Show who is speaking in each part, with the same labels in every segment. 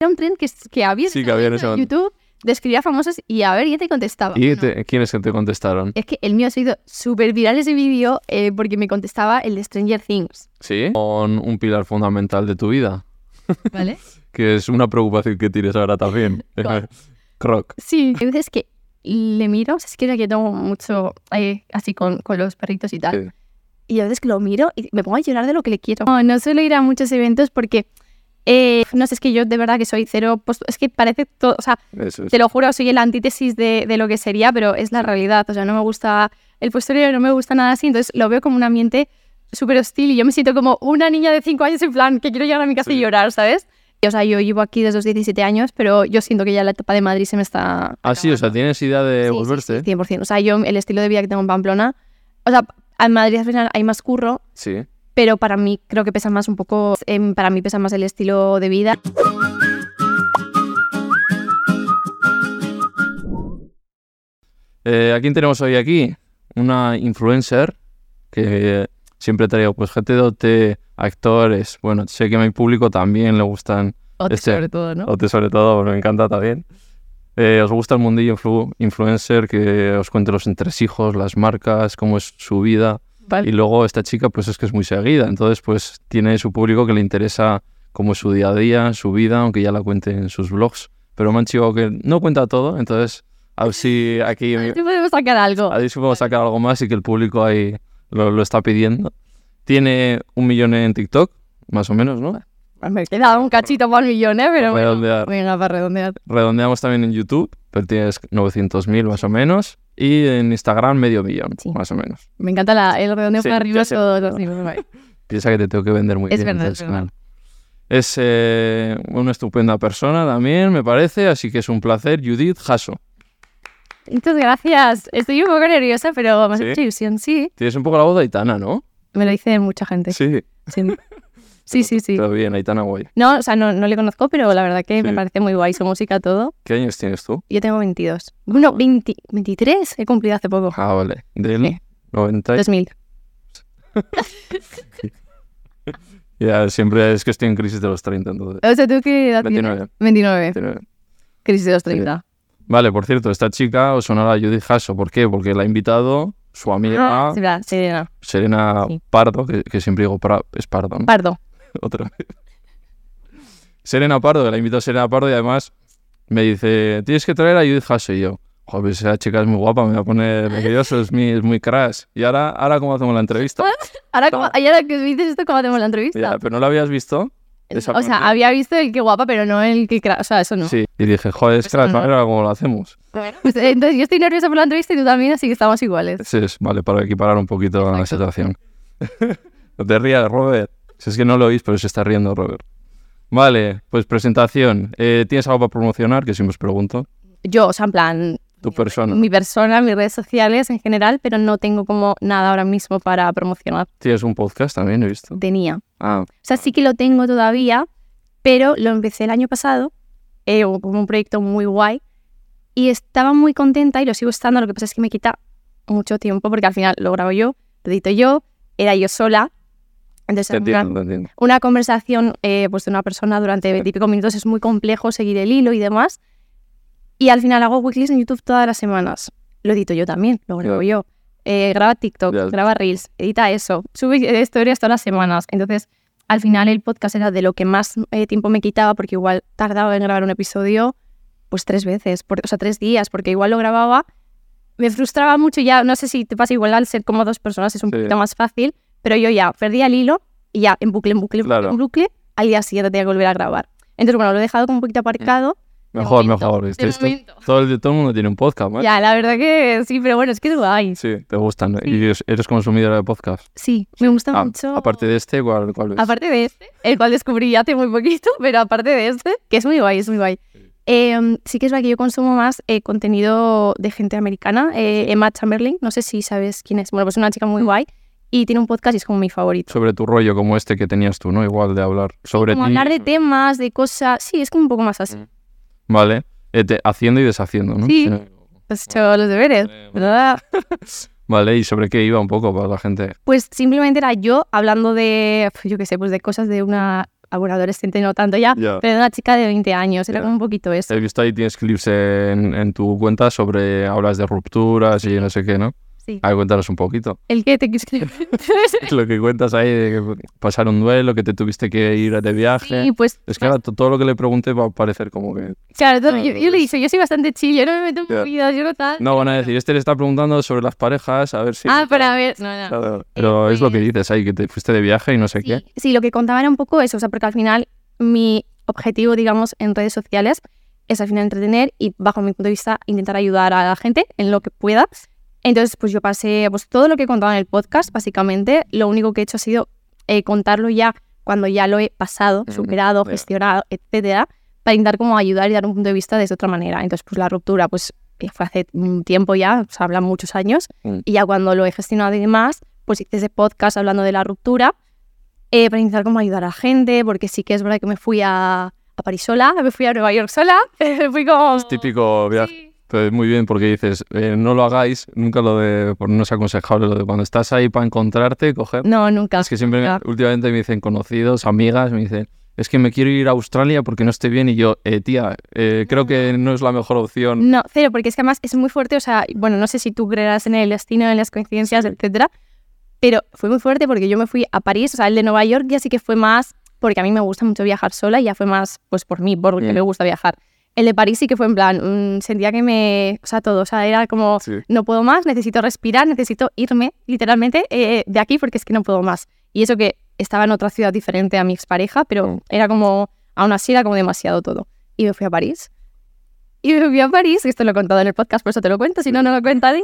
Speaker 1: era un tren que, que había,
Speaker 2: Sí, que había en ese
Speaker 1: en
Speaker 2: momento.
Speaker 1: YouTube de escribir a famosos y a ver quién te contestaba.
Speaker 2: ¿Y
Speaker 1: No.
Speaker 2: te- quiénes que te contestaron?
Speaker 1: Es que el mío se ha ido súper viral ese vídeo eh, porque me contestaba el de Stranger Things,
Speaker 2: ¿Sí? Con un pilar fundamental de tu vida,
Speaker 1: ¿vale?
Speaker 2: que es una preocupación que tienes ahora también.
Speaker 1: ¿Cuál?
Speaker 2: Croc.
Speaker 1: sí, hay veces que le miro, o sea, es que yo tengo mucho eh, así con, con los perritos y tal.
Speaker 2: Sí.
Speaker 1: Y a veces que lo miro y me pongo a llorar de lo que le quiero. No, no suelo ir a muchos eventos porque, eh, no sé, es que yo de verdad que soy cero, post- es que parece todo, o sea,
Speaker 2: Eso es.
Speaker 1: Te lo juro, soy el antítesis de, de lo que sería, pero es la realidad. O sea, no me gusta el postureo, no me gusta nada así. Entonces lo veo como un ambiente súper hostil y yo me siento como una niña de 5 años en plan que quiero llegar a mi casa
Speaker 2: Sí.
Speaker 1: y llorar, ¿sabes? Y, o sea, yo llevo aquí desde los 17 años, pero yo siento que ya la etapa de Madrid se me está.
Speaker 2: Ah, sí, o sea, tienes idea de
Speaker 1: Sí, sí,
Speaker 2: volverse. ¿eh?
Speaker 1: sí, 100%. O sea, yo el estilo de vida que tengo en Pamplona. O sea, en Madrid al final hay más curro,
Speaker 2: Sí.
Speaker 1: pero para mí creo que pesa más un poco, em, para mí pesa más el estilo de vida.
Speaker 2: Eh, ¿A quién tenemos hoy aquí? Una influencer que siempre traigo, pues gente dote, actores. Bueno, sé que a mi público también le gustan,
Speaker 1: O
Speaker 2: Este-
Speaker 1: sobre todo, ¿no?
Speaker 2: a ti sobre todo, me encanta también. Eh, ¿Os gusta el mundillo influ- influencer que os cuente los entresijos, las marcas, cómo es su vida?
Speaker 1: Vale.
Speaker 2: Y luego esta chica, pues es que es muy seguida, entonces pues tiene su público que le interesa cómo es su día a día, su vida, aunque ya la cuente en sus blogs. Pero me han chivado que no cuenta todo, entonces a ver si aquí
Speaker 1: A ver si podemos sacar algo.
Speaker 2: Ahí supongo sacar algo más y que el público ahí lo, lo está pidiendo. Tiene un millón en TikTok, más o menos, ¿no?
Speaker 1: Me queda un cachito por millón, ¿eh? Pero
Speaker 2: Para
Speaker 1: bueno,
Speaker 2: redondear.
Speaker 1: venga, para redondear.
Speaker 2: Redondeamos también en YouTube, pero tienes 900.000 más o menos. Y en Instagram medio millón,
Speaker 1: Sí.
Speaker 2: más o menos.
Speaker 1: Me encanta la- el redondeo
Speaker 2: Sí,
Speaker 1: para arriba
Speaker 2: ya sé.
Speaker 1: todos los niveles. vale.
Speaker 2: Piensa que te tengo que vender muy
Speaker 1: Es
Speaker 2: bien.
Speaker 1: verdad,
Speaker 2: entonces,
Speaker 1: es verdad.
Speaker 2: claro. Es, eh, una estupenda persona también, me parece, así que es un placer. Judith Jasso.
Speaker 1: Muchas gracias. Estoy un poco nerviosa, pero me has
Speaker 2: ¿Sí?
Speaker 1: hecho ilusión, sí.
Speaker 2: Tienes un poco la voz de Aitana, ¿no?
Speaker 1: Me lo dice mucha gente. Sí,
Speaker 2: Sí.
Speaker 1: sí, sí. sí.
Speaker 2: Pero bien, Aitana guay.
Speaker 1: No, o sea, no, no le conozco, pero la verdad que
Speaker 2: Sí.
Speaker 1: me parece muy guay su música, todo.
Speaker 2: ¿Qué años tienes tú?
Speaker 1: Yo tengo 22. Bueno, 20 23 he cumplido hace poco.
Speaker 2: Ah, ¿eh? vale. Del
Speaker 1: Sí.
Speaker 2: 90 y-
Speaker 1: 2000.
Speaker 2: Ya, siempre es que estoy en crisis de los 30, entonces.
Speaker 1: O sea, ¿tú qué edad tienes?
Speaker 2: 29.
Speaker 1: 29.
Speaker 2: 29.
Speaker 1: Crisis de los 30.
Speaker 2: Vale, por cierto, esta chica os sonará a Judith Hasso. ¿Por qué? Porque la ha invitado su amiga
Speaker 1: Ah, sí, verdad, sí, no.
Speaker 2: Serena
Speaker 1: Sí.
Speaker 2: Pardo, que, que siempre digo pra- es Pardo, ¿no?
Speaker 1: Pardo.
Speaker 2: Otra vez. Serena Pardo, que la invitó Serena Pardo y además me dice, tienes que traer a Judith Hasso. Y yo, joder, esa chica es muy guapa, me va a poner nervioso, es, mi- es muy crash. Y ahora, ahora ¿cómo hacemos la entrevista?
Speaker 1: Ahora,
Speaker 2: Ah.
Speaker 1: como- y ahora que me dices esto, ¿cómo hacemos la entrevista?
Speaker 2: Ya, pero ¿no la habías visto? Esa
Speaker 1: O sea,
Speaker 2: parte.
Speaker 1: había visto el que guapa, pero no el que... cra- O sea, eso no.
Speaker 2: Sí. Y dije, joder, es
Speaker 1: Eso
Speaker 2: crash,
Speaker 1: no.
Speaker 2: ahora ¿cómo lo hacemos?
Speaker 1: Pues, eh, Entonces yo estoy nerviosa por la entrevista y tú también, así que estamos iguales.
Speaker 2: Sí, es- vale, para equiparar un poquito la situación. no te rías, Robert. Si es que no lo oís, pero se está riendo, Robert. Vale, pues presentación. Eh, ¿Tienes algo para promocionar? Que siempre os pregunto.
Speaker 1: Yo, o sea, en plan,
Speaker 2: Tu persona.
Speaker 1: mi persona, mis redes sociales en general, pero no tengo como nada ahora mismo para promocionar.
Speaker 2: Tienes un podcast también, he visto.
Speaker 1: Tenía. O
Speaker 2: Ah,
Speaker 1: sea, sí que lo tengo todavía, pero lo empecé el año pasado, eh, o como un proyecto muy guay, y estaba muy contenta y lo sigo estando, lo que pasa es que me quita mucho tiempo, porque al final lo grabo yo, lo edito yo, era yo sola. Entonces,
Speaker 2: te
Speaker 1: era una-
Speaker 2: entiendo, te entiendo.
Speaker 1: una conversación eh, pues de una persona durante veintipico minutos es muy complejo seguir el hilo y demás. Y al final hago weeklies en YouTube todas las semanas. Lo edito yo también, lo grabo yo. Eh, graba TikTok,
Speaker 2: Ya.
Speaker 1: graba Reels, edita eso, sube eh, historias todas las semanas. Entonces, al final el podcast era de lo que más eh, tiempo me quitaba, porque igual tardaba en grabar un episodio pues tres veces, por- o sea, tres días, porque igual lo grababa, me frustraba mucho y ya, no sé si te pasa igual al ser como dos personas, es un
Speaker 2: Sí.
Speaker 1: poquito más fácil, pero yo ya perdía el hilo y ya en bucle, en bucle, en bucle,
Speaker 2: Claro.
Speaker 1: en bucle, al día siguiente tenía que volver a grabar. Entonces, bueno, lo he dejado como un poquito aparcado. De
Speaker 2: Eh, Mejor,
Speaker 1: momento,
Speaker 2: mejor.
Speaker 1: de
Speaker 2: ¿viste esto?
Speaker 1: momento.
Speaker 2: Todo, el, todo el mundo tiene un podcast, ¿vale?
Speaker 1: Ya, la verdad que sí, pero bueno, es que es guay.
Speaker 2: Sí, te gustan. ¿no?
Speaker 1: Sí.
Speaker 2: ¿Y eres- eres consumidora de podcast?
Speaker 1: Sí, me gusta
Speaker 2: Ah,
Speaker 1: mucho.
Speaker 2: Aparte de este, ¿cuál, cuál ves?
Speaker 1: Aparte de este, el cual descubrí hace muy poquito, pero aparte de este, que es muy guay, es muy guay. Eh, sí que es verdad que yo consumo más eh, contenido de gente americana. Eh, Emma Chamberlain, no sé si sabes quién es. Bueno, pues es una chica
Speaker 2: Mm.
Speaker 1: muy guay y tiene un podcast y es como mi favorito.
Speaker 2: Sobre tu rollo como este que tenías tú, ¿no? Igual de hablar sobre
Speaker 1: Como
Speaker 2: ti.
Speaker 1: hablar de temas, de cosas. Sí, es como un poco más así.
Speaker 2: Vale. Eh, te- haciendo y deshaciendo, ¿no?
Speaker 1: Sí. Has hecho los deberes,
Speaker 2: Eh,
Speaker 1: ¿verdad?
Speaker 2: Vale, ¿y sobre qué iba un poco para la gente?
Speaker 1: Pues simplemente era yo hablando de, yo qué sé, pues de cosas de una ah, bueno, adolescente no tanto ya,
Speaker 2: Ya.
Speaker 1: pero de una chica de 20 años, era
Speaker 2: Ya. Eh,
Speaker 1: como un poquito eso.
Speaker 2: He visto ahí tienes clips en, en tu cuenta sobre hablas de rupturas y no sé qué, ¿no?
Speaker 1: Sí.
Speaker 2: A ver, cuéntanos un poquito.
Speaker 1: El que te escribe.
Speaker 2: Lo que cuentas ahí de que pasar un duelo, que te tuviste que ir de viaje.
Speaker 1: sí, pues
Speaker 2: Es que ahora to- todo lo que le pregunte va a parecer como que...
Speaker 1: claro, todo-
Speaker 2: Ah,
Speaker 1: yo,
Speaker 2: no,
Speaker 1: yo le
Speaker 2: es-
Speaker 1: dije, yo soy bastante chill, yo no me meto en
Speaker 2: Ya.
Speaker 1: movidas, yo no tal.
Speaker 2: No, van a decir, este le está preguntando sobre las parejas, a ver si...
Speaker 1: ah, para ver. No, no.
Speaker 2: Claro, Pero es lo que dices ahí, que te fuiste de viaje y no sé qué.
Speaker 1: Sí, sí, lo que contaba era un poco eso, o sea, porque al final mi objetivo, digamos, en redes sociales es al final entretener y bajo mi punto de vista intentar ayudar a la gente en lo que pueda. Entonces, pues yo pasé pues, todo lo que he contado en el podcast, básicamente, lo único que he hecho ha sido eh, contarlo ya cuando ya lo he pasado,
Speaker 2: Mm,
Speaker 1: superado,
Speaker 2: ya.
Speaker 1: gestionado, etcétera, para intentar como ayudar y dar un punto de vista desde otra manera. Entonces, pues la ruptura, pues eh, fue hace un tiempo ya, o sea, hablan muchos años,
Speaker 2: Mm.
Speaker 1: y ya cuando lo he gestionado y demás, pues hice ese podcast hablando de la ruptura, eh, para intentar como ayudar a la gente, porque sí que es verdad que me fui a, a París sola, me fui a Nueva York sola, me fui como...
Speaker 2: Es típico viaje.
Speaker 1: Sí.
Speaker 2: Pero muy bien, porque dices, eh, no lo hagáis, nunca lo de, por- no es aconsejable lo de cuando estás ahí para encontrarte, coger.
Speaker 1: No, nunca.
Speaker 2: Es que siempre, me-
Speaker 1: Claro.
Speaker 2: últimamente me dicen conocidos, amigas, me dicen, es que me quiero ir a Australia porque no estoy bien y yo, eh, tía, eh, creo que no es la mejor opción.
Speaker 1: No, cero, porque es que además es muy fuerte, o sea, bueno, no sé si tú creerás en el destino, en las coincidencias, etcétera, pero fue muy fuerte porque yo me fui a París, o sea, el de Nueva York ya sí que fue más, porque a mí me gusta mucho viajar sola y ya fue más, pues por mí, porque
Speaker 2: Mm.
Speaker 1: me gusta viajar. El de París sí que fue en plan, mm, sentía que me, o sea, todo, o sea, era como,
Speaker 2: Sí.
Speaker 1: no puedo más, necesito respirar, necesito irme literalmente eh, de aquí porque es que no puedo más. Y eso que estaba en otra ciudad diferente a mi expareja, pero
Speaker 2: Mm.
Speaker 1: era como, aún así era como demasiado todo. Y me fui a París. Y me fui a París, que esto lo he contado en el podcast, por eso te lo cuento, si no, no lo cuenta Adi.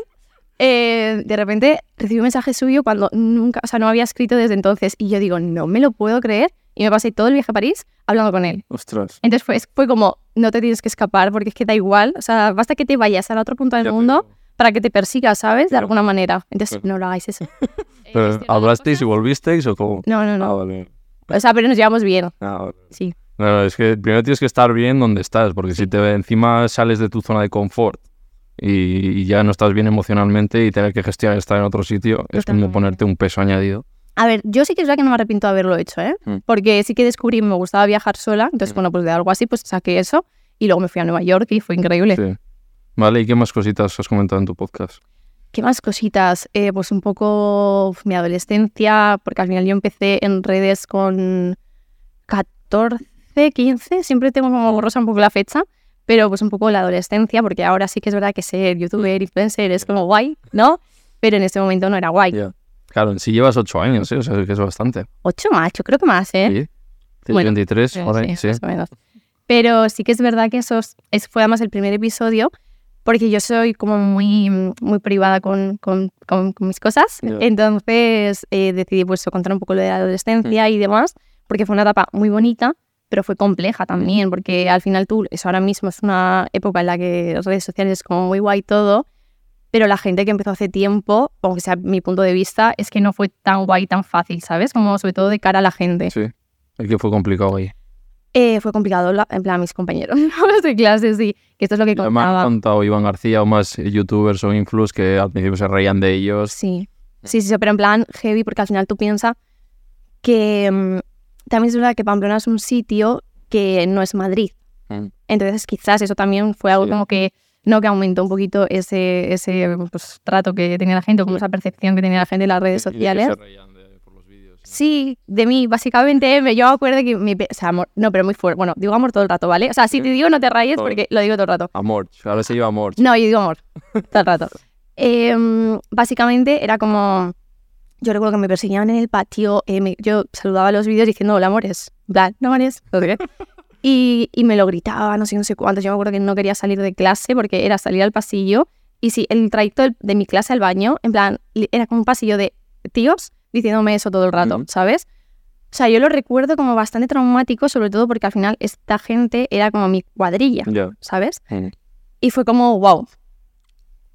Speaker 1: Eh, de repente recibí un mensaje suyo cuando nunca, o sea, no había escrito desde entonces. Y yo digo, no me lo puedo creer. Y me pasé todo el viaje a París hablando con él.
Speaker 2: Ostras.
Speaker 1: Entonces fue, fue como, no te tienes que escapar porque es que da igual. O sea, basta que te vayas al otro punto del
Speaker 2: Ya,
Speaker 1: mundo
Speaker 2: pero-
Speaker 1: para que te persiga, ¿sabes? De
Speaker 2: Pero-
Speaker 1: alguna manera. Entonces,
Speaker 2: pero-
Speaker 1: no lo hagáis eso.
Speaker 2: pero, ¿Hablasteis y volvisteis o cómo?
Speaker 1: No, no,
Speaker 2: Ah,
Speaker 1: no.
Speaker 2: vale.
Speaker 1: O sea, pero nos llevamos bien.
Speaker 2: Ah, vale.
Speaker 1: Sí,
Speaker 2: No, no, es que primero tienes que estar bien donde estás, porque si te encima sales de tu zona de confort y, y ya no estás bien emocionalmente y tener que gestionar estar en otro sitio, es como
Speaker 1: Totalmente.
Speaker 2: ponerte un peso añadido.
Speaker 1: A ver, yo sí que es verdad que no me arrepiento de haberlo hecho, ¿eh?
Speaker 2: Mm.
Speaker 1: Porque sí que descubrí que me gustaba viajar sola. Entonces,
Speaker 2: Mm.
Speaker 1: bueno, pues de algo así, pues saqué eso. Y luego me fui a Nueva York y fue increíble.
Speaker 2: Sí. Vale, ¿y qué más cositas has comentado en tu podcast?
Speaker 1: ¿Qué más cositas? Eh, pues un poco uf, mi adolescencia, porque al final yo empecé en redes con 14, 15, siempre tengo como borrosa un poco la fecha, pero pues un poco la adolescencia, porque ahora sí que es verdad que ser youtuber, influencer es como guay, ¿no? Pero en este momento no era guay.
Speaker 2: Ya. Claro, en sí llevas ocho años, ¿eh? o sea, que es bastante.
Speaker 1: Ocho más, yo creo que más, ¿eh?
Speaker 2: Sí. Sí,
Speaker 1: Bueno,
Speaker 2: 23,
Speaker 1: Sí,
Speaker 2: ahora,
Speaker 1: sí,
Speaker 2: sí.
Speaker 1: más o menos. Pero sí que es verdad que eso es- es- fue además el primer episodio, porque yo soy como muy, mm, muy privada con, con- con- con mis cosas.
Speaker 2: Ya.
Speaker 1: Entonces eh, decidí pues contar un poco lo de la
Speaker 2: Mm.
Speaker 1: adolescencia y demás, porque fue una etapa muy bonita, pero fue
Speaker 2: Mm.
Speaker 1: compleja también, porque al final tú, eso ahora mismo es una época en la que redes sociales es como muy guay todo, pero la gente que empezó hace tiempo, aunque sea mi punto de vista, es que no fue tan guay, tan fácil, ¿sabes? Como sobre todo de cara a la gente.
Speaker 2: Sí. El que fue complicado ahí.
Speaker 1: Eh, fue complicado, la- en plan, mis compañeros de clases, sí, ah, que esto es lo que
Speaker 2: Ya Me han
Speaker 1: contaba.
Speaker 2: contado Iván García o más eh, youtubers o influx que al principio se reían de ellos.
Speaker 1: Sí.
Speaker 2: Mm.
Speaker 1: sí, sí, sí, pero en plan heavy, porque al final tú piensas que mm, también es verdad que Pamplona es un sitio que no es Madrid.
Speaker 2: Mm.
Speaker 1: Entonces, quizás eso también fue algo
Speaker 2: Sí.
Speaker 1: como que, no, que aumentó un poquito ese, ese pues, trato que tenía la gente, o como esa percepción que tenía la gente en las redes
Speaker 2: Y de que
Speaker 1: sociales.
Speaker 2: se reían de- por los vídeos.
Speaker 1: Sí, de mí, básicamente. me- Yo me acuerdo que mi. pe- O sea, amor. No, pero muy fuerte. Bueno, digo amor todo el rato, ¿vale? O sea, si
Speaker 2: Sí.
Speaker 1: te digo no te rayes
Speaker 2: Todo.
Speaker 1: porque lo digo todo el rato.
Speaker 2: A Morch, ahora se lleva a Morch.
Speaker 1: No, yo digo amor, todo el rato. Em, básicamente era como, yo recuerdo que me perseguían en el patio, eh, me- yo saludaba los vídeos diciendo hola amores, En plan, no amores, no sé qué. Y, y me lo gritaba, no sé, no sé cuánto. Yo me acuerdo que no quería salir de clase porque era salir al pasillo. Y sí, el trayecto del- de mi clase al baño, en plan, li- era como un pasillo de tíos diciéndome eso todo el rato,
Speaker 2: Ujú.
Speaker 1: ¿sabes? O sea, yo lo recuerdo como bastante traumático, sobre todo porque al final esta gente era como mi cuadrilla,
Speaker 2: Ya.
Speaker 1: ¿sabes? Y fue como, wow,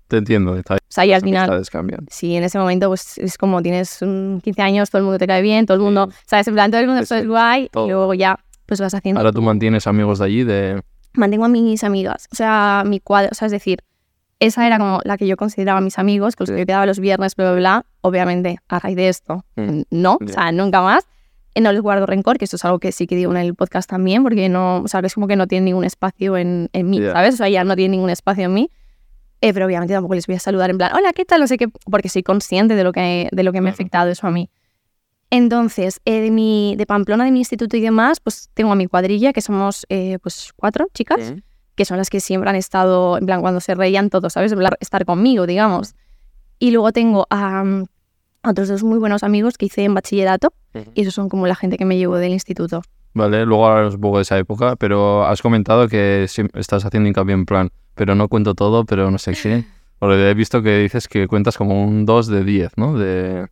Speaker 2: Te entiendo, está
Speaker 1: o sea, y al
Speaker 2: las
Speaker 1: final,
Speaker 2: amistades cambian.
Speaker 1: si en ese momento pues, es como tienes mm, 15 años, todo el mundo te cae bien, todo el mundo, ¿sabes? En plan, todo el mundo
Speaker 2: Sí,
Speaker 1: es guay,
Speaker 2: todo.
Speaker 1: y luego ya, pues vas haciendo.
Speaker 2: Ahora tú mantienes amigos de allí de...
Speaker 1: Mantengo a mis amigas, o sea, mi cuadro, o sea, es decir, esa era como la que yo consideraba mis amigos, con los que yo quedaba los viernes, bla, bla, bla. Obviamente, a raíz de esto,
Speaker 2: Mm.
Speaker 1: no, o
Speaker 2: Ya.
Speaker 1: sea, nunca más. eh, no les guardo rencor, que eso es algo que sí que digo en el podcast también, porque no, o sea, es como que no tiene ningún espacio en, en mí,
Speaker 2: Ya.
Speaker 1: ¿sabes? O sea, ya no tiene ningún espacio en mí. Eh, pero obviamente tampoco les voy a saludar en plan, hola, ¿qué tal? No sé qué, porque soy consciente de lo que, de lo que me ha
Speaker 2: Claro.
Speaker 1: afectado eso a mí. Entonces, eh, de, mi, de Pamplona, de mi instituto y demás, pues tengo a mi cuadrilla, que somos eh, pues cuatro chicas
Speaker 3: Sí.
Speaker 1: que son las que siempre han estado, en plan, cuando se reían todos, ¿sabes? En plan, estar conmigo, digamos. Y luego tengo a mm, a otros dos muy buenos amigos que hice en bachillerato,
Speaker 3: Ujú.
Speaker 1: y esos son como la gente que me llevo del instituto.
Speaker 2: Vale, luego hablaremos un poco de esa época, pero has comentado que siem- estás haciendo hincapié en plan, pero no cuento todo, pero no sé qué. Porque he visto que dices que cuentas como un 2 de 10, ¿no? De...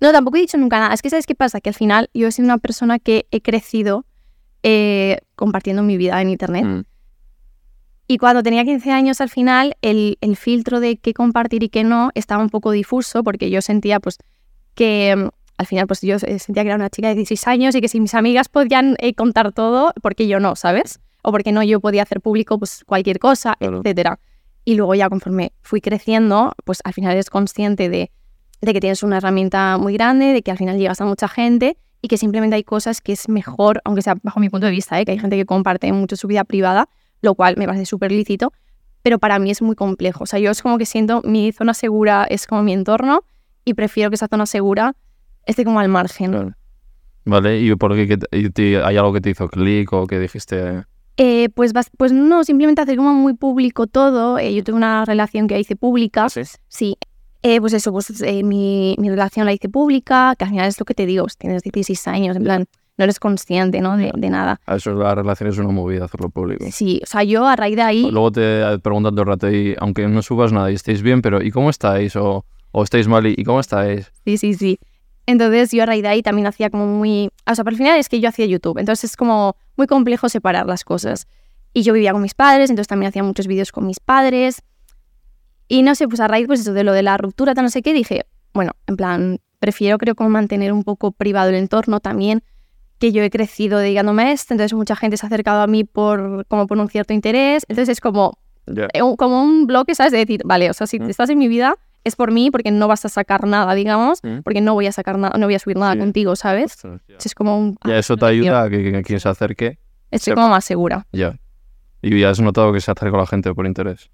Speaker 1: No, tampoco he dicho nunca nada. Es que, ¿sabes qué pasa? Que al final yo he sido una persona que he crecido eh, compartiendo mi vida en internet.
Speaker 3: Mm.
Speaker 1: Y cuando tenía 15 años, al final, el, el filtro de qué compartir y qué no estaba un poco difuso porque yo sentía, pues, que mm, al final, pues, yo eh, sentía que era una chica de 16 años y que si mis amigas podían eh, contar todo, porque yo no, ¿sabes? O porque no yo podía hacer público, pues, cualquier cosa,
Speaker 2: Claro.
Speaker 1: etcétera. Y luego ya conforme fui creciendo, pues, al final eres consciente de, de que tienes una herramienta muy grande, de que al final llegas a mucha gente y que simplemente hay cosas que es mejor, aunque sea bajo mi punto de vista, ¿eh? que hay gente que comparte mucho su vida privada, lo cual me parece súper lícito, pero para mí es muy complejo. O sea, yo es como que siento mi zona segura es como mi entorno y prefiero que esa zona segura esté como al margen.
Speaker 2: Claro. Vale, ¿y por qué que te- y te- hay algo que te hizo clic o que dijiste?
Speaker 1: Eh, pues, bas- pues no, simplemente hacer como muy público todo. Eh, yo tengo una relación que hice pública.
Speaker 3: Sí.
Speaker 1: Sí. Eh, pues eso, pues eh, mi, mi relación la hice pública, que al final es lo que te digo, pues, tienes 16 años, en plan, no eres consciente, ¿no? De, de nada.
Speaker 2: A "Ah, eso la relación es una movida, hacerlo público.
Speaker 1: Sí, o sea, yo a raíz de ahí...
Speaker 2: Luego te eh, preguntan todo el rato, y aunque no subas nada y estéis bien, pero ¿y cómo estáis? O, o estáis mal y ¿y cómo estáis?
Speaker 1: Sí, sí, sí. Entonces yo a raíz de ahí también hacía como muy... O sea, para el final es que yo hacía YouTube, entonces es como muy complejo separar las cosas. Y yo vivía con mis padres, entonces también hacía muchos vídeos con mis padres. Y no sé, pues a raíz pues eso de lo de la ruptura, tal no sé qué, dije, bueno, en plan, prefiero creo como mantener un poco privado el entorno también, que yo he crecido dedicándome a esto, entonces mucha gente se ha acercado a mí por, como por un cierto interés, entonces es como eh, un- como un bloque, ¿sabes? De decir, vale, o sea, si
Speaker 3: Mm.
Speaker 1: estás en mi vida es por mí porque no vas a sacar nada, digamos,
Speaker 3: Mm.
Speaker 1: porque no voy a sacar nada, no voy a subir nada
Speaker 2: Sí.
Speaker 1: contigo, ¿sabes?
Speaker 2: Ostras, ya.
Speaker 1: Entonces es como un... "Ah,
Speaker 2: Ya eso te ayuda a que, que- que quien se acerque,
Speaker 1: Estoy
Speaker 2: sepa.
Speaker 1: como más segura.
Speaker 2: ya. Y ya has notado que se acerca la gente por interés.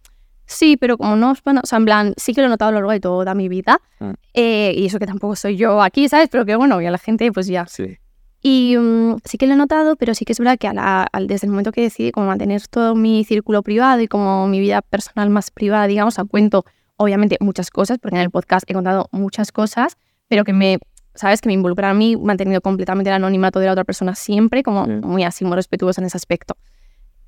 Speaker 1: Sí, pero como no, os van a- o sea, en plan, sí que lo he notado a lo largo de toda mi vida,
Speaker 3: Mm.
Speaker 1: eh, y eso que tampoco soy yo aquí, ¿sabes? Pero que bueno, y a la gente, pues ya.
Speaker 3: Sí.
Speaker 1: Y mm, sí que lo he notado, pero sí que es verdad que a la- al- desde el momento que decidí como mantener todo mi círculo privado y como mi vida personal más privada, digamos, a cuento obviamente muchas cosas, porque en el podcast he contado muchas cosas, pero que me, sabes, que me involucra a mí manteniendo completamente el anonimato de la otra persona siempre, como
Speaker 3: Sí.
Speaker 1: muy así, muy respetuosa en ese aspecto.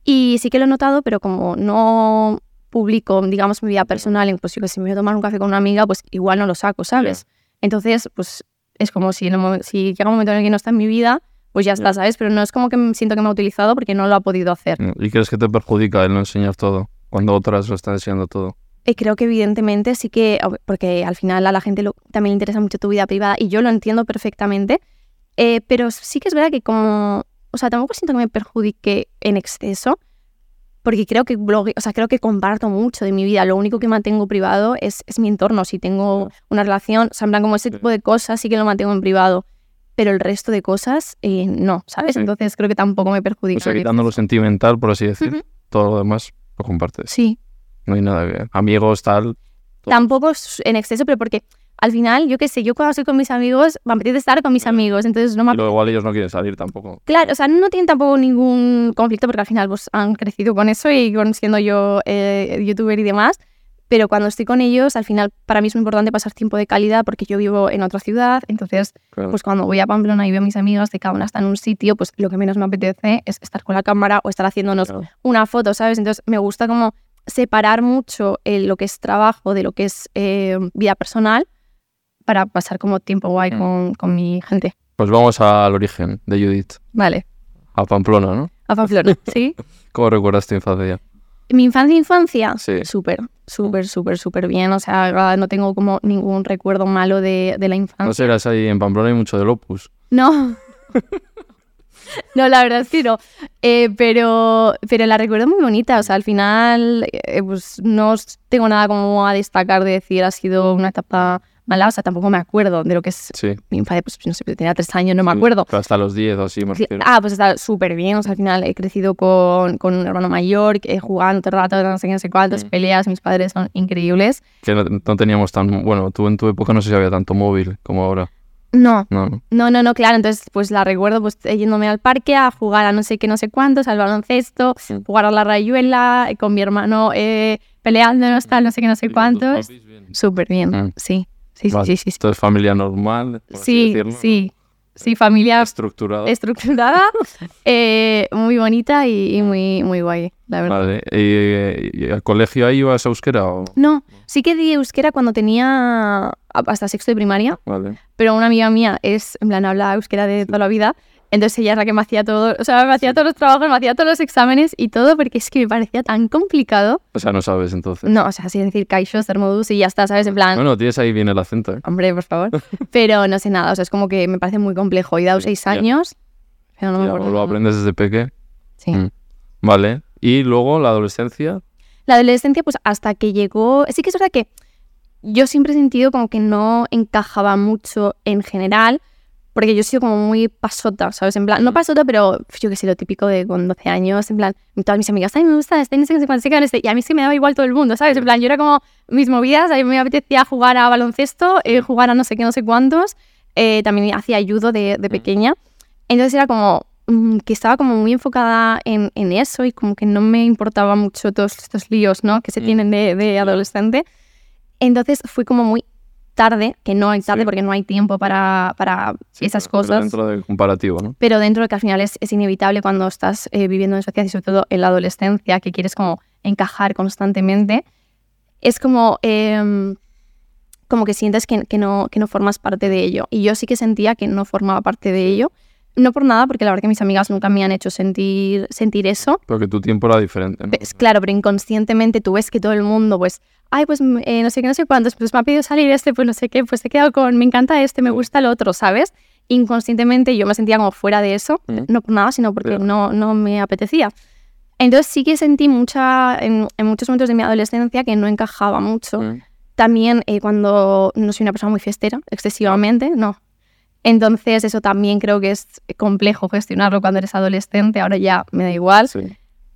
Speaker 1: Y sí que lo he notado, pero como no publico, digamos, mi vida personal, en, pues yo que sé, me voy a tomar un café con una amiga, pues igual no lo saco, ¿sabes? Entonces, pues es como si, en el momen- si llega un momento en el que no está en mi vida, pues ya está,
Speaker 3: Ya.
Speaker 1: ¿sabes? Pero no es como que m- siento que me ha utilizado porque no lo ha podido hacer.
Speaker 2: Mm, ¿Y crees que te perjudica el no enseñar todo cuando otras lo están enseñando todo?
Speaker 1: Eh, creo que evidentemente sí que, ob- porque al final a la gente lo- también le interesa mucho tu vida privada y yo lo entiendo perfectamente, eh, pero sí que es verdad que como, o sea, tampoco siento que me perjudique en exceso, porque creo que blogue- o sea, creo que comparto mucho de mi vida, lo único que mantengo privado es, es mi entorno, si tengo una relación, o sea, en plan como ese
Speaker 3: Sí.
Speaker 1: tipo de cosas sí que lo mantengo en privado, pero el resto de cosas eh, no, ¿sabes?
Speaker 3: Sí.
Speaker 1: Entonces creo que tampoco me perjudica.
Speaker 2: O sea,
Speaker 1: en
Speaker 2: quitando lo
Speaker 1: exceso.
Speaker 2: sentimental, por así decir,
Speaker 1: Ujú.
Speaker 2: todo lo demás lo compartes.
Speaker 1: Sí.
Speaker 2: No hay nada que... Amigos, tal... Todo.
Speaker 1: tampoco es en exceso, pero porque al final, yo qué sé, yo cuando estoy con mis amigos, me apetece estar con mis amigos, entonces no me
Speaker 2: Y luego igual ellos no quieren salir tampoco.
Speaker 1: Claro, o sea, no tienen tampoco ningún conflicto porque al final pues, han crecido con eso y con siendo yo eh, youtuber y demás. Pero cuando estoy con ellos, al final para mí es muy importante pasar tiempo de calidad porque yo vivo en otra ciudad. Entonces,
Speaker 3: Claro.
Speaker 1: pues cuando voy a Pamplona y veo a mis amigas de cada una está en un sitio, pues lo que menos me apetece es estar con la cámara o estar haciéndonos
Speaker 3: Claro.
Speaker 1: una foto, ¿sabes? Entonces me gusta como separar mucho eh, lo que es trabajo de lo que es eh, vida personal para pasar como tiempo guay
Speaker 3: Mm.
Speaker 1: con, con mi gente.
Speaker 2: Pues vamos al origen de Judith,
Speaker 1: Vale,
Speaker 2: a Pamplona, ¿no?
Speaker 1: a Pamplona, ¿sí?
Speaker 2: ¿Cómo recuerdas tu infancia?
Speaker 1: Mi infancia, infancia,
Speaker 2: Sí.
Speaker 1: súper, súper, súper, súper bien. O sea, ah, no tengo como ningún recuerdo malo de, de la
Speaker 2: No
Speaker 1: infancia.
Speaker 2: sé, eras ahí en Pamplona hay mucho de Opus.
Speaker 1: No. No, la verdad es que no. Eh, pero, pero la recuerdo muy bonita. O sea, al final, eh, pues no os- tengo nada como a destacar de decir ha sido una etapa mala, o sea, tampoco me acuerdo de lo que es
Speaker 2: Sí.
Speaker 1: mi infancia, pues no sé, tenía tres años, no me acuerdo.
Speaker 2: Pero Hasta los 10 o así, me
Speaker 1: Sí,
Speaker 2: refiero.
Speaker 1: Ah, pues está súper bien. O sea, al final he crecido con, con un hermano mayor, que eh, jugando todo el rato, no sé qué, no sé cuántas
Speaker 2: Mm.
Speaker 1: peleas. Mis padres son increíbles.
Speaker 2: Que no, no teníamos tan... Bueno, tú en tu época no sé si había tanto móvil como ahora.
Speaker 1: No,
Speaker 2: No, no.
Speaker 1: no, no, no, claro. Entonces, pues la recuerdo pues yéndome al parque a jugar a no sé qué, no sé cuántos, al baloncesto,
Speaker 2: Sí.
Speaker 1: jugar a la rayuela, eh, con mi hermano eh, peleándonos, tal, no sé qué, no
Speaker 2: pues,
Speaker 1: sé cuántos. Súper bien,
Speaker 2: Mm.
Speaker 1: sí. Sí, sí,
Speaker 2: Vale.
Speaker 1: sí, sí.
Speaker 2: Entonces, familia normal, por así
Speaker 1: Sí,
Speaker 2: decirlo,
Speaker 1: sí. Ah, Sí, familia
Speaker 2: estructurada.
Speaker 1: estructurada, eh, muy bonita y, y muy, muy guay, la verdad.
Speaker 2: Vale. ¿Y, y al colegio ahí ibas a euskera o...?
Speaker 1: No, sí que di euskera cuando tenía a- hasta sexto de primaria,
Speaker 2: Vale.
Speaker 1: pero una amiga mía es, en plan, habla euskera de toda la vida, entonces ella es la que me hacía todo, o sea, me hacía todos los trabajos, me hacía todos los exámenes y todo, porque es que me parecía tan complicado.
Speaker 2: O sea, no sabes entonces.
Speaker 1: No, o sea, así decir caixos, termodus y ya está, ¿sabes? En plan,
Speaker 2: pues Bueno, tienes ahí bien el acento. ¿eh?
Speaker 1: hombre, por favor. Pero no sé nada, o sea, es como que me parece muy complejo. He dado seis
Speaker 2: ya.
Speaker 1: años, pero no me
Speaker 2: Ya,
Speaker 1: acuerdo.
Speaker 2: lo
Speaker 1: nada.
Speaker 2: aprendes desde peque.
Speaker 1: Sí.
Speaker 2: Mm. Vale. Y luego la adolescencia.
Speaker 1: La adolescencia, pues hasta que llegó. Sí que es verdad que yo siempre he sentido como que no encajaba mucho en general, porque yo he sido como muy pasota, ¿sabes? En plan, no pasota, pero yo qué sé, lo típico de con 12 años, en plan, todas mis amigas, ay, me gusta este, no sé qué, no sé cuánto, no sé qué, no sé". y a mí sí me daba igual todo el mundo, ¿sabes? En plan, yo era como mis movidas, a mí me apetecía jugar a baloncesto, eh, jugar a no sé qué, no sé cuántos, eh, también hacía judo de, de pequeña, entonces era como mm, que estaba como muy enfocada en, en eso y como que no me importaba mucho todos estos líos, ¿no? Que se
Speaker 2: Mm.
Speaker 1: tienen de, de adolescente. Entonces fui como muy tarde, que no hay tarde
Speaker 2: Sí.
Speaker 1: porque no hay tiempo para, para
Speaker 2: Sí,
Speaker 1: esas
Speaker 2: pero- pero
Speaker 1: cosas,
Speaker 2: Dentro del comparativo, ¿no?
Speaker 1: pero dentro de que al final es, es inevitable cuando estás eh, viviendo en sociedad y sobre todo en la adolescencia, que quieres como encajar constantemente, es como, em, como que sientes que, que no, que no formas parte de ello. Y yo sí que sentía que no formaba parte de ello. No por nada, porque la verdad que mis amigas nunca me han hecho sentir, sentir eso,
Speaker 2: Porque tu tiempo era diferente. ¿no?
Speaker 1: pues, claro, pero inconscientemente tú ves que todo el mundo, pues, ay, pues mm, eh, no sé qué, no sé cuántos, pues me ha pedido salir este, pues no sé qué, pues he quedado con, me encanta este, me gusta el otro, ¿sabes? Inconscientemente yo me sentía como fuera de eso,
Speaker 2: Ujú.
Speaker 1: no por nada, sino porque
Speaker 2: Ya.
Speaker 1: no, no me apetecía. Entonces sí que sentí mucha, en, en muchos momentos de mi adolescencia que no encajaba mucho.
Speaker 2: Mm.
Speaker 1: También eh, cuando no soy una persona muy fiestera, excesivamente, no. Entonces eso también creo que es complejo gestionarlo cuando eres adolescente, ahora ya me da igual.
Speaker 2: Sí.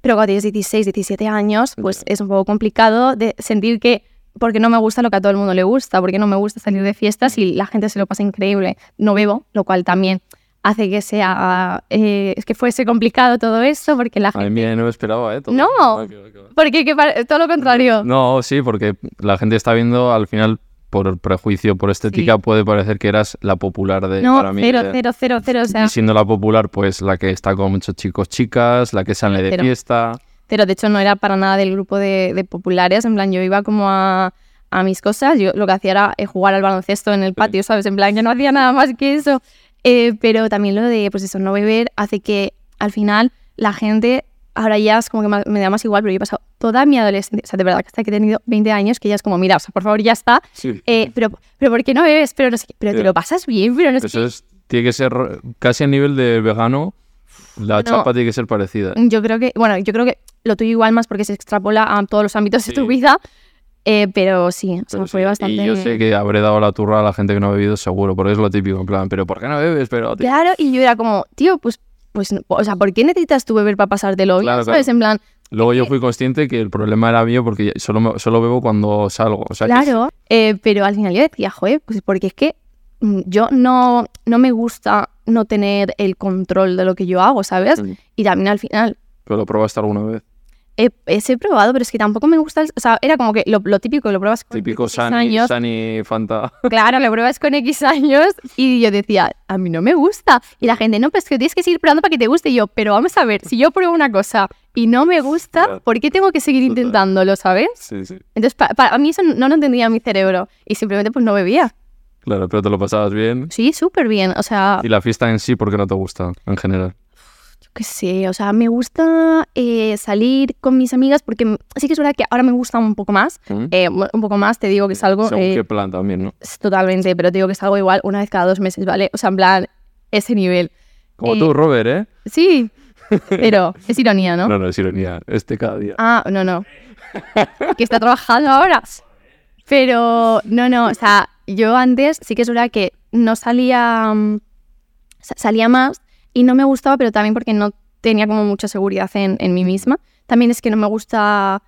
Speaker 1: Pero cuando tienes 16, 17 años, pues
Speaker 2: Ya.
Speaker 1: es un poco complicado de sentir que porque no me gusta lo que a todo el mundo le gusta, porque no me gusta salir de fiestas y la gente se lo pasa increíble. No bebo, lo cual también hace que sea eh, es que fuese complicado todo eso, porque la
Speaker 2: Ay,
Speaker 1: gente
Speaker 2: mira, no me esperaba, ¿eh? Todo.
Speaker 1: No.
Speaker 2: Ah, qué va, qué va.
Speaker 1: porque que pare- todo lo contrario.
Speaker 2: No, sí, porque la gente está viendo al final por prejuicio, por estética, puede parecer que eras la popular de
Speaker 1: No,
Speaker 2: para mí.
Speaker 1: cero,
Speaker 2: eh,
Speaker 1: cero, cero, cero, o sea,
Speaker 2: Y siendo la popular, pues la que está con muchos chicos, chicas, la que sale de
Speaker 1: Cero.
Speaker 2: fiesta.
Speaker 1: Pero de hecho no era para nada del grupo de, de populares, en plan yo iba como a, a mis cosas, yo lo que hacía era eh, jugar al baloncesto en el patio, ¿sabes? En plan yo no hacía nada más que eso. Eh, pero también lo de, pues eso, no beber hace que al final la gente, ahora ya es como que más- me da más igual, pero yo he pasado toda mi adolescencia, o sea, de verdad que hasta que he tenido 20 años, que ya es como, mira, o sea, por favor, ya está,
Speaker 2: Sí.
Speaker 1: eh, pero, pero ¿por qué no bebes? Pero no sé qué, pero te
Speaker 2: Ya.
Speaker 1: lo pasas bien, pero no sé
Speaker 2: Eso
Speaker 1: qué.
Speaker 2: es, tiene que ser eh, casi a nivel de vegano, la
Speaker 1: No.
Speaker 2: chapa tiene que ser parecida.
Speaker 1: Yo creo que, bueno, yo creo que lo tuyo igual más porque se extrapola a todos los ámbitos de tu
Speaker 2: Sí.
Speaker 1: vida, eh, pero sí, o sea,
Speaker 2: Pero
Speaker 1: fue
Speaker 2: sí,
Speaker 1: bastante...
Speaker 2: Y yo sé que habré dado la turra a la gente que no ha bebido, seguro, porque es lo típico, en plan, pero ¿por qué no bebes? Pero, tío,
Speaker 1: Claro, y yo era como, tío, pues, pues, no- o sea, ¿por qué necesitas tú beber para pasártelo bien?
Speaker 2: Claro,
Speaker 1: ¿Sabes?
Speaker 2: claro.
Speaker 1: En plan,
Speaker 2: Luego yo fui consciente que el problema era mío porque solo, me- solo bebo cuando salgo. O sea, que
Speaker 1: claro, eh, pero al final yo decía, joder, pues porque es que mm, yo no, no me gusta no tener el control de lo que yo hago, ¿sabes?
Speaker 2: sí.
Speaker 1: Y también al final
Speaker 2: Pero lo probaste alguna vez.
Speaker 1: he, he probado, pero es que tampoco me gusta, el- o sea, era como que lo, lo típico, lo pruebas con
Speaker 2: Típico
Speaker 1: 16
Speaker 2: Sani,
Speaker 1: años,
Speaker 2: Sani Fanta.
Speaker 1: Claro, lo pruebas con X años y yo decía, a mí no me gusta. Y la gente, no, pero es que tienes que seguir probando para que te guste. Y yo, pero vamos a ver, si yo pruebo una cosa y no me gusta,
Speaker 2: Ya.
Speaker 1: ¿por qué tengo que seguir
Speaker 2: Total.
Speaker 1: intentándolo, sabes?
Speaker 2: Sí, sí.
Speaker 1: Entonces, pa- para mí eso no lo entendía mi cerebro y simplemente pues no bebía.
Speaker 2: Claro, pero te lo pasabas bien.
Speaker 1: Sí, súper bien. O sea,
Speaker 2: Y la fiesta en sí, ¿por qué no te gusta en general?
Speaker 1: yo qué sé, o sea, me gusta eh, salir con mis amigas porque m- sí que es verdad que ahora me gusta un poco más.
Speaker 2: ¿Mm?
Speaker 1: Eh, bueno, un poco más, te digo que salgo...
Speaker 2: Según
Speaker 1: eh,
Speaker 2: qué plan también, ¿no?
Speaker 1: s- Totalmente, pero te digo que salgo igual una vez cada dos meses, ¿vale? O sea, en plan, ese nivel.
Speaker 2: Como
Speaker 1: eh,
Speaker 2: tú, Robert, ¿eh?
Speaker 1: Sí, pero es ironía, ¿no?
Speaker 2: No, no, es ironía. Este cada día.
Speaker 1: Ah, no, no. Que está trabajando ahora. Pero, no, no, o sea, yo antes sí que es verdad que no salía, mm, sa- salía más y no me gustaba, pero también porque no tenía como mucha seguridad en, en mí misma. También es que no me gusta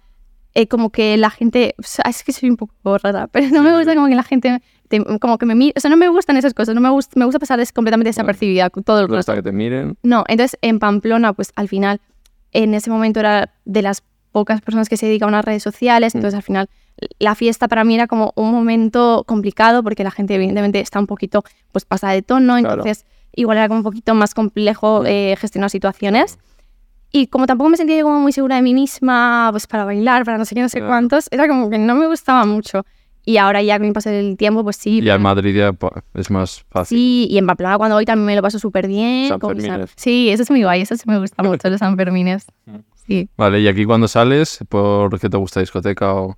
Speaker 1: eh, como que la gente, o sea, es que soy un poco rara, pero no me gusta como que la gente, te- como que me mire, o sea, no me gustan esas cosas, no me gusta, me gusta pasar des- completamente desapercibida con todo el
Speaker 2: Hasta
Speaker 1: rato.
Speaker 2: que te miren.
Speaker 1: No, entonces en Pamplona, pues al final, en ese momento era de las pocas personas que se dedicaban a redes sociales,
Speaker 2: Mm.
Speaker 1: entonces al final la fiesta para mí era como un momento complicado porque la gente evidentemente está un poquito pues pasada de tono,
Speaker 2: Claro.
Speaker 1: entonces igual era como un poquito más complejo
Speaker 2: Mm.
Speaker 1: eh, gestionar situaciones. Y como tampoco me sentía yo como muy segura de mí misma, pues para bailar, para no sé qué, no sé
Speaker 2: Claro.
Speaker 1: cuántos, era como que no me gustaba mucho. Y ahora ya con el paso del tiempo, pues sí.
Speaker 2: Y en
Speaker 1: pues,
Speaker 2: Madrid ya pa- es más fácil.
Speaker 1: Sí, y en Pamplona cuando voy también me lo paso súper bien.
Speaker 2: San
Speaker 1: con mis am-
Speaker 2: Fermines.
Speaker 1: Sí, eso es muy guay, eso sí me gusta mucho, los Sanfermines.
Speaker 2: Mm.
Speaker 1: Sí,
Speaker 2: Vale, y aquí cuando sales, ¿por qué te gusta discoteca o...?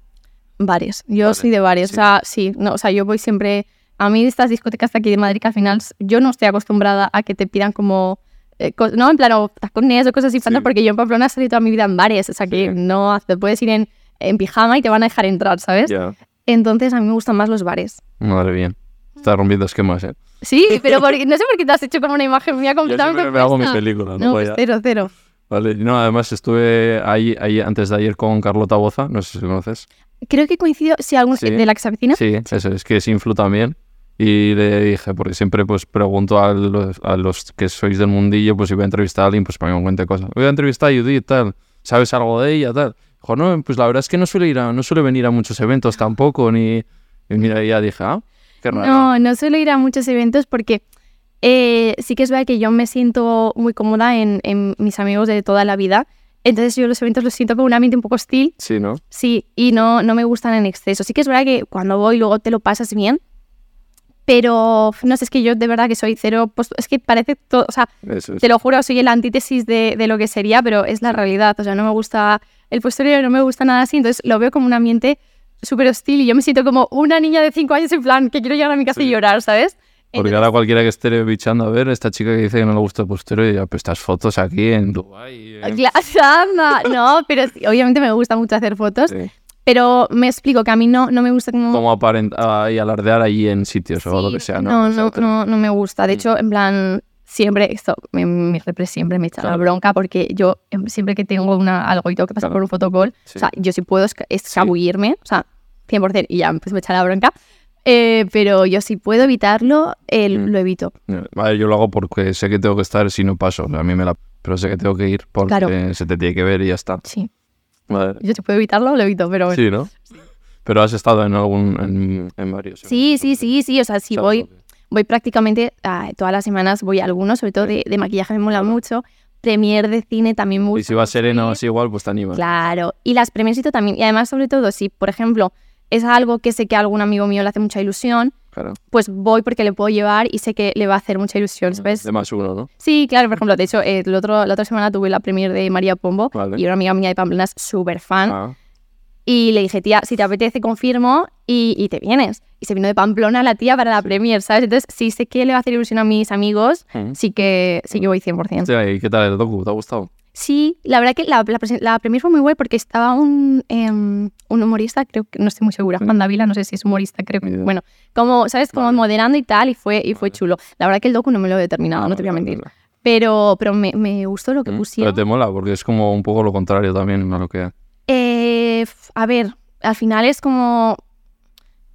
Speaker 1: varios. Yo
Speaker 2: Vale,
Speaker 1: soy de varios. O
Speaker 2: sí.
Speaker 1: sea, sí, no, o sea, yo voy siempre. A mí estas discotecas de aquí de Madrid que al final s- yo no estoy acostumbrada a que te pidan como. eh, co- no, en plan, o tacones o cosas así,
Speaker 2: Sí.
Speaker 1: porque yo en Pamplona he salido toda mi vida en bares. O sea, que
Speaker 2: Sí.
Speaker 1: no hace- puedes ir en, en pijama y te van a dejar entrar, ¿sabes?
Speaker 2: Ya.
Speaker 1: Entonces a mí me gustan más los bares.
Speaker 2: Madre bien. Está rompiendo esquemas, ¿eh?
Speaker 1: Sí, pero porque- no sé por qué te has hecho como una imagen mía
Speaker 2: Yo
Speaker 1: completamente.
Speaker 2: siempre me hago mis
Speaker 1: opuesta.
Speaker 2: películas.
Speaker 1: No,
Speaker 2: Voy
Speaker 1: pues
Speaker 2: a-
Speaker 1: cero, cero.
Speaker 2: Vale, y no, además estuve ahí, ahí antes de ayer con Carlota Boza, no sé si conoces.
Speaker 1: Creo que coincido, si algún
Speaker 2: Sí.
Speaker 1: de la que se avecina.
Speaker 2: Sí, eso es que es Influ también. Y le dije, porque siempre pues pregunto a los, a los que sois del mundillo, pues si voy a entrevistar a alguien, pues para que me cuente cosas. Voy a entrevistar a Judith, tal, ¿sabes algo de ella, tal? Dijo, no, pues la verdad es que no suele, ir a- no suele venir a muchos eventos tampoco, ni... Y mira, y ya dije, ah, qué raro.
Speaker 1: No, no suelo ir a muchos eventos porque eh, sí que es verdad que yo me siento muy cómoda en, en mis amigos de toda la vida. Entonces yo los eventos los siento como un ambiente un poco hostil,
Speaker 2: Sí, ¿no?
Speaker 1: sí, y no, no me gustan en exceso. Sí que es verdad que cuando voy luego te lo pasas bien, pero no sé, es que yo de verdad que soy cero, pues es que parece todo, o sea,
Speaker 2: Eso es.
Speaker 1: te lo juro, soy la antítesis de, de lo que sería, pero es la realidad. O sea, no me gusta el posterior, no me gusta nada así. Entonces lo veo como un ambiente súper hostil y yo me siento como una niña de 5 años en plan que quiero llegar a mi casa
Speaker 2: Sí.
Speaker 1: y llorar, ¿sabes?
Speaker 2: Porque ahora cualquiera que esté bichando, a ver, esta chica que dice que no le gusta el postero, y ya, pues estas fotos aquí en Dubái. eh". en-
Speaker 1: Entonces, cla- anda, no, pero sí, obviamente me gusta mucho hacer fotos,
Speaker 2: Sí.
Speaker 1: pero me explico que a mí no, no me gusta como...
Speaker 2: Como aparentar y alardear allí en sitios o lo que
Speaker 1: Sí,
Speaker 2: sea, ¿no? Mm.
Speaker 1: No,
Speaker 2: O sea,
Speaker 1: no,
Speaker 2: te-
Speaker 1: no, no me gusta. De hecho, en plan, siempre, esto, mi, mi repre siempre me echa la
Speaker 2: Claro.
Speaker 1: bronca porque yo em, siempre que tengo una, algo y tengo que pasar
Speaker 2: Claro.
Speaker 1: por un fotocall,
Speaker 2: Sí.
Speaker 1: o sea, yo sí puedo esca- escabullirme, o sea, 100%, y ya pues me echa la bronca. Eh, pero yo si puedo evitarlo, eh,
Speaker 2: Mm.
Speaker 1: lo evito.
Speaker 2: No, Vale, yo lo hago porque sé que tengo que estar si no paso. O sea, a mí me la... Pero sé que tengo que ir porque
Speaker 1: Claro.
Speaker 2: se te tiene que ver y ya está.
Speaker 1: Sí,
Speaker 2: Vale.
Speaker 1: yo si puedo evitarlo, lo evito, pero bueno.
Speaker 2: Sí, ¿no? Pero has estado en algún... en, en varios. ¿eh?
Speaker 1: Sí, sí, sí, sí, o sea, si
Speaker 2: ¿Sabes
Speaker 1: voy,
Speaker 2: lo que-
Speaker 1: voy prácticamente ah, todas las semanas, voy a algunos, sobre todo de, de maquillaje me mola mucho, premier de cine también me gusta.
Speaker 2: Y si vas
Speaker 1: mucho
Speaker 2: sereno
Speaker 1: ir.
Speaker 2: así igual, pues te animas.
Speaker 1: Claro, y las premiosito también. Y además, sobre todo, si, por ejemplo, es algo que sé que a algún amigo mío le hace mucha ilusión,
Speaker 2: Claro.
Speaker 1: pues voy porque le puedo llevar y sé que le va a hacer mucha ilusión, ¿sabes?
Speaker 2: De más uno, ¿no?
Speaker 1: Sí, claro, por ejemplo, de hecho, eh, el otro, la otra semana tuve la premier de María Pombo
Speaker 2: Vale.
Speaker 1: y una amiga mía de Pamplona es súper fan.
Speaker 2: Ah,
Speaker 1: Y le dije, tía, si te apetece, confirmo y, y te vienes. Y se vino de Pamplona la tía para la premier, ¿sabes? Entonces, si sé que le va a hacer ilusión a mis amigos,
Speaker 2: Mm.
Speaker 1: sí que, sí que voy 100%.
Speaker 2: Hostia, ¿y qué tal el docu? ¿Te ha gustado?
Speaker 1: Sí, la verdad que la, la, presen- la premier fue muy guay porque estaba un, em, un humorista, creo que, no estoy muy segura, Juan Davila, no sé si es humorista, creo que,
Speaker 2: Mm. Ni idea.
Speaker 1: bueno, como, ¿sabes? Como
Speaker 2: Vale.
Speaker 1: moderando y tal, y fue, y fue
Speaker 2: Vale.
Speaker 1: chulo. La verdad que el docu no me lo he determinado, no te voy a
Speaker 2: Vale,
Speaker 1: mentir.
Speaker 2: vale.
Speaker 1: Pero, pero me, me gustó lo que
Speaker 2: Mm,
Speaker 1: pusieron.
Speaker 2: Pero te mola porque es como un poco lo contrario también a lo que...
Speaker 1: Eh, f- a ver, al final es como.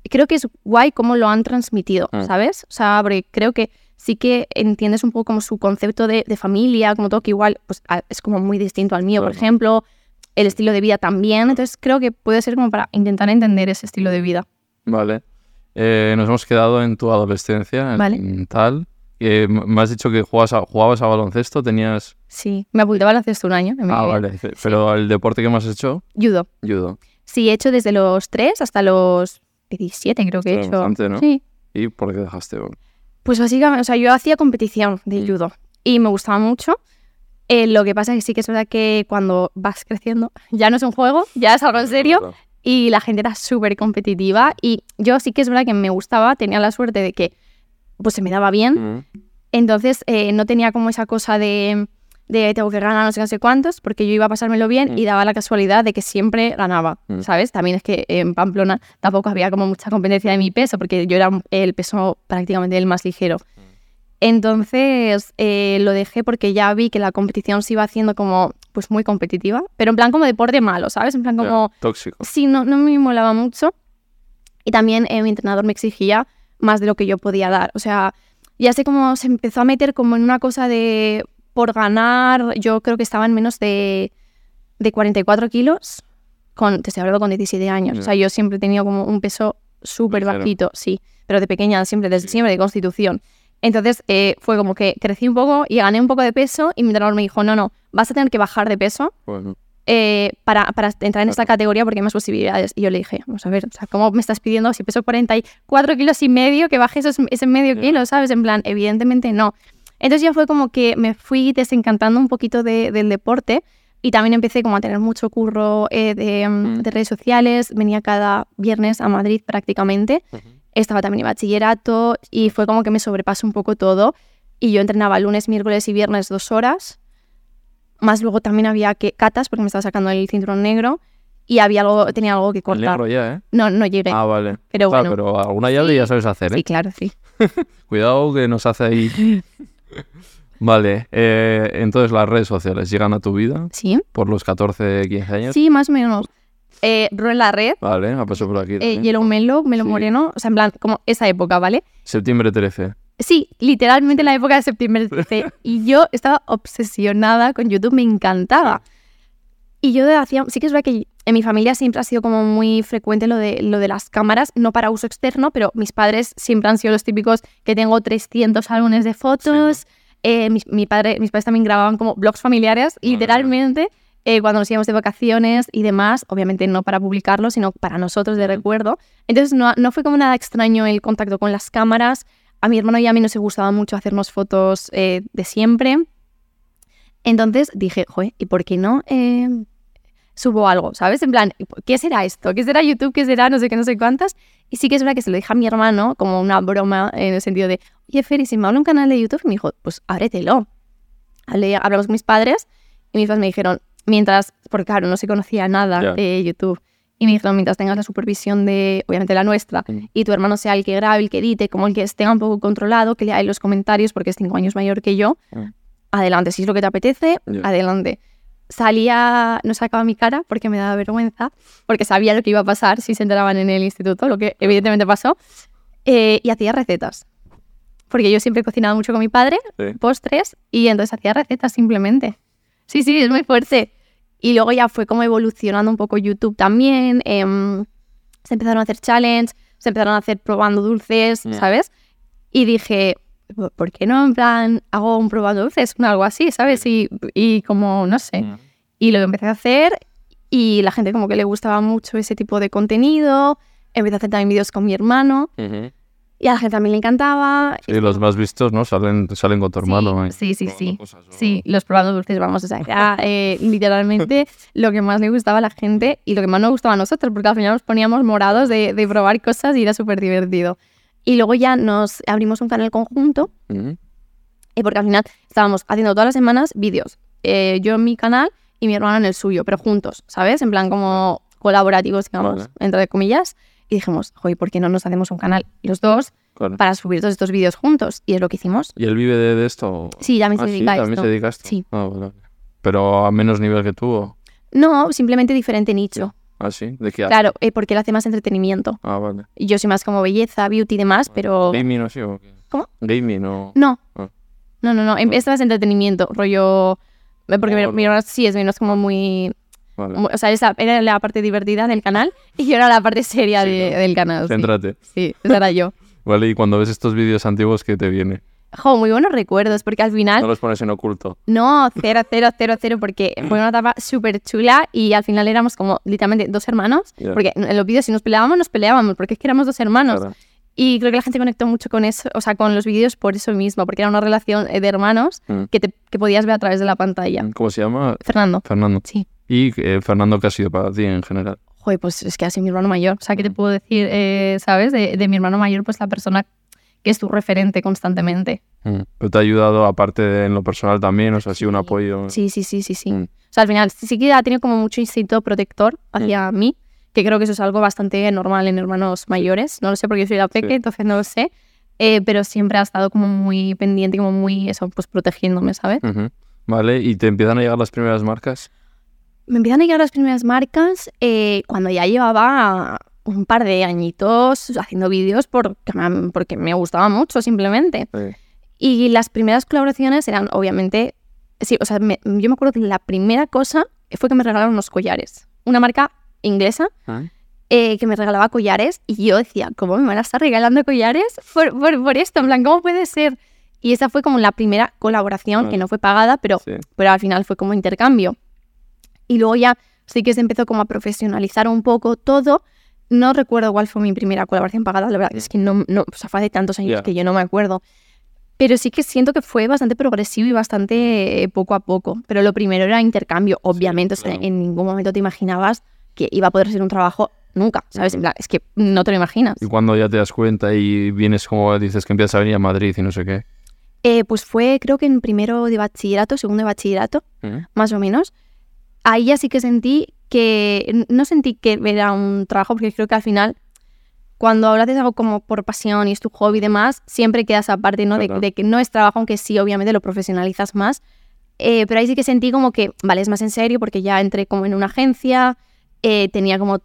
Speaker 1: Creo que es guay cómo lo han transmitido,
Speaker 2: Mm.
Speaker 1: ¿sabes? O sea, porque creo que sí que entiendes un poco como su concepto de, de familia, como todo, que igual pues, a- es como muy distinto al mío, por
Speaker 2: Claro.
Speaker 1: ejemplo, el estilo de vida también. Entonces creo que puede ser como para intentar entender ese estilo de vida.
Speaker 2: Vale. Eh, nos hemos quedado en tu adolescencia, en-
Speaker 1: Vale.
Speaker 2: en tal. Eh, m- me has dicho que jugabas a, jugabas a baloncesto, tenías...
Speaker 1: Sí, me apuntaba a hace un año. en mi
Speaker 2: Ah,
Speaker 1: vida.
Speaker 2: vale. Pero el deporte que más has hecho,
Speaker 1: Judo.
Speaker 2: judo.
Speaker 1: Sí, he hecho desde los 3 hasta los 17, creo que he
Speaker 2: Ostras,
Speaker 1: hecho.
Speaker 2: bastante, ¿no?
Speaker 1: Sí.
Speaker 2: ¿Y por qué dejaste? Bueno,
Speaker 1: Pues básicamente, o sea, yo hacía competición de
Speaker 2: Mm.
Speaker 1: judo y me gustaba mucho. Eh, lo que pasa es que sí que es verdad que cuando vas creciendo ya no es un juego, ya es algo en serio
Speaker 2: verdad.
Speaker 1: y la gente era súper competitiva y yo sí que es verdad que me gustaba, tenía la suerte de que pues se me daba bien,
Speaker 2: Mm,
Speaker 1: entonces eh, no tenía como esa cosa de de tengo que ganar no sé, no sé cuántos, porque yo iba a pasármelo bien y daba la casualidad de que siempre ganaba,
Speaker 2: Mm.
Speaker 1: ¿sabes? También es que en Pamplona tampoco había como mucha competencia de mi peso, porque yo era un- el peso prácticamente el más ligero.
Speaker 2: Mm.
Speaker 1: Entonces eh, lo dejé porque ya vi que la competición se iba haciendo como pues muy competitiva, pero en plan como deporte malo, ¿sabes? En plan
Speaker 2: Ya,
Speaker 1: como
Speaker 2: tóxico.
Speaker 1: Sí, no, no me molaba mucho. Y también eh, mi entrenador me exigía más de lo que yo podía dar. O sea, ya sé cómo se empezó a meter como en una cosa de por ganar. Yo creo que estaba en menos de, de 44 kilos. Con, te estoy hablando con 17 años. O sea, yo siempre he tenido como un peso súper
Speaker 2: Mm. Ligero.
Speaker 1: bajito, sí. Pero de pequeña, siempre, desde
Speaker 2: Sí.
Speaker 1: siempre, de constitución. Entonces eh, fue como que crecí un poco y gané un poco de peso. Y mi entrenador me dijo: No, no, vas a tener que bajar de peso
Speaker 2: Bueno,
Speaker 1: eh, para, para entrar en esta categoría porque hay más posibilidades. Y yo le dije, vamos a ver, o sea, ¿cómo me estás pidiendo si peso 44 kilos y medio que baje esos, ese medio
Speaker 2: Ya.
Speaker 1: kilo, ¿sabes? En plan, evidentemente no. Entonces ya fue como que me fui desencantando un poquito de- del deporte y también empecé como a tener mucho curro eh, de, mm,
Speaker 2: Mm.
Speaker 1: de redes sociales. Venía cada viernes a Madrid prácticamente. Estaba también en bachillerato y fue como que me sobrepasó un poco todo. Y yo entrenaba lunes, miércoles y viernes dos horas más luego también había que catas porque me estaba sacando el cinturón negro y había algo tenía algo que
Speaker 2: el
Speaker 1: cortar
Speaker 2: negro ya, ¿eh?
Speaker 1: no no llegué
Speaker 2: Ah, vale.
Speaker 1: pero
Speaker 2: Claro,
Speaker 1: bueno
Speaker 2: pero alguna llave
Speaker 1: Sí.
Speaker 2: ya sabes hacer, ¿eh?
Speaker 1: sí claro sí
Speaker 2: Cuidado que nos hace ahí. vale, eh, entonces las redes sociales llegan a tu vida
Speaker 1: sí
Speaker 2: por los 14, 15 años.
Speaker 1: sí más o menos eh, Ro en la red
Speaker 2: Vale, ha pasado por aquí.
Speaker 1: eh,
Speaker 2: también.
Speaker 1: Yellow Melo Melo
Speaker 2: Sí.
Speaker 1: Moreno o sea en plan como esa época vale
Speaker 2: Septiembre 13.
Speaker 1: sí literalmente la época de septiembre 13, y yo estaba obsesionada con YouTube me encantaba Y yo hacía, sí que es verdad que en mi familia siempre ha sido como muy frecuente lo de, lo de las cámaras, no para uso externo, pero mis padres siempre han sido los típicos que tengo 300 álbumes de fotos. eh, mis, mi padre, mis padres también grababan como blogs familiares,
Speaker 2: Madre mía.
Speaker 1: literalmente, eh, cuando nos íbamos de vacaciones y demás, obviamente no para publicarlo, sino para nosotros de
Speaker 2: Ujú.
Speaker 1: recuerdo. Entonces no, no fue como nada extraño el contacto con las cámaras. A mi hermano y a mí nos gustaba mucho hacernos fotos eh, de siempre. Entonces dije, joder, ¿y por qué no eh, subo algo? ¿Sabes? En plan, ¿qué será esto? ¿Qué será YouTube? ¿Qué será no sé qué, no sé cuántas? Y sí que es verdad que se lo dije a mi hermano como una broma en el sentido de, oye, Feri, si me habla un canal de YouTube, y me dijo, pues ábretelo. Hablé, hablamos con mis padres y mis padres me dijeron, mientras, porque claro, no se conocía nada
Speaker 2: Ya.
Speaker 1: de YouTube, y me dijeron, mientras tengas la supervisión de, obviamente, la nuestra,
Speaker 2: Mm.
Speaker 1: y tu hermano sea el que grabe, el que edite, como el que tenga un poco controlado, que lea ahí los comentarios, porque es cinco años mayor que yo,
Speaker 2: Mm.
Speaker 1: adelante, si es lo que te apetece,
Speaker 2: Ya.
Speaker 1: adelante. Salía, no sacaba mi cara porque me daba vergüenza, porque sabía lo que iba a pasar si se enteraban en el instituto, lo que evidentemente pasó, eh, y hacía recetas. Porque yo siempre he cocinado mucho con mi padre,
Speaker 2: Sí.
Speaker 1: postres, y entonces hacía recetas simplemente. Sí, sí, es muy fuerte. Y luego ya fue como evolucionando un poco YouTube también. em, se empezaron a hacer challenge, se empezaron a hacer probando dulces,
Speaker 2: Ya.
Speaker 1: ¿sabes? Y dije, "¿Por- ¿por qué no en plan hago un probando dulces? Un algo así, ¿sabes? Y, y como, no sé.
Speaker 2: Mm.
Speaker 1: Y lo empecé a hacer y la gente como que le gustaba mucho ese tipo de contenido. Empecé a hacer también vídeos con mi hermano y a la gente también le encantaba.
Speaker 2: Sí, los más vistos, ¿no? Salen, salen con tu hermano. ¿eh? ahí.
Speaker 1: Sí, sí, sí.
Speaker 2: Probando
Speaker 1: sí.
Speaker 2: cosas, o-
Speaker 1: Sí, los probando dulces, vamos, o sea, era eh, literalmente lo que más le gustaba a la gente y lo que más nos gustaba a nosotros, porque al final nos poníamos morados de, de probar cosas y era súper divertido. Y luego ya nos abrimos un canal conjunto,
Speaker 2: Mm.
Speaker 1: eh, porque al final estábamos haciendo todas las semanas vídeos, eh, yo en mi canal y mi hermano en el suyo, pero juntos, ¿sabes? En plan como colaborativos, digamos,
Speaker 2: Vale.
Speaker 1: entre comillas. Y dijimos, joder, ¿por qué no nos hacemos un canal los dos
Speaker 2: Claro.
Speaker 1: para subir todos estos vídeos juntos? Y es lo que hicimos.
Speaker 2: ¿Y él vive de, de esto? o-
Speaker 1: Sí, también
Speaker 2: Ah,
Speaker 1: se
Speaker 2: sí,
Speaker 1: dedica a
Speaker 2: también
Speaker 1: esto.
Speaker 2: se dedica a esto.
Speaker 1: Sí.
Speaker 2: Ah, vale. Pero a menos nivel que tú. ¿o?
Speaker 1: No, simplemente diferente nicho.
Speaker 2: Ah, sí. ¿De qué hace?
Speaker 1: Claro, eh, porque él hace más entretenimiento.
Speaker 2: Ah, vale.
Speaker 1: Y Yo soy más como belleza, beauty y demás, pero...
Speaker 2: Gaming o sí. ¿o qué?
Speaker 1: ¿Cómo?
Speaker 2: Gaming o.
Speaker 1: No.
Speaker 2: Ah.
Speaker 1: No, no, no. em- Es más entretenimiento, rollo... eh, Porque mi,
Speaker 2: Mono.
Speaker 1: mi hermano sí es menos como muy...
Speaker 2: Vale.
Speaker 1: muy- o sea, esa era la parte divertida del canal y yo era la parte seria
Speaker 2: Sí,
Speaker 1: de-
Speaker 2: ¿no?
Speaker 1: del canal. Sí,
Speaker 2: Céntrate.
Speaker 1: sí, esa era yo.
Speaker 2: Vale, y cuando ves estos vídeos antiguos, ¿qué te viene?
Speaker 1: Jo, muy buenos recuerdos, porque al
Speaker 2: No
Speaker 1: final...
Speaker 2: los pones en oculto.
Speaker 1: No, cero, cero, cero, cero, porque fue una etapa súper chula y al final éramos como literalmente dos hermanos,
Speaker 2: Ya.
Speaker 1: porque en los vídeos si nos peleábamos, nos peleábamos, porque es que éramos dos hermanos.
Speaker 2: Claro.
Speaker 1: Y creo que la gente conectó mucho con eso, o sea, con los vídeos por eso mismo, porque era una relación eh, de hermanos
Speaker 2: Mm.
Speaker 1: que, te- que podías ver a través de la pantalla.
Speaker 2: ¿Cómo se llama?
Speaker 1: Fernando,
Speaker 2: Fernando.
Speaker 1: sí.
Speaker 2: Y eh, Fernando, ¿qué ha sido para ti en general?
Speaker 1: Joder, pues es que ha sido mi hermano mayor. O sea, ¿qué te
Speaker 2: Mm.
Speaker 1: puedo decir, eh, sabes? De, de mi hermano mayor, pues la persona que es tu referente constantemente.
Speaker 2: Mm. Pero te ha ayudado, aparte de en lo personal también, o sea, ha sido un apoyo.
Speaker 1: Sí, sí, sí, sí, sí.
Speaker 2: Mm.
Speaker 1: O sea, al final sí sí que ha tenido como mucho instinto protector hacia
Speaker 2: Mm.
Speaker 1: mí, que creo que eso es algo bastante normal en hermanos mayores. No lo sé porque yo soy la peque,
Speaker 2: Sí.
Speaker 1: entonces no lo sé. Eh, pero siempre ha estado como muy pendiente, como muy eso, pues protegiéndome, ¿sabes?
Speaker 2: Ujú. Vale, y te empiezan a llegar las primeras marcas.
Speaker 1: Me empiezan a llegar las primeras marcas eh, cuando ya llevaba un par de añitos haciendo vídeos porque me- porque me gustaba mucho simplemente. Y las primeras colaboraciones eran, obviamente, sí, o sea, me- yo me acuerdo que la primera cosa fue que me regalaron unos collares. Una marca inglesa eh, que me regalaba collares y yo decía, ¿cómo me van a estar regalando collares por, por- por esto? En plan, ¿cómo puede ser? Y esa fue como la primera colaboración
Speaker 2: Ah.
Speaker 1: que no fue pagada, pero,
Speaker 2: Sí.
Speaker 1: pero al final fue como intercambio. Y luego ya sí que se empezó como a profesionalizar un poco todo. No recuerdo cuál fue mi primera colaboración pagada, la verdad es que no, no o sea, fue hace tantos años
Speaker 2: Ya.
Speaker 1: que yo no me acuerdo. Pero sí que siento que fue bastante progresivo y bastante eh, poco a poco. Pero lo primero era intercambio, obviamente. o sea,
Speaker 2: claro.
Speaker 1: en ningún momento te imaginabas que iba a poder ser un trabajo nunca, ¿sabes? En
Speaker 2: Ujú.
Speaker 1: plan, es que no te lo imaginas.
Speaker 2: Y cuando ya te das cuenta y vienes, como dices, que empiezas a venir a Madrid y no sé qué.
Speaker 1: Eh, pues fue, creo que en primero de bachillerato, segundo de bachillerato,
Speaker 2: Mm.
Speaker 1: más o menos. Ahí ya sí que sentí que. No sentí que era un trabajo, porque creo que al final. Cuando hablas de algo como por pasión y es tu hobby y demás, siempre queda esa parte, ¿no? De,
Speaker 2: Claro.
Speaker 1: de que no es trabajo, aunque sí, obviamente lo profesionalizas más. Eh, pero ahí sí que sentí como que, vale, es más en serio porque ya entré como en una agencia, eh, tenía como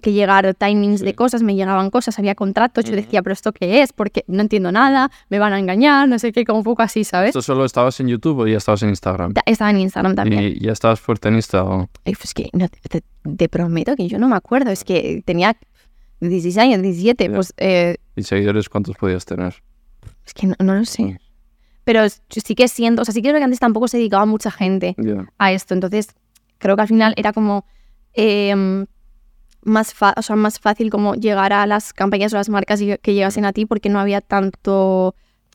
Speaker 1: que llegar timings de
Speaker 2: Sí.
Speaker 1: cosas, me llegaban cosas, había contratos, yo
Speaker 2: Ujú.
Speaker 1: decía, pero ¿esto qué es? Porque no entiendo nada, me van a engañar, no sé qué, como un poco así, ¿sabes?
Speaker 2: ¿Esto solo estabas en YouTube o ya estabas en Instagram?
Speaker 1: Ta- Estaba en Instagram también.
Speaker 2: Y ya estabas fuerte en Insta. o-
Speaker 1: Ay, pues que no, te, te prometo que yo no me acuerdo, es que tenía 16 años, 17,
Speaker 2: Ya.
Speaker 1: pues eh,
Speaker 2: ¿Y seguidores cuántos podías tener?
Speaker 1: es que no, no lo sé. Pero es- yo sí que siento, o sea, sí que creo que antes tampoco se dedicaba mucha gente
Speaker 2: Ya.
Speaker 1: a esto, entonces creo que al final era como eh, más, fa- o sea, más fácil como llegar a las campañas o las marcas y- que llegasen a ti porque no había tanto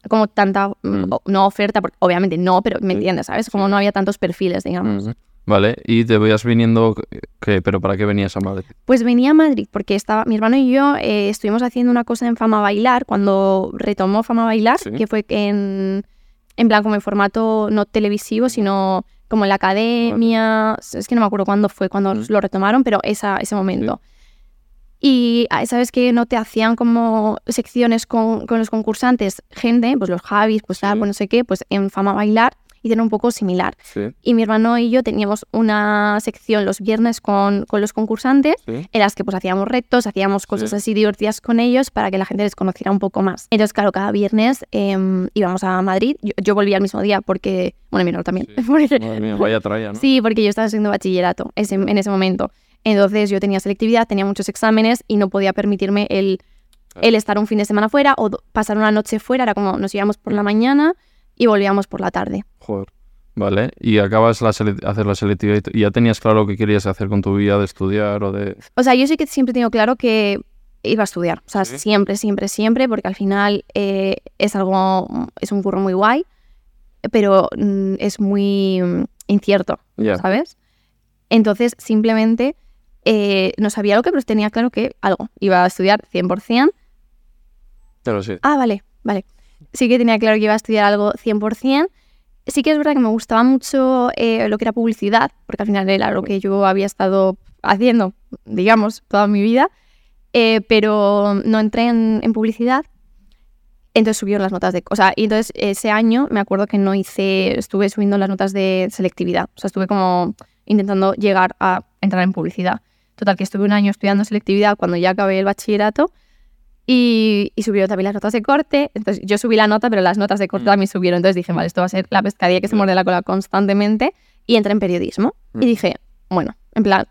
Speaker 1: como tanta
Speaker 2: Mm.
Speaker 1: o- no oferta porque obviamente no pero me
Speaker 2: Sí.
Speaker 1: entiendes sabes como no había tantos perfiles digamos
Speaker 2: Ujú. Vale, y te veías viniendo, ¿qué? ¿Pero para qué venías a Madrid?
Speaker 1: Pues venía a Madrid porque estaba mi hermano y yo eh, estuvimos haciendo una cosa en Fama Bailar cuando retomó Fama Bailar,
Speaker 2: Sí.
Speaker 1: que fue en, en plan como en formato no televisivo, sino como en la academia. Es que no me acuerdo cuándo fue, cuando
Speaker 2: Mm.
Speaker 1: lo retomaron, pero esa, ese momento. Y ah, sabes que no te hacían como secciones con, con los concursantes, gente, pues los Javis, pues
Speaker 2: Sí.
Speaker 1: tal, pues no sé qué, pues en Fama Bailar hicieron un poco similar.
Speaker 2: Sí,
Speaker 1: Y mi hermano y yo teníamos una sección los viernes con, con los concursantes
Speaker 2: sí.
Speaker 1: en las que pues hacíamos retos, hacíamos cosas
Speaker 2: Sí.
Speaker 1: así divertidas con ellos para que la gente les conociera un poco más. Entonces, claro, cada viernes em, íbamos a Madrid. Yo, yo volví al mismo día porque, bueno, mi hermano también.
Speaker 2: Sí.
Speaker 1: porque-
Speaker 2: Madre mía, vaya traya, ¿no?
Speaker 1: Sí, porque yo estaba haciendo bachillerato ese- en ese momento. Entonces yo tenía selectividad, tenía muchos exámenes y no podía permitirme el,
Speaker 2: Claro.
Speaker 1: el estar un fin de semana fuera o do- pasar una noche fuera. Era como nos íbamos por la mañana y volvíamos por la tarde.
Speaker 2: Joder. Vale, y acabas la sele- hacer la selectividad y t- y ya tenías claro qué querías hacer con tu vida de estudiar o de...
Speaker 1: O sea, yo sí que siempre tengo claro que iba a estudiar. O sea,
Speaker 2: Sí.
Speaker 1: siempre, siempre, siempre, porque al final eh, es algo, es un curro muy guay, pero mm, es muy mm, incierto,
Speaker 2: Ya.
Speaker 1: ¿sabes? Entonces, simplemente eh, no sabía lo que, pero tenía claro que algo. Iba a estudiar 100%.
Speaker 2: Pero sí.
Speaker 1: Ah, vale, vale. Sí que tenía claro que iba a estudiar algo 100%. Sí que es verdad que me gustaba mucho eh, lo que era publicidad, porque al final era lo que yo había estado haciendo, digamos, toda mi vida, Eh, pero no entré en, en publicidad. Entonces subieron las notas de... O sea, y entonces ese año me acuerdo que no hice... Estuve subiendo las notas de selectividad. O sea, estuve como intentando llegar a entrar en publicidad. Total, que estuve un año estudiando selectividad cuando ya acabé el bachillerato y, y subieron también las notas de corte. Entonces yo subí la nota, pero las notas de corte
Speaker 2: Mm.
Speaker 1: también subieron. Entonces dije, vale, esto va a ser la pescadilla que se
Speaker 2: Ya.
Speaker 1: muerde la cola constantemente. Y entré en periodismo.
Speaker 2: Mm.
Speaker 1: Y dije, bueno, en plan,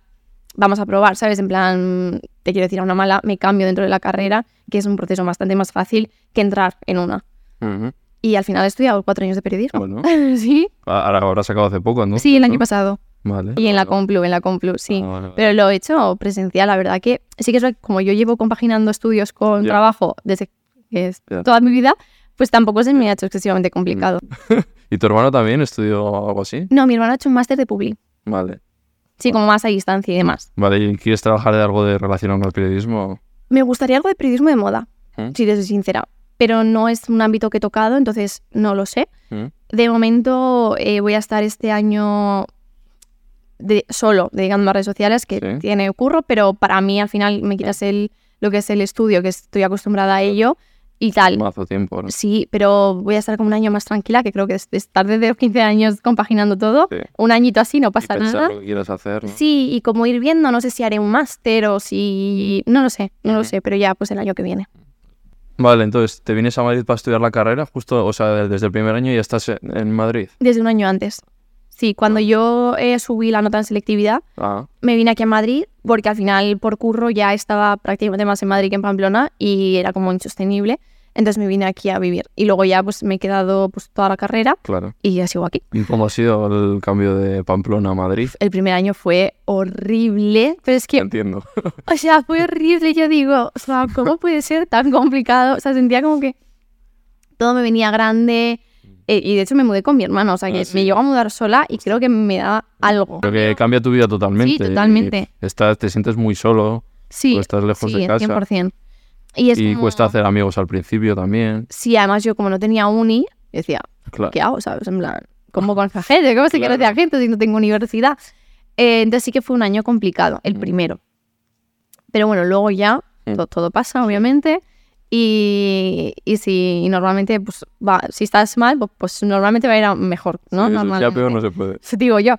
Speaker 1: vamos a probar, ¿sabes? En plan, te quiero decir a una mala, me cambio dentro de la carrera, que es un proceso bastante más fácil que entrar en una.
Speaker 2: Ujú.
Speaker 1: Y al final he estudiado cuatro años de periodismo.
Speaker 2: Bueno,
Speaker 1: ¿Sí?
Speaker 2: a- ahora habrás sacado hace poco, ¿no? pues
Speaker 1: Sí, el año
Speaker 2: ¿No?
Speaker 1: pasado.
Speaker 2: Vale.
Speaker 1: Y en la Complu, en la Complu, sí.
Speaker 2: Ah, vale, vale.
Speaker 1: Pero lo he hecho presencial, la verdad que sí que es verdad que como yo llevo compaginando estudios con
Speaker 2: Ya.
Speaker 1: trabajo desde que es
Speaker 2: Ya. Mm.
Speaker 1: toda mi vida, pues tampoco se me ha hecho excesivamente complicado.
Speaker 2: ¿Y tu hermano también estudió algo así?
Speaker 1: No, mi hermano ha hecho un máster de publi,
Speaker 2: Vale.
Speaker 1: sí, como más a distancia y demás.
Speaker 2: Vale, ¿y quieres trabajar de algo de relacionado con el periodismo?
Speaker 1: Me gustaría algo de periodismo de moda,
Speaker 2: ¿Mm?
Speaker 1: si te soy sincera. pero no es un ámbito que he tocado, entonces no lo sé.
Speaker 2: Mm.
Speaker 1: De momento eh, voy a estar este año de, solo dedicándome a redes sociales, que
Speaker 2: Sí.
Speaker 1: tiene curro, pero para mí al final me quitas el, lo que es el estudio, que estoy acostumbrada a ello y tal.
Speaker 2: Mazo tiempo, ¿no?
Speaker 1: Sí, pero voy a estar como un año más tranquila, que creo que es- estar desde los 15 años compaginando todo,
Speaker 2: Sí.
Speaker 1: un añito así no
Speaker 2: Y
Speaker 1: pasa
Speaker 2: pensar
Speaker 1: nada.
Speaker 2: lo que quieras hacer, ¿no?
Speaker 1: Sí, y como ir viendo, no sé si haré un máster o si... No lo sé, no lo
Speaker 2: Ujú.
Speaker 1: sé, pero ya pues el año que viene.
Speaker 2: Vale, entonces, ¿te vienes a Madrid para estudiar la carrera? Justo, o sea, desde el primer año ya estás en- en Madrid.
Speaker 1: Desde un año antes. Sí, cuando yo eh, subí la nota en selectividad,
Speaker 2: Ah,
Speaker 1: me vine aquí a Madrid porque al final por curro ya estaba prácticamente más en Madrid que en Pamplona y era como insostenible. Entonces me vine aquí a vivir y luego ya pues me he quedado pues toda la carrera
Speaker 2: claro.
Speaker 1: y ya sigo aquí.
Speaker 2: ¿Y cómo ha sido el cambio de Pamplona a Madrid?
Speaker 1: El primer año fue horrible, pero es que,
Speaker 2: Entiendo.
Speaker 1: o sea, fue horrible. Yo digo, o sea, ¿cómo puede ser tan complicado? O sea, sentía como que todo me venía grande. eh, y de hecho me mudé con mi hermano, o sea, que
Speaker 2: Ah, sí.
Speaker 1: me llegó a mudar sola y creo que me daba algo.
Speaker 2: Creo que cambia tu vida totalmente.
Speaker 1: Sí, totalmente.
Speaker 2: Y Estás, te sientes muy solo
Speaker 1: Sí,
Speaker 2: o estás lejos
Speaker 1: sí,
Speaker 2: de casa.
Speaker 1: 100%. Y, es
Speaker 2: y
Speaker 1: como-
Speaker 2: cuesta hacer amigos al principio también.
Speaker 1: Sí, además yo como no tenía uni, decía,
Speaker 2: Claro.
Speaker 1: ¿qué hago? ¿Sabes? En plan, ¿cómo con esa gente? ¿Cómo se
Speaker 2: Claro.
Speaker 1: conoce a gente si no tengo universidad? Eh, entonces sí que fue un año complicado, el
Speaker 2: Mm.
Speaker 1: primero. Pero bueno, luego ya
Speaker 2: Mm.
Speaker 1: to- todo, pasa, obviamente. Y, y si y normalmente, pues, va, si estás mal, pues, pues normalmente va a ir a mejor, ¿no?
Speaker 2: Sí, eso ya
Speaker 1: Normalmente.
Speaker 2: peor no se puede.
Speaker 1: Eso digo yo.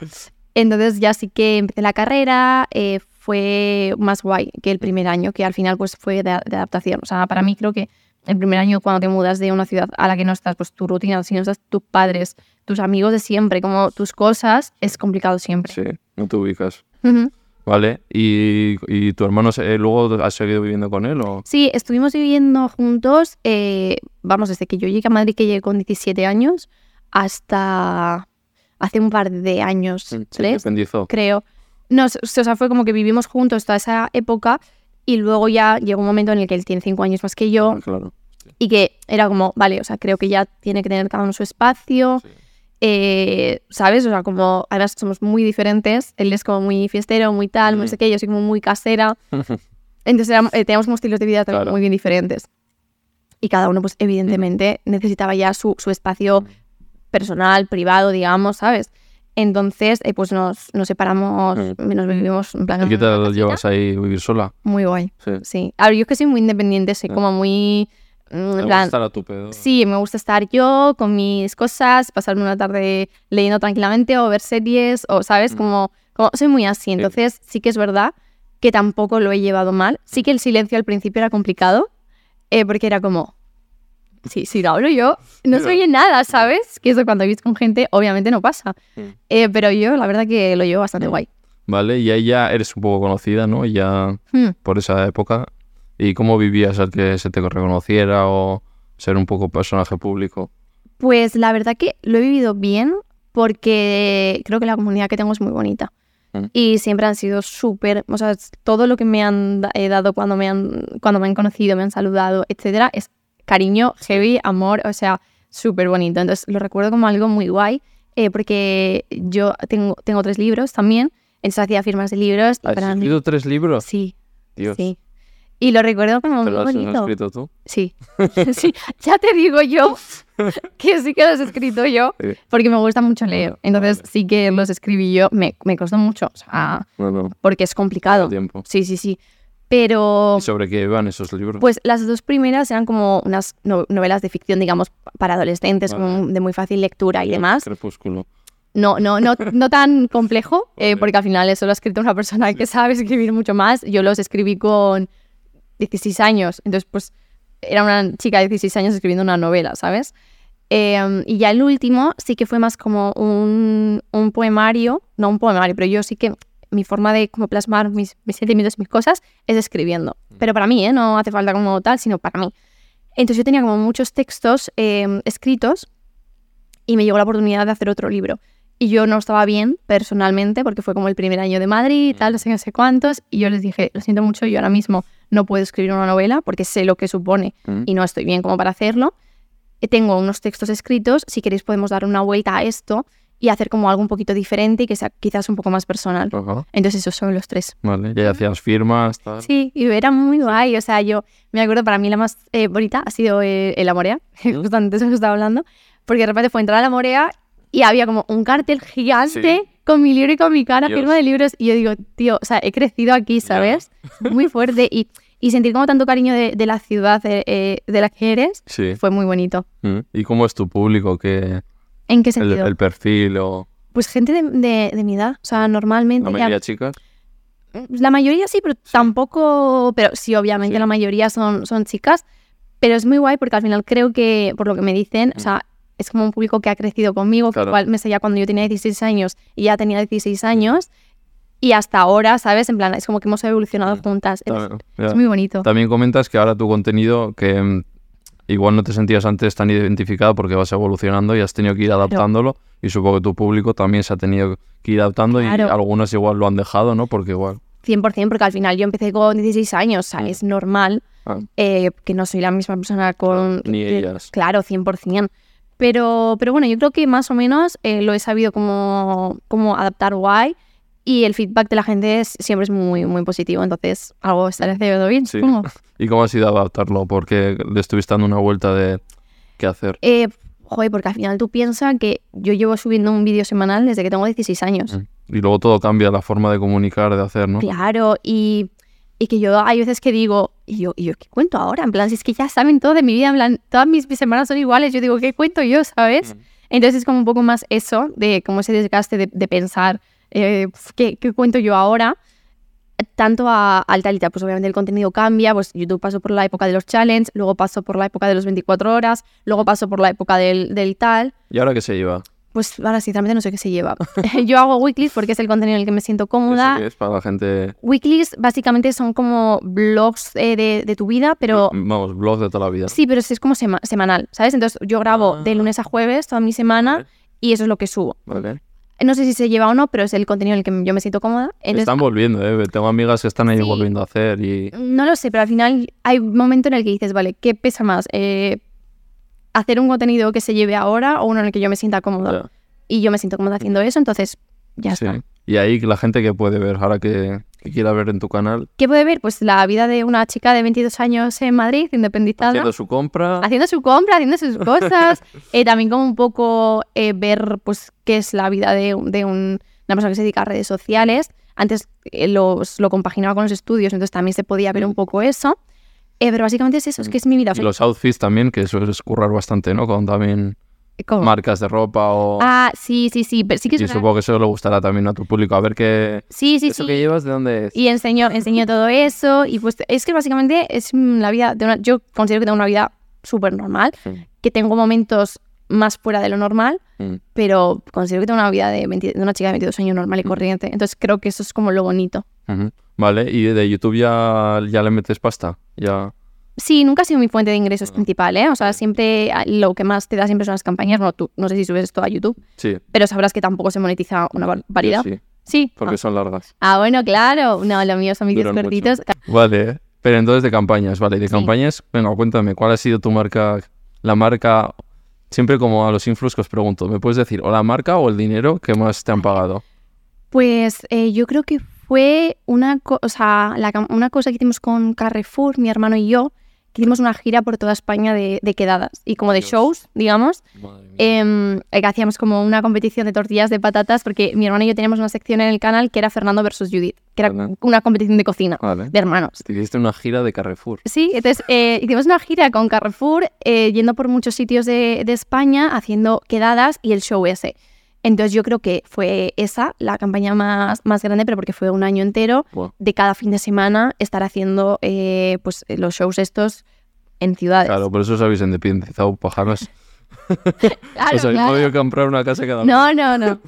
Speaker 1: Entonces ya sí que empecé la carrera, eh, fue más guay que el primer año, que al final pues fue de, de adaptación. O sea, para mí creo que el primer año cuando te mudas de una ciudad a la que no estás, pues tu rutina, si no estás tus padres, tus amigos de siempre, como tus cosas, es complicado siempre.
Speaker 2: Sí, no te ubicas.
Speaker 1: Ujú.
Speaker 2: Vale, ¿y, y tu hermano se- eh, luego has seguido viviendo con él o...?
Speaker 1: Sí, estuvimos viviendo juntos, eh, vamos, desde que yo llegué a Madrid, que llegué con 17 años, hasta hace un par de años,
Speaker 2: Sí, te
Speaker 1: tres,
Speaker 2: independizó.
Speaker 1: creo. No, s- o sea, fue como que vivimos juntos toda esa época y luego ya llegó un momento en el que él tiene cinco años más que yo
Speaker 2: Ah, Claro.
Speaker 1: y que era como, vale, o sea, creo que ya tiene que tener cada uno su espacio,
Speaker 2: Sí.
Speaker 1: eh, ¿sabes? O sea, como además somos muy diferentes, él es como muy fiestero, muy tal, no
Speaker 2: Mm.
Speaker 1: sé qué, yo soy como muy casera, entonces era- eh, teníamos como estilos de vida también
Speaker 2: Claro.
Speaker 1: muy bien diferentes. Y cada uno, pues evidentemente, necesitaba ya su, su
Speaker 2: Mm.
Speaker 1: espacio personal, privado, digamos, ¿sabes? Entonces, eh, pues nos, nos separamos,
Speaker 2: Mm.
Speaker 1: nos vivimos en plan...
Speaker 2: ¿Y
Speaker 1: en
Speaker 2: qué
Speaker 1: una
Speaker 2: tal
Speaker 1: casita.
Speaker 2: llevas ahí vivir sola?
Speaker 1: Muy guay,
Speaker 2: Sí.
Speaker 1: sí. A ver, yo es que soy muy independiente, soy
Speaker 2: Ah.
Speaker 1: como muy... mm,
Speaker 2: Te
Speaker 1: En
Speaker 2: gusta
Speaker 1: plan,
Speaker 2: estar a tu pedo.
Speaker 1: sí, me gusta estar yo con mis cosas, pasarme una tarde leyendo tranquilamente o ver series, o, ¿sabes?
Speaker 2: Mm.
Speaker 1: Como, como soy muy así. Entonces, sí que es verdad que tampoco lo he llevado mal.
Speaker 2: Mm.
Speaker 1: Sí que el silencio al principio era complicado, eh, porque era como... Sí, si lo hablo yo, no se
Speaker 2: Mira.
Speaker 1: oye nada, ¿sabes? Que eso cuando vives con gente, obviamente no pasa.
Speaker 2: Mm.
Speaker 1: Eh, pero yo, la verdad que lo llevo bastante
Speaker 2: Mm.
Speaker 1: guay.
Speaker 2: Vale, y ahí ya eres un poco conocida, ¿no? Ya
Speaker 1: Mm.
Speaker 2: por esa época. ¿Y cómo vivías al que se te reconociera o ser un poco personaje público?
Speaker 1: Pues la verdad que lo he vivido bien porque creo que la comunidad que tengo es muy bonita.
Speaker 2: Mm.
Speaker 1: Y siempre han sido súper, o sea, es- todo lo que me han da- eh, dado cuando me han, cuando me han conocido, me han saludado, etcétera, es cariño, heavy, amor, o sea, súper bonito. Entonces lo recuerdo como algo muy guay eh, porque yo tengo, tengo tres libros también, entonces hacía firmas de libros. y
Speaker 2: ¿Has
Speaker 1: para mí-
Speaker 2: escrito tres libros?
Speaker 1: Sí,
Speaker 2: Ah, Dios.
Speaker 1: sí. Y lo recuerdo como
Speaker 2: ¿Pero
Speaker 1: muy
Speaker 2: los has
Speaker 1: bonito.
Speaker 2: escrito tú?
Speaker 1: Sí, sí, ya te digo yo que sí que los he escrito yo,
Speaker 2: Sí.
Speaker 1: porque me gusta mucho leer. Entonces
Speaker 2: Vale.
Speaker 1: sí que los escribí yo, me, me costó mucho, o sea,
Speaker 2: No, no.
Speaker 1: porque es complicado.
Speaker 2: Tiempo.
Speaker 1: Sí, sí, sí. Pero
Speaker 2: ¿Y sobre qué van esos libros?
Speaker 1: pues las dos primeras eran como unas no- novelas de ficción, digamos, para adolescentes,
Speaker 2: Vale.
Speaker 1: como de muy fácil lectura y demás.
Speaker 2: Crepúsculo.
Speaker 1: No, no, no, no tan complejo, eh,
Speaker 2: Vale.
Speaker 1: porque al final eso lo ha escrito una persona que sabe escribir mucho más. Yo los escribí con 16 años, entonces pues era una chica de 16 años escribiendo una novela, ¿sabes? Eh, y ya el último sí que fue más como un, un poemario, no un poemario, pero yo sí que mi forma de como plasmar mis, mis sentimientos, mis cosas, es escribiendo. Pero para mí, ¿eh? No hace falta como tal, sino para mí. Entonces yo tenía como muchos textos eh, escritos y me llegó la oportunidad de hacer otro libro. Y yo no estaba bien personalmente porque fue como el primer año de Madrid y tal, no sé, qué, no sé cuántos. Y yo les dije, lo siento mucho, yo ahora mismo no puedo escribir una novela porque sé lo que supone
Speaker 2: Mm.
Speaker 1: y no estoy bien como para hacerlo. Eh, Tengo unos textos escritos, si queréis podemos dar una vuelta a esto y hacer como algo un poquito diferente y que sea quizás un poco más personal.
Speaker 2: Ajá.
Speaker 1: Entonces esos son los tres.
Speaker 2: Vale, ya hacías firmas, tal.
Speaker 1: Sí, y era muy guay. O sea, yo me acuerdo, para mí la más eh, bonita ha sido eh, el Amorea, justo antes os estaba hablando, porque de repente fue entrar a la Morea y había como un cartel gigante con mi libro y con mi cara,
Speaker 2: Dios.
Speaker 1: firma de libros. Y yo digo, tío, o sea, he crecido aquí,
Speaker 2: Ya.
Speaker 1: ¿sabes? Muy fuerte. Y, y sentir como tanto cariño de, de la ciudad eh, eh, de la que eres
Speaker 2: Sí.
Speaker 1: fue muy bonito.
Speaker 2: Mm. ¿Y cómo es tu público? ¿Qué,
Speaker 1: ¿En qué
Speaker 2: el,
Speaker 1: sentido?
Speaker 2: el perfil o
Speaker 1: Pues gente de, de- de mi edad, o sea, normalmente.
Speaker 2: la
Speaker 1: ya-
Speaker 2: mayoría chicas?
Speaker 1: La mayoría sí, pero tampoco. Pero sí, obviamente
Speaker 2: Sí.
Speaker 1: la mayoría son, son chicas. Pero es muy guay porque al final creo que, por lo que me dicen, o sea, es como un público que ha crecido conmigo,
Speaker 2: Mm. Claro.
Speaker 1: que igual me seguía cuando yo tenía 16 años y ya tenía 16 años. Y hasta ahora, ¿sabes? En plan, es como que hemos evolucionado
Speaker 2: Mm.
Speaker 1: juntas. Es,
Speaker 2: También, ya.
Speaker 1: es muy bonito.
Speaker 2: También comentas que ahora tu contenido, que mm, igual no te sentías antes tan identificado porque vas evolucionando y has tenido que ir adaptándolo. Y supongo que tu público también se ha tenido que ir adaptando y
Speaker 1: Claro.
Speaker 2: algunos igual lo han dejado, ¿no? Porque igual...
Speaker 1: 100%, porque al final yo empecé con 16 años, o sea,
Speaker 2: Mm.
Speaker 1: es normal
Speaker 2: ah,
Speaker 1: eh, que no soy la misma persona con...
Speaker 2: Ni
Speaker 1: que-
Speaker 2: ellas.
Speaker 1: Claro, 100%. Pero, pero bueno, yo creo que más o menos eh, lo he sabido cómo, cómo adaptar guay y el feedback de la gente es- siempre es muy, muy positivo, entonces algo estaré haciendo bien,
Speaker 2: Sí.
Speaker 1: supongo.
Speaker 2: ¿Y cómo has ido a adaptarlo? Porque le estuviste dando una vuelta de qué hacer.
Speaker 1: Eh, joder, porque al final tú piensas que yo llevo subiendo un vídeo semanal desde que tengo 16 años.
Speaker 2: Mm. Y luego todo cambia, la forma de comunicar, de hacer, ¿no?
Speaker 1: Claro, y, y que yo hay veces que digo, ¿y yo, y yo qué cuento ahora? En plan, si es que ya saben todo de mi vida, en plan, todas mis, mis semanas son iguales, yo digo, ¿qué cuento yo, sabes? Entonces es como un poco más eso, de cómo ese desgaste de, de pensar, eh, pf, ¿qué, qué cuento yo ahora? Tanto a, al tal y tal, pues obviamente el contenido cambia, pues YouTube pasó por la época de los challenges, luego pasó por la época de los 24 horas, luego pasó por la época del, del tal,
Speaker 2: ¿Y ahora qué se lleva?
Speaker 1: pues ahora sinceramente no sé qué se lleva. yo hago weeklies porque es el contenido en el que me siento cómoda,
Speaker 2: ¿Eso qué es para la gente?
Speaker 1: Weeklies básicamente son como blogs eh, de, de tu vida, pero
Speaker 2: Vamos, blogs de toda la vida.
Speaker 1: sí, pero es como sema- semanal, ¿sabes? Entonces yo grabo de
Speaker 2: Ah.
Speaker 1: lunes a jueves toda mi semana
Speaker 2: Vale.
Speaker 1: y eso es lo que subo.
Speaker 2: Vale.
Speaker 1: No sé si se lleva o no, pero es el contenido en el que yo me siento cómoda. Entonces,
Speaker 2: están volviendo, ¿eh? Tengo amigas que están ahí
Speaker 1: Sí.
Speaker 2: volviendo a hacer y...
Speaker 1: no lo sé, pero al final hay un momento en el que dices, vale, ¿qué pesa más? Eh, ¿Hacer un contenido que se lleve ahora o uno en el que yo me sienta cómoda?
Speaker 2: Ya, Mm.
Speaker 1: Y yo me siento cómoda haciendo eso, entonces ya
Speaker 2: sí.
Speaker 1: está.
Speaker 2: Y ahí la gente que puede ver, ahora que, que quiera ver en tu canal,
Speaker 1: ¿Qué puede ver? Pues la vida de una chica de 22 años en Madrid, independizada.
Speaker 2: haciendo su compra...
Speaker 1: haciendo su compra, haciendo sus cosas, eh, también como un poco eh, ver pues qué es la vida de, un- de un- una persona que se dedica a redes sociales. Antes eh, los- lo compaginaba con los estudios, entonces también se podía ver un poco eso. Eh, pero básicamente es eso, es que es mi vida. o
Speaker 2: Mm. Y
Speaker 1: sea,
Speaker 2: los outfits también, que eso es currar bastante, ¿no? Con también
Speaker 1: como-
Speaker 2: marcas de ropa o...
Speaker 1: Eh, Oh. Ah, sí, sí, sí, pero sí que es
Speaker 2: y
Speaker 1: verdad.
Speaker 2: supongo que eso le gustará también a tu público. A ver qué...
Speaker 1: Sí, sí,
Speaker 2: ¿Eso
Speaker 1: sí.
Speaker 2: que llevas de dónde es?
Speaker 1: Y enseñó, enseñó todo eso. Y pues es que básicamente es mm, la vida de una. Yo considero que tengo una vida súper normal,
Speaker 2: Sí.
Speaker 1: que tengo momentos más fuera de lo normal,
Speaker 2: Mm.
Speaker 1: pero considero que tengo una vida de, 20 de una chica de 22 años normal y corriente. Entonces creo que eso es como lo bonito.
Speaker 2: Ujú. Vale, y de YouTube ya, ya le metes pasta. Ya.
Speaker 1: Sí, nunca ha sido mi fuente de ingresos principal, ¿eh? O sea, siempre ah, lo que más te da siempre son las campañas. No, tú, no sé si subes esto a YouTube,
Speaker 2: Sí.
Speaker 1: pero sabrás que tampoco se monetiza una barbaridad. Sí.
Speaker 2: Sí, porque son largas.
Speaker 1: Ah, bueno, claro. No, lo mío son vídeos
Speaker 2: Duran mucho.
Speaker 1: cortitos.
Speaker 2: Vale, pero entonces de campañas, vale, y de
Speaker 1: Sí.
Speaker 2: campañas, venga, cuéntame, ¿cuál ha sido tu marca, la marca, siempre como a los influx que os pregunto, ¿me puedes decir o la marca o el dinero que más te han pagado?
Speaker 1: Pues eh, yo creo que fue una, co- o sea, la cam- una cosa que hicimos con Carrefour, mi hermano y yo, que hicimos una gira por toda España de, de quedadas y como de
Speaker 2: Dios.
Speaker 1: shows, digamos.
Speaker 2: Madre mía.
Speaker 1: em, que hacíamos como una competición de tortillas de patatas porque mi hermano y yo teníamos una sección en el canal que era Fernando versus Judith, que era
Speaker 2: Ajá.
Speaker 1: una competición de cocina
Speaker 2: vale,
Speaker 1: de hermanos.
Speaker 2: te hiciste una gira de Carrefour.
Speaker 1: Sí, entonces eh, hicimos una gira con Carrefour, eh, yendo por muchos sitios de, de España, haciendo quedadas y el show ese. Entonces yo creo que fue esa la campaña más, más grande, pero porque fue un año entero
Speaker 2: Buah,
Speaker 1: de cada fin de semana estar haciendo eh, pues, los shows estos en ciudades.
Speaker 2: Claro, por eso os habéis independizado, pajaros.
Speaker 1: Claro,
Speaker 2: os habéis
Speaker 1: claro.
Speaker 2: podido comprar una casa cada uno.
Speaker 1: No, no, no.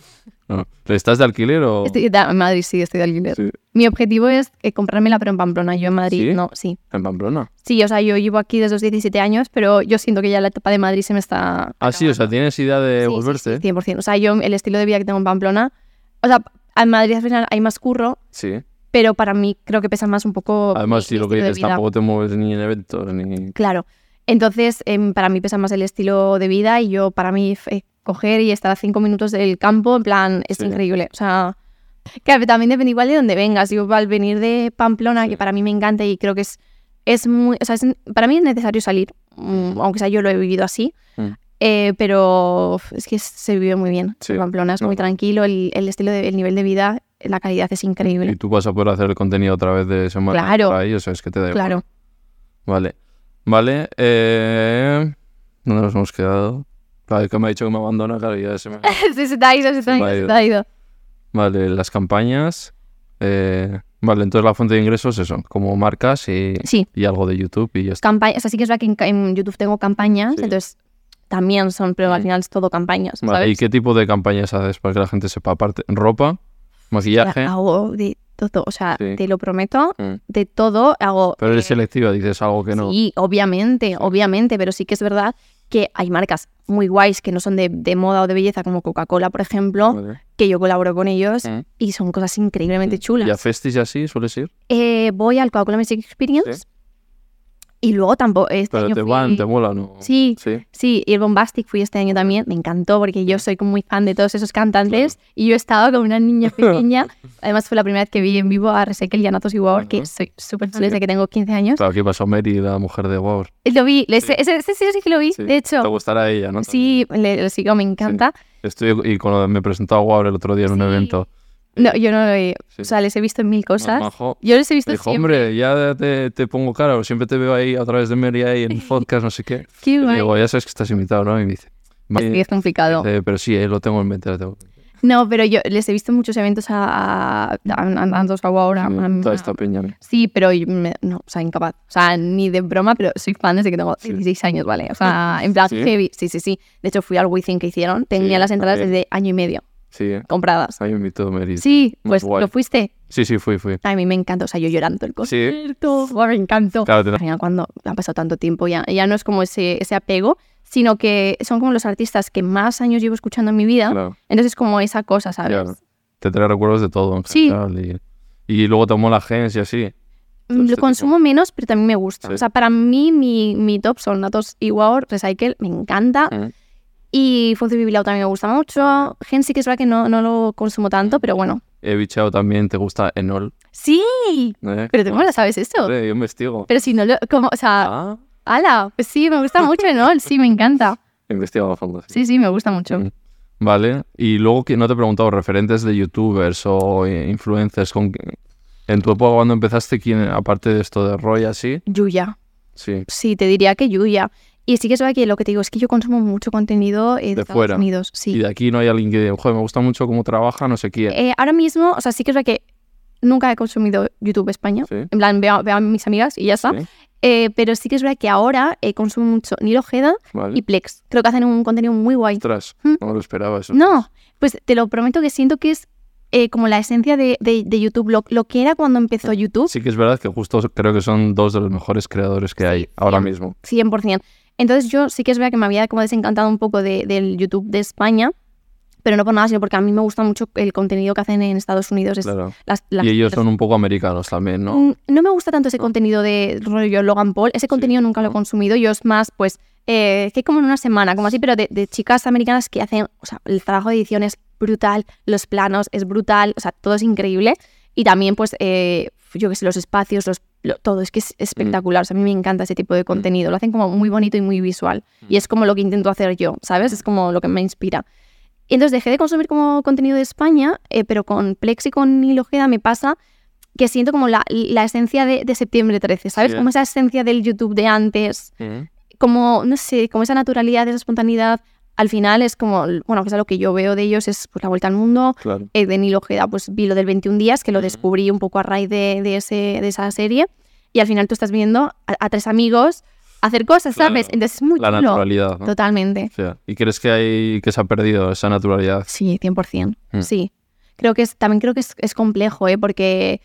Speaker 2: No. ¿Pero ¿Estás de alquiler o...?
Speaker 1: Estoy, da- en Madrid sí, estoy de alquiler.
Speaker 2: Sí.
Speaker 1: Mi objetivo es eh, comprármela, pero en Pamplona. Yo en Madrid
Speaker 2: ¿Sí?
Speaker 1: no, sí.
Speaker 2: ¿En Pamplona?
Speaker 1: Sí, o sea, yo llevo aquí desde los 17 años, pero yo siento que ya la etapa de Madrid se me está...
Speaker 2: Ah, sí, o sea, ¿tienes idea de
Speaker 1: Sí, sí,
Speaker 2: volverse? ¿eh?
Speaker 1: sí, 100%. O sea, yo el estilo de vida que tengo en Pamplona, o sea, en Madrid al final hay más curro,
Speaker 2: Sí.
Speaker 1: pero para mí creo que pesa más un poco.
Speaker 2: Además,
Speaker 1: mi-
Speaker 2: si
Speaker 1: mi
Speaker 2: lo que
Speaker 1: estilo de
Speaker 2: dices,
Speaker 1: vida.
Speaker 2: tampoco te mueves ni en eventos, ni...
Speaker 1: Claro. Entonces, em, para mí pesa más el estilo de vida y yo, para mí, f- eh, coger y estar a cinco minutos del campo, en plan, es
Speaker 2: Sí.
Speaker 1: increíble. O sea, claro, también depende igual de dónde vengas. Yo al venir de Pamplona, que para mí me encanta y creo que es, es muy, o sea, es- para mí es necesario salir, mm, aunque sea yo lo he vivido así.
Speaker 2: Mm.
Speaker 1: Eh, pero uf, es que se vive muy bien.
Speaker 2: Sí.
Speaker 1: en Pamplona es muy
Speaker 2: No.
Speaker 1: tranquilo, el, el estilo, de- el nivel de vida, la calidad es
Speaker 2: Y
Speaker 1: increíble.
Speaker 2: tú vas a poder hacer el contenido otra vez de semana
Speaker 1: Claro.
Speaker 2: por ahí, o sea, es que te da igual.
Speaker 1: Claro.
Speaker 2: Vale. Vale. Eh... ¿Dónde nos hemos quedado? Claro, es que me ha dicho que me abandona, claro, ya se me...
Speaker 1: sí, se te ha ido, se te ha
Speaker 2: me
Speaker 1: ido,
Speaker 2: ha
Speaker 1: se
Speaker 2: ido.
Speaker 1: te ha ido.
Speaker 2: Vale, las campañas. eh, Vale, entonces la fuente de ingresos es eso, como marcas y,
Speaker 1: Sí.
Speaker 2: y algo de YouTube y ya está.
Speaker 1: campañas, o sea, sí que es verdad que en, ca- en YouTube tengo campañas,
Speaker 2: Sí.
Speaker 1: entonces también son, pero al
Speaker 2: Mm.
Speaker 1: final es todo campañas,
Speaker 2: Vale, ¿Y
Speaker 1: ¿sabes?
Speaker 2: qué tipo de campañas haces para que la gente sepa? Aparte, ropa, maquillaje.
Speaker 1: Hago de todo, o sea,
Speaker 2: Sí.
Speaker 1: te lo prometo,
Speaker 2: Mm.
Speaker 1: de todo hago...
Speaker 2: Pero eres
Speaker 1: eh,
Speaker 2: selectiva, dices algo que no.
Speaker 1: Sí, obviamente, obviamente, pero sí que es verdad que hay marcas muy guays que no son de, de moda o de belleza, como Coca-Cola, por ejemplo,
Speaker 2: Vale.
Speaker 1: que yo colaboro con ellos
Speaker 2: Mm.
Speaker 1: y son cosas increíblemente Pues, chulas.
Speaker 2: ¿Y a festis y así sueles ir?
Speaker 1: Eh, voy al Coca-Cola Music Experience
Speaker 2: Sí.
Speaker 1: y luego tampoco... Este
Speaker 2: Pero
Speaker 1: año
Speaker 2: te
Speaker 1: fui-
Speaker 2: van, te mola, ¿no?
Speaker 1: Sí,
Speaker 2: Sí.
Speaker 1: Sí, y el Bombastic fui este año también, me encantó porque yo soy como muy fan de todos esos cantantes y yo he estado con una niña pequeña, además fue la primera vez que vi en vivo a Resekel y a Natos Igual, que
Speaker 2: Ajá.
Speaker 1: soy súper fan
Speaker 2: Sí.
Speaker 1: desde que tengo 15 años.
Speaker 2: Claro, aquí pasó Mary, la mujer de Wow.
Speaker 1: Lo vi, ese, ese, ese sí que lo vi,
Speaker 2: Sí,
Speaker 1: de
Speaker 2: Te
Speaker 1: hecho,
Speaker 2: gustará ella, ¿no?
Speaker 1: sí, le, lo sigo, me encanta.
Speaker 2: Estoy, y cuando me presentó a Wow el otro día en un
Speaker 1: Sí.
Speaker 2: evento,
Speaker 1: No, yo no lo he,
Speaker 2: Sí.
Speaker 1: o sea, les he visto en mil cosas.
Speaker 2: Majo,
Speaker 1: Yo les he visto
Speaker 2: me dijo,
Speaker 1: siempre.
Speaker 2: hombre, ya te, te pongo cara, o siempre te veo ahí a través de Mary ahí en el podcast, no sé qué.
Speaker 1: Qué
Speaker 2: Y
Speaker 1: guay.
Speaker 2: digo, ya sabes que estás invitado, ¿no? Y me dice, "Vale".
Speaker 1: Sí, es complicado.
Speaker 2: Dice, pero sí, eh, lo tengo en mente. lo tengo en mente".
Speaker 1: No, pero yo les he visto en muchos eventos a, a, a, a Natos Igual, a- a-
Speaker 2: Toda esta peña. ¿no?
Speaker 1: Sí, pero yo me- no, o sea, incapaz. O sea, ni de broma, pero soy fan desde que tengo
Speaker 2: Sí.
Speaker 1: 16 años, ¿vale? O sea, en plan
Speaker 2: ¿Sí?
Speaker 1: heavy. Sí, sí, sí. De hecho, fui al Within que hicieron. Tenía
Speaker 2: Sí,
Speaker 1: las entradas
Speaker 2: también.
Speaker 1: desde año y medio
Speaker 2: Sí, eh.
Speaker 1: compradas.
Speaker 2: ahí me invitó Mary.
Speaker 1: Sí,
Speaker 2: Muy
Speaker 1: pues
Speaker 2: guay.
Speaker 1: lo fuiste.
Speaker 2: sí, sí, fui, fui.
Speaker 1: A mí me encanta. O sea, yo llorando el concierto. Buah, me encantó.
Speaker 2: Claro,
Speaker 1: Al
Speaker 2: te-
Speaker 1: final, cuando ha pasado tanto tiempo, ya, ya no es como ese, ese apego, sino que son como los artistas que más años llevo escuchando en mi vida.
Speaker 2: claro,
Speaker 1: Entonces, es como esa cosa, ¿sabes?
Speaker 2: claro. te trae recuerdos de todo. en
Speaker 1: Sí.
Speaker 2: general, Y, y luego tomó la agencia, así.
Speaker 1: Mm,
Speaker 2: este
Speaker 1: Lo
Speaker 2: tipo.
Speaker 1: consumo menos, pero también me gusta.
Speaker 2: Sí.
Speaker 1: O sea, para mí, mi, mi top son Natos y Waor, Recycle, me encanta.
Speaker 2: Eh,
Speaker 1: Y Fonzi Bibilao también me gusta mucho. Gen sí que es verdad que no, no lo consumo tanto, pero bueno.
Speaker 2: He bichado también, te gusta Enol.
Speaker 1: ¡Sí!
Speaker 2: ¿eh?
Speaker 1: Pero tú cómo lo sabes esto.
Speaker 2: Hombre, Yo investigo.
Speaker 1: Pero si no lo... Como, o sea,
Speaker 2: Ah,
Speaker 1: ala, pues sí, me gusta mucho, ¿no? Sí, me encanta.
Speaker 2: investigo a fondo. sí.
Speaker 1: Sí, sí, me gusta mucho.
Speaker 2: Mm. Vale, y luego que no te he preguntado, referentes de youtubers o eh, influencers, con... en tu época cuando empezaste, ¿quién, aparte de esto de Roy así?
Speaker 1: Yuya.
Speaker 2: Sí,
Speaker 1: Sí, te diría que Yuya. Y sí que es verdad que lo que te digo es que yo consumo mucho contenido eh, de,
Speaker 2: De
Speaker 1: Estados
Speaker 2: fuera.
Speaker 1: Unidos.
Speaker 2: y
Speaker 1: Sí.
Speaker 2: de aquí no hay alguien que diga, joder, me gusta mucho cómo trabaja, no sé quién.
Speaker 1: Eh, ahora mismo, o sea, sí que es verdad que nunca he consumido YouTube España.
Speaker 2: Sí.
Speaker 1: En plan, veo, veo a mis amigas y ya está.
Speaker 2: Sí,
Speaker 1: Eh, pero sí que es verdad que ahora eh, consumo mucho Nilo Ojeda
Speaker 2: Vale.
Speaker 1: y Plex. Creo que hacen un contenido muy guay.
Speaker 2: Ostras,
Speaker 1: Mm.
Speaker 2: no me lo esperaba eso.
Speaker 1: No, pues te lo prometo que siento que es eh, como la esencia de, de- de YouTube, lo, lo que era cuando empezó YouTube,
Speaker 2: Sí que es verdad que justo creo que son dos de los mejores creadores que hay ahora mismo.
Speaker 1: 100%. Entonces yo sí que es verdad que me había como desencantado un poco de- del YouTube de España, pero no por nada, sino porque a mí me gusta mucho el contenido que hacen en Estados Unidos. es-
Speaker 2: Claro.
Speaker 1: las- las-
Speaker 2: Y ellos son un poco americanos también, ¿no?
Speaker 1: Mm, No me gusta tanto ese contenido de rollo Logan Paul. Ese contenido nunca lo he
Speaker 2: ¿no?
Speaker 1: consumido. Yo es más, pues, eh, que como en una semana, como así, pero de, de chicas americanas que hacen, o sea, el trabajo de edición es brutal, los planos es brutal, o sea, todo es increíble. Y también, pues, eh, yo qué sé, los espacios, los, lo- todo, es que es espectacular. O sea, a mí me encanta ese tipo de contenido. Lo hacen como muy bonito y muy visual. Y es como lo que intento hacer yo, ¿sabes? Es como lo que me inspira. Y entonces dejé de consumir como contenido de España, eh, pero con Plex y con Nil Ojeda me pasa que siento como la, la esencia de, de septiembre 13, ¿sabes?
Speaker 2: Sí, ¿eh?
Speaker 1: Como esa esencia del YouTube de antes,
Speaker 2: Mm.
Speaker 1: como, no sé, como esa naturalidad, esa espontaneidad. Al final es como, bueno, que es lo que yo veo de ellos, es pues la vuelta al mundo.
Speaker 2: Claro.
Speaker 1: Eh, de Nil Ojeda, pues vi lo del 21 días, que lo
Speaker 2: Ujú.
Speaker 1: descubrí un poco a raíz de, de ese, de esa serie. Y al final tú estás viendo a, a tres amigos hacer cosas,
Speaker 2: Claro.
Speaker 1: ¿sabes? Entonces es muy
Speaker 2: La
Speaker 1: chulo.
Speaker 2: naturalidad, ¿no?
Speaker 1: Totalmente.
Speaker 2: O sea, ¿Y crees que hay que se ha perdido esa naturalidad?
Speaker 1: Sí, 100%.
Speaker 2: Mm.
Speaker 1: Sí. Creo que es, también creo que es, es complejo, ¿eh? porque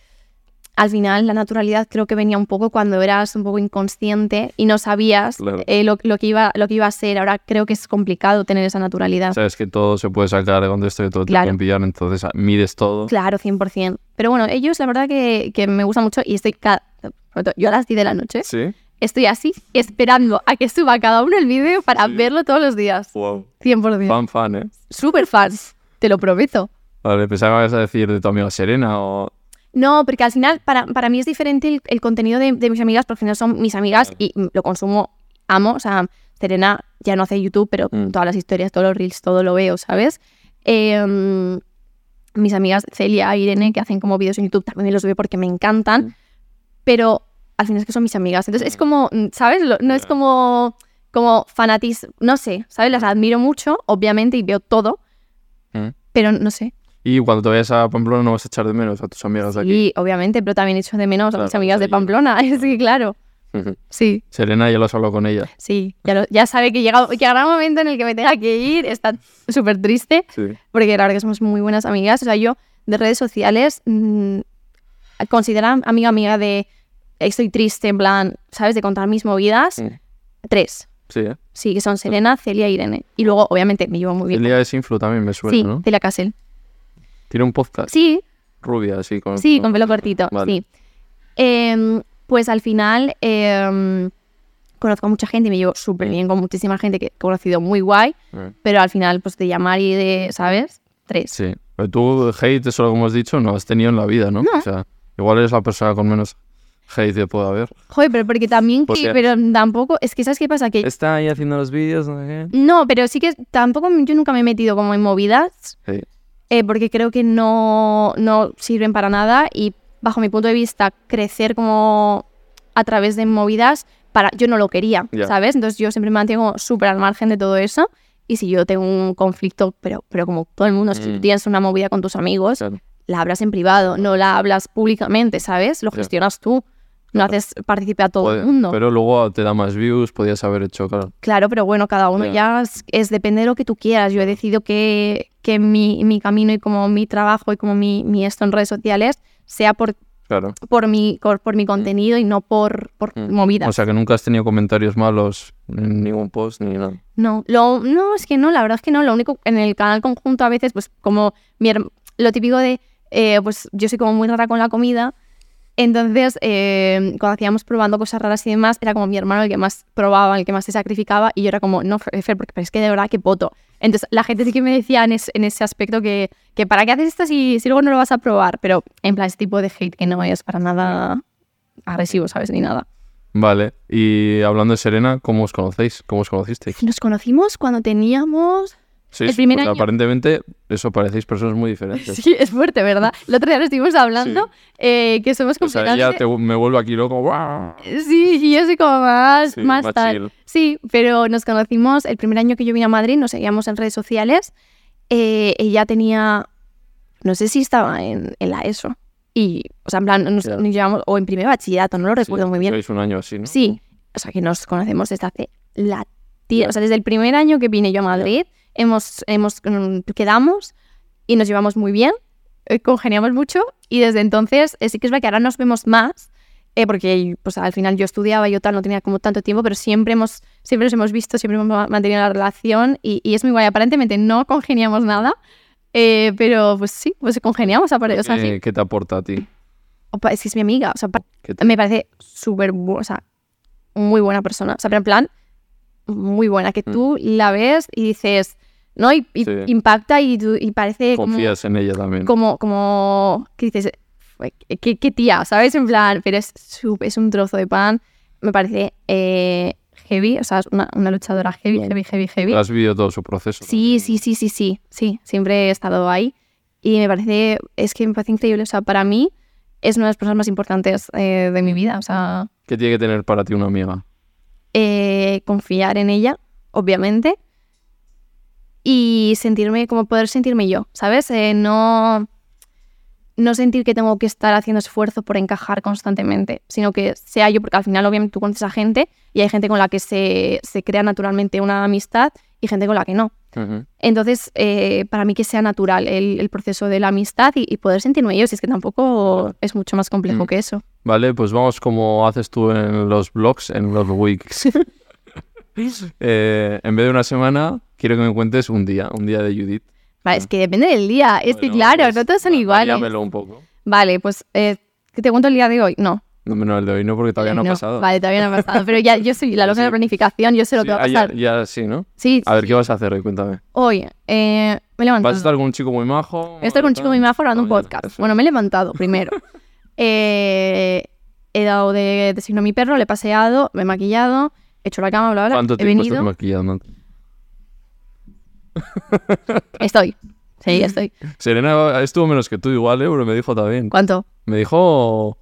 Speaker 1: al final la naturalidad creo que venía un poco cuando eras un poco inconsciente y no sabías
Speaker 2: Claro.
Speaker 1: eh, lo, lo que iba, lo que iba a ser. Ahora creo que es complicado tener esa naturalidad.
Speaker 2: Sabes que todo se puede sacar de contexto y todo te
Speaker 1: Claro.
Speaker 2: pueden pillar, entonces ah, mides todo.
Speaker 1: Claro, 100%. Pero bueno, ellos la verdad que, que me gusta mucho y estoy... ca- sobre todo, Yo a las 10 de la noche
Speaker 2: Sí.
Speaker 1: estoy así, esperando a que suba cada uno el vídeo para
Speaker 2: Sí.
Speaker 1: verlo todos los días.
Speaker 2: Wow.
Speaker 1: 100%.
Speaker 2: Fan, fan, ¿eh?
Speaker 1: Super fans, te lo prometo.
Speaker 2: Vale, pensaba que me ibas a decir de tu amiga Serena o...
Speaker 1: No, porque al final para, para mí es diferente el, el contenido de, de mis amigas, porque al final son mis amigas y mm, lo consumo, amo. O sea, Serena ya no hace YouTube, pero
Speaker 2: Mm.
Speaker 1: todas las historias, todos los reels, todo lo veo, ¿sabes? Eh, mm, mis amigas Celia, Irene, que hacen como vídeos en YouTube, también los veo porque me encantan,
Speaker 2: Mm.
Speaker 1: pero al final es que son mis amigas. Entonces es
Speaker 2: Mm.
Speaker 1: como, mm, ¿sabes? Lo- no es
Speaker 2: Ya.
Speaker 1: como, como fanatis, no sé, ¿sabes? Las admiro mucho, obviamente, y veo todo,
Speaker 2: Mm.
Speaker 1: pero no sé.
Speaker 2: Y cuando te vayas a Pamplona no vas a echar de menos a tus amigas de aquí.
Speaker 1: Sí, obviamente, pero también echo de menos a mis
Speaker 2: Claro,
Speaker 1: amigas de
Speaker 2: ahí.
Speaker 1: Pamplona. Es que, claro, sí,
Speaker 2: Serena ya lo has hablado con ella.
Speaker 1: sí. Ya, lo- ya sabe que llega, que llegará un momento en el que me tenga que ir. Está súper triste,
Speaker 2: Sí.
Speaker 1: porque la verdad que somos muy buenas amigas. O sea, yo de redes sociales, mm, considera amiga amiga de estoy triste, en plan, ¿sabes? De contar mis movidas.
Speaker 2: Mm.
Speaker 1: Tres.
Speaker 2: Sí, ¿eh?
Speaker 1: Sí, que son Selena, Celia e Irene. Y luego, obviamente, me llevo muy bien.
Speaker 2: Celia es influ también, me suena,
Speaker 1: sí,
Speaker 2: ¿no?
Speaker 1: Celia Casel.
Speaker 2: Tiene un podcast
Speaker 1: Sí,
Speaker 2: rubia, así con...
Speaker 1: Sí, con pelo cortito,
Speaker 2: Vale.
Speaker 1: sí. Em, pues al final em, conozco a mucha gente y me llevo súper bien con muchísima gente que he conocido muy guay,
Speaker 2: Eh,
Speaker 1: pero al final pues de llamar y de, ¿sabes? Tres.
Speaker 2: Sí. Pero tú, hate, eso lo hemos dicho, no has tenido en la vida, ¿no?
Speaker 1: No.
Speaker 2: O sea, igual eres la persona con menos hate que pueda haber.
Speaker 1: Joder, pero porque también, que-
Speaker 2: Porque-
Speaker 1: pero tampoco, es que ¿sabes qué pasa? Que
Speaker 2: Está ahí haciendo los vídeos, no sé
Speaker 1: no, pero sí que tampoco yo nunca me he metido como en movidas
Speaker 2: qué. Sí.
Speaker 1: eh, porque creo que no, no sirven para nada y bajo mi punto de vista crecer como a través de movidas para yo no lo quería,
Speaker 2: Ya.
Speaker 1: ¿sabes? Entonces yo siempre me mantengo súper al margen de todo eso y si yo tengo un conflicto, pero, pero como todo el mundo, si tú
Speaker 2: Mm.
Speaker 1: tienes una movida con tus amigos,
Speaker 2: Claro.
Speaker 1: la hablas en privado, no la hablas públicamente, ¿sabes? Lo
Speaker 2: Ya.
Speaker 1: gestionas tú, no haces participar a todo
Speaker 2: Joder,
Speaker 1: el mundo.
Speaker 2: Pero luego te da más views, podías haber hecho, claro.
Speaker 1: Claro, pero bueno, cada uno
Speaker 2: Ya.
Speaker 1: ya es, es- depende de lo que tú quieras. Yo he decidido que, que mi, mi camino y como mi trabajo y como mi, mi esto en redes sociales sea por,
Speaker 2: claro.
Speaker 1: por, mi, por, por mi contenido y no por, por
Speaker 2: Mm.
Speaker 1: movidas.
Speaker 2: O sea, que nunca has tenido comentarios malos en ningún post ni nada.
Speaker 1: no, lo, no, es que no, la verdad es que no. Lo único, en el canal conjunto a veces, pues como mi herm- lo típico de, eh, pues yo soy como muy rara con la comida. Entonces, eh, cuando hacíamos probando cosas raras y demás, era como mi hermano el que más probaba, el que más se sacrificaba, y yo era como, no, Fer, porque pero es que de verdad que poto. Entonces, la gente sí que me decía en, es- en ese aspecto que, que para qué haces esto si, si luego no lo vas a probar, pero en plan, ese tipo de hate que no es para nada agresivo, ¿sabes? Ni nada.
Speaker 2: Vale. Y hablando de Serena, ¿cómo os conocéis? ¿Cómo os conocisteis?
Speaker 1: Nos conocimos cuando teníamos
Speaker 2: Sí,
Speaker 1: El primer año.
Speaker 2: aparentemente, eso parecéis personas muy diferentes.
Speaker 1: Sí, es fuerte, ¿verdad? El otro día lo estuvimos hablando, eh, que somos
Speaker 2: o sea,
Speaker 1: completamente...
Speaker 2: ella te- me vuelve aquí loco. ¡guau!
Speaker 1: Sí, y yo soy como más,
Speaker 2: Sí,
Speaker 1: más
Speaker 2: más
Speaker 1: tal.
Speaker 2: chill.
Speaker 1: Sí, pero nos conocimos el primer año que yo vine a Madrid, nos seguíamos en redes sociales. eh, ella tenía, no sé si estaba en, en la ESO. Y, o sea, en plan, nos,
Speaker 2: Claro.
Speaker 1: nos llevamos, o en primer bachillerato, no lo recuerdo
Speaker 2: Sí,
Speaker 1: muy bien.
Speaker 2: lleváis un año así, ¿no?
Speaker 1: Sí, o sea, que nos conocemos desde hace la tira. O sea, desde el primer año que vine yo a Madrid, hemos, hemos mm, quedamos y nos llevamos muy bien, eh, congeniamos mucho y desde entonces eh, sí que es verdad que ahora nos vemos más. eh, porque pues, al final yo estudiaba, yo tal, no tenía como tanto tiempo, pero siempre hemos siempre nos hemos visto, siempre hemos ma- mantenido la relación y, y es muy guay. Aparentemente no congeniamos nada, eh, pero pues sí, pues congeniamos. apare- O sea, sí.
Speaker 2: ¿Qué, qué te aporta a ti?
Speaker 1: Opa, es que es mi amiga, o sea, pa-
Speaker 2: ¿Qué te-
Speaker 1: me parece súper, bu- o sea, muy buena persona. O sea, pero en plan, muy buena, que tú la ves y dices, ¿no? Y, y
Speaker 2: Mm. Sí.
Speaker 1: impacta y, tú- y parece como-
Speaker 2: Confías en ella también.
Speaker 1: como, como, que dices, "Fue- eh, qué, qué tía, ¿sabes? En plan, pero es, su- es un trozo de pan, me parece eh, heavy, o sea, es una, una luchadora heavy,
Speaker 2: Claro.
Speaker 1: heavy, heavy, heavy.
Speaker 2: Has vivido todo su proceso.
Speaker 1: Sí, sí, sí, sí, sí, sí, siempre he estado ahí y me parece, es que me parece increíble, o sea, para mí es una de las personas más importantes eh, de mi vida, o sea,
Speaker 2: ¿Qué tiene que tener para ti una amiga?
Speaker 1: eh, confiar en ella, obviamente, y sentirme, como poder sentirme yo, ¿sabes? Eh, no, no sentir que tengo que estar haciendo esfuerzo por encajar constantemente, sino que sea yo, porque al final obviamente tú conoces a gente y hay gente con la que se, se crea naturalmente una amistad y gente con la que no.
Speaker 2: Ujú.
Speaker 1: Entonces, eh, para mí que sea natural el, el proceso de la amistad y, y poder sentirme yo, si es que tampoco es mucho más complejo
Speaker 2: Mm.
Speaker 1: que eso.
Speaker 2: Vale, pues vamos como haces tú en los blogs, en los weeks. Eh, en vez de una semana, quiero que me cuentes un día, un día de Judith.
Speaker 1: Vale, es que depende del día, es que
Speaker 2: Mm. Bueno,
Speaker 1: claro,
Speaker 2: pues,
Speaker 1: no todos son
Speaker 2: va-
Speaker 1: iguales.
Speaker 2: variámelo un poco.
Speaker 1: Vale, pues eh, ¿qué te cuento el día de hoy? No,
Speaker 2: No, no, el de hoy no, porque todavía no, ha pasado.
Speaker 1: Vale, todavía Eh, no ha pasado. Pero ya yo soy la loca de
Speaker 2: Sí.
Speaker 1: la planificación, yo sé lo
Speaker 2: Sí,
Speaker 1: que va a
Speaker 2: ah, ya-
Speaker 1: pasar.
Speaker 2: Ya, sí, ¿no?
Speaker 1: Sí,
Speaker 2: A ver, ¿qué vas a hacer hoy? Cuéntame.
Speaker 1: hoy eh, me he levantado.
Speaker 2: ¿Vas a estar con un chico muy majo?
Speaker 1: Voy a estar con un chico que me va formando un
Speaker 2: Mañana,
Speaker 1: podcast.
Speaker 2: eso.
Speaker 1: Bueno, me he levantado primero. Eh, he dado de, de signo a mi perro, le he paseado, me he maquillado, he hecho la cama, bla, bla, bla.
Speaker 2: ¿Cuánto
Speaker 1: he
Speaker 2: tiempo estás
Speaker 1: venido.
Speaker 2: maquillando?
Speaker 1: Estoy.
Speaker 2: Mm.
Speaker 1: Sí, estoy.
Speaker 2: Serena estuvo menos que tú igual, ¿eh? Pero me dijo también.
Speaker 1: ¿Cuánto?
Speaker 2: Me dijo...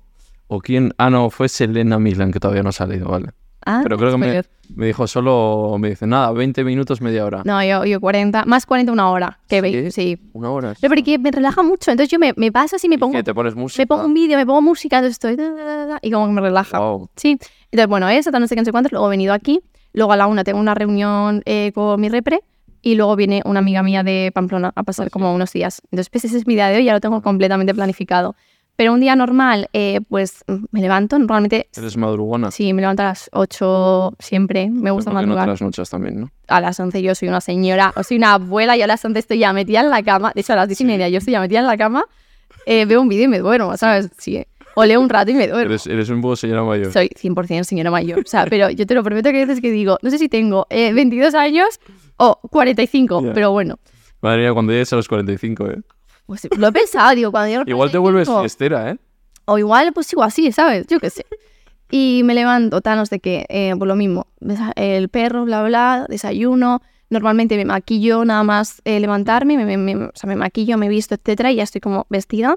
Speaker 2: ¿O quién? Ah, no, fue Selena Milan, que todavía no ha salido, vale.
Speaker 1: Ah,
Speaker 2: Pero creo que me,
Speaker 1: spoiler.
Speaker 2: me dijo solo... Me dice, nada, 20 minutos, media hora.
Speaker 1: No, yo, yo 40. Más 40, una hora. Que ve-
Speaker 2: ¿Sí?
Speaker 1: sí.
Speaker 2: Una hora.
Speaker 1: Pero porque me relaja mucho. Entonces yo me, me paso así, me pongo,
Speaker 2: ¿Qué? ¿Te pones música?
Speaker 1: me pongo un vídeo, me pongo música, entonces estoy. da, da, da, da, Y como que me relaja.
Speaker 2: Guau.
Speaker 1: Sí. Entonces, bueno, eso, tal, no sé qué, no sé cuántos. Luego he venido aquí. Luego a la una tengo una reunión eh, con mi repre. Y luego viene una amiga mía de Pamplona a pasar
Speaker 2: Ah, sí.
Speaker 1: como unos días. Entonces, pues, ese es mi día de hoy, ya lo tengo completamente planificado. Pero un día normal, eh, pues mm, me levanto. Normalmente,
Speaker 2: Eres madrugona.
Speaker 1: sí, me levanto a las 8 siempre. Me gusta
Speaker 2: Porque no
Speaker 1: madrugar.
Speaker 2: otras noches también, ¿no?
Speaker 1: A las 11 yo soy una señora, o soy una abuela. Yo a las 11 estoy ya metida en la cama. De hecho, a las 10 y media yo estoy ya metida en la cama. eh, veo un vídeo y me duermo, ¿sabes? Sí. O leo un rato y me duermo.
Speaker 2: Eres, eres un poco señora mayor.
Speaker 1: Soy 100% señora mayor. O sea, pero yo te lo prometo que hay veces que digo, no sé si tengo eh, 22 años o 45,
Speaker 2: Ya.
Speaker 1: pero bueno,
Speaker 2: Madre mía, cuando llegues a los 45, ¿eh?
Speaker 1: pues lo he pensado, digo, cuando llegue a los
Speaker 2: Igual te vuelves
Speaker 1: 45,
Speaker 2: fiestera, ¿eh?
Speaker 1: O igual, pues sigo así, ¿sabes? Yo qué sé. Y me levanto, tanos de que, eh, pues lo mismo, desa- el perro, bla, bla, desayuno. Normalmente me maquillo nada más eh, levantarme, me, me- me- o sea, me maquillo, me visto, etcétera, y ya estoy como vestida.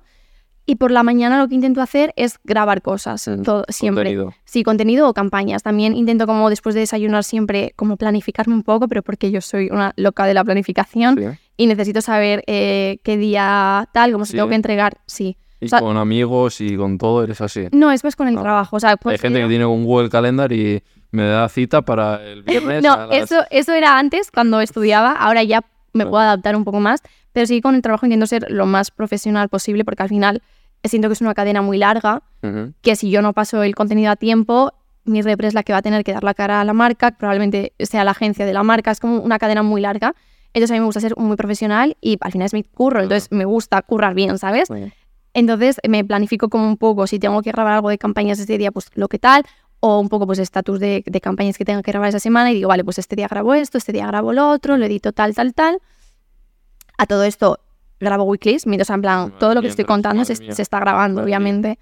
Speaker 1: Y por la mañana lo que intento hacer es grabar cosas,
Speaker 2: Mm,
Speaker 1: todo, siempre.
Speaker 2: Contenido.
Speaker 1: Sí, contenido o campañas. También intento como después de desayunar siempre como planificarme un poco, pero porque yo soy una loca de la planificación
Speaker 2: Sí, ¿eh?
Speaker 1: y necesito saber eh, qué día tal, cómo se
Speaker 2: Sí,
Speaker 1: tengo que
Speaker 2: ¿eh?
Speaker 1: entregar. Sí.
Speaker 2: Y
Speaker 1: O sea-
Speaker 2: con amigos y con todo eres así.
Speaker 1: No, es más con el
Speaker 2: Ah,
Speaker 1: trabajo. O sea,
Speaker 2: Hay
Speaker 1: pues,
Speaker 2: gente que tiene un Google Calendar y me da cita para el viernes. a
Speaker 1: No,
Speaker 2: las-
Speaker 1: eso, eso era antes cuando estudiaba, ahora ya me
Speaker 2: Claro.
Speaker 1: puedo adaptar un poco más, pero sí con el trabajo intento ser lo más profesional posible porque al final eh, siento que es una cadena muy larga,
Speaker 2: Ujú.
Speaker 1: que si yo no paso el contenido a tiempo, mi repre es la que va a tener que dar la cara a la marca, que probablemente sea la agencia de la marca, es como una cadena muy larga. Entonces a mí me gusta ser muy profesional y al final es mi curro, entonces me gusta currar bien, ¿sabes? Entonces me planifico como un poco, si tengo que grabar algo de campañas ese día, pues lo que tal, o un poco pues estatus de, de campañas que tenga que grabar esa semana y digo, vale, pues este día grabo esto, este día grabo lo otro, lo edito tal, tal, tal. A todo esto grabo weeklies, mientras en plan,
Speaker 2: Madre
Speaker 1: todo lo que
Speaker 2: mía,
Speaker 1: estoy
Speaker 2: Andrés,
Speaker 1: contando se,
Speaker 2: madre mía.
Speaker 1: se está grabando,
Speaker 2: Madre mía.
Speaker 1: obviamente.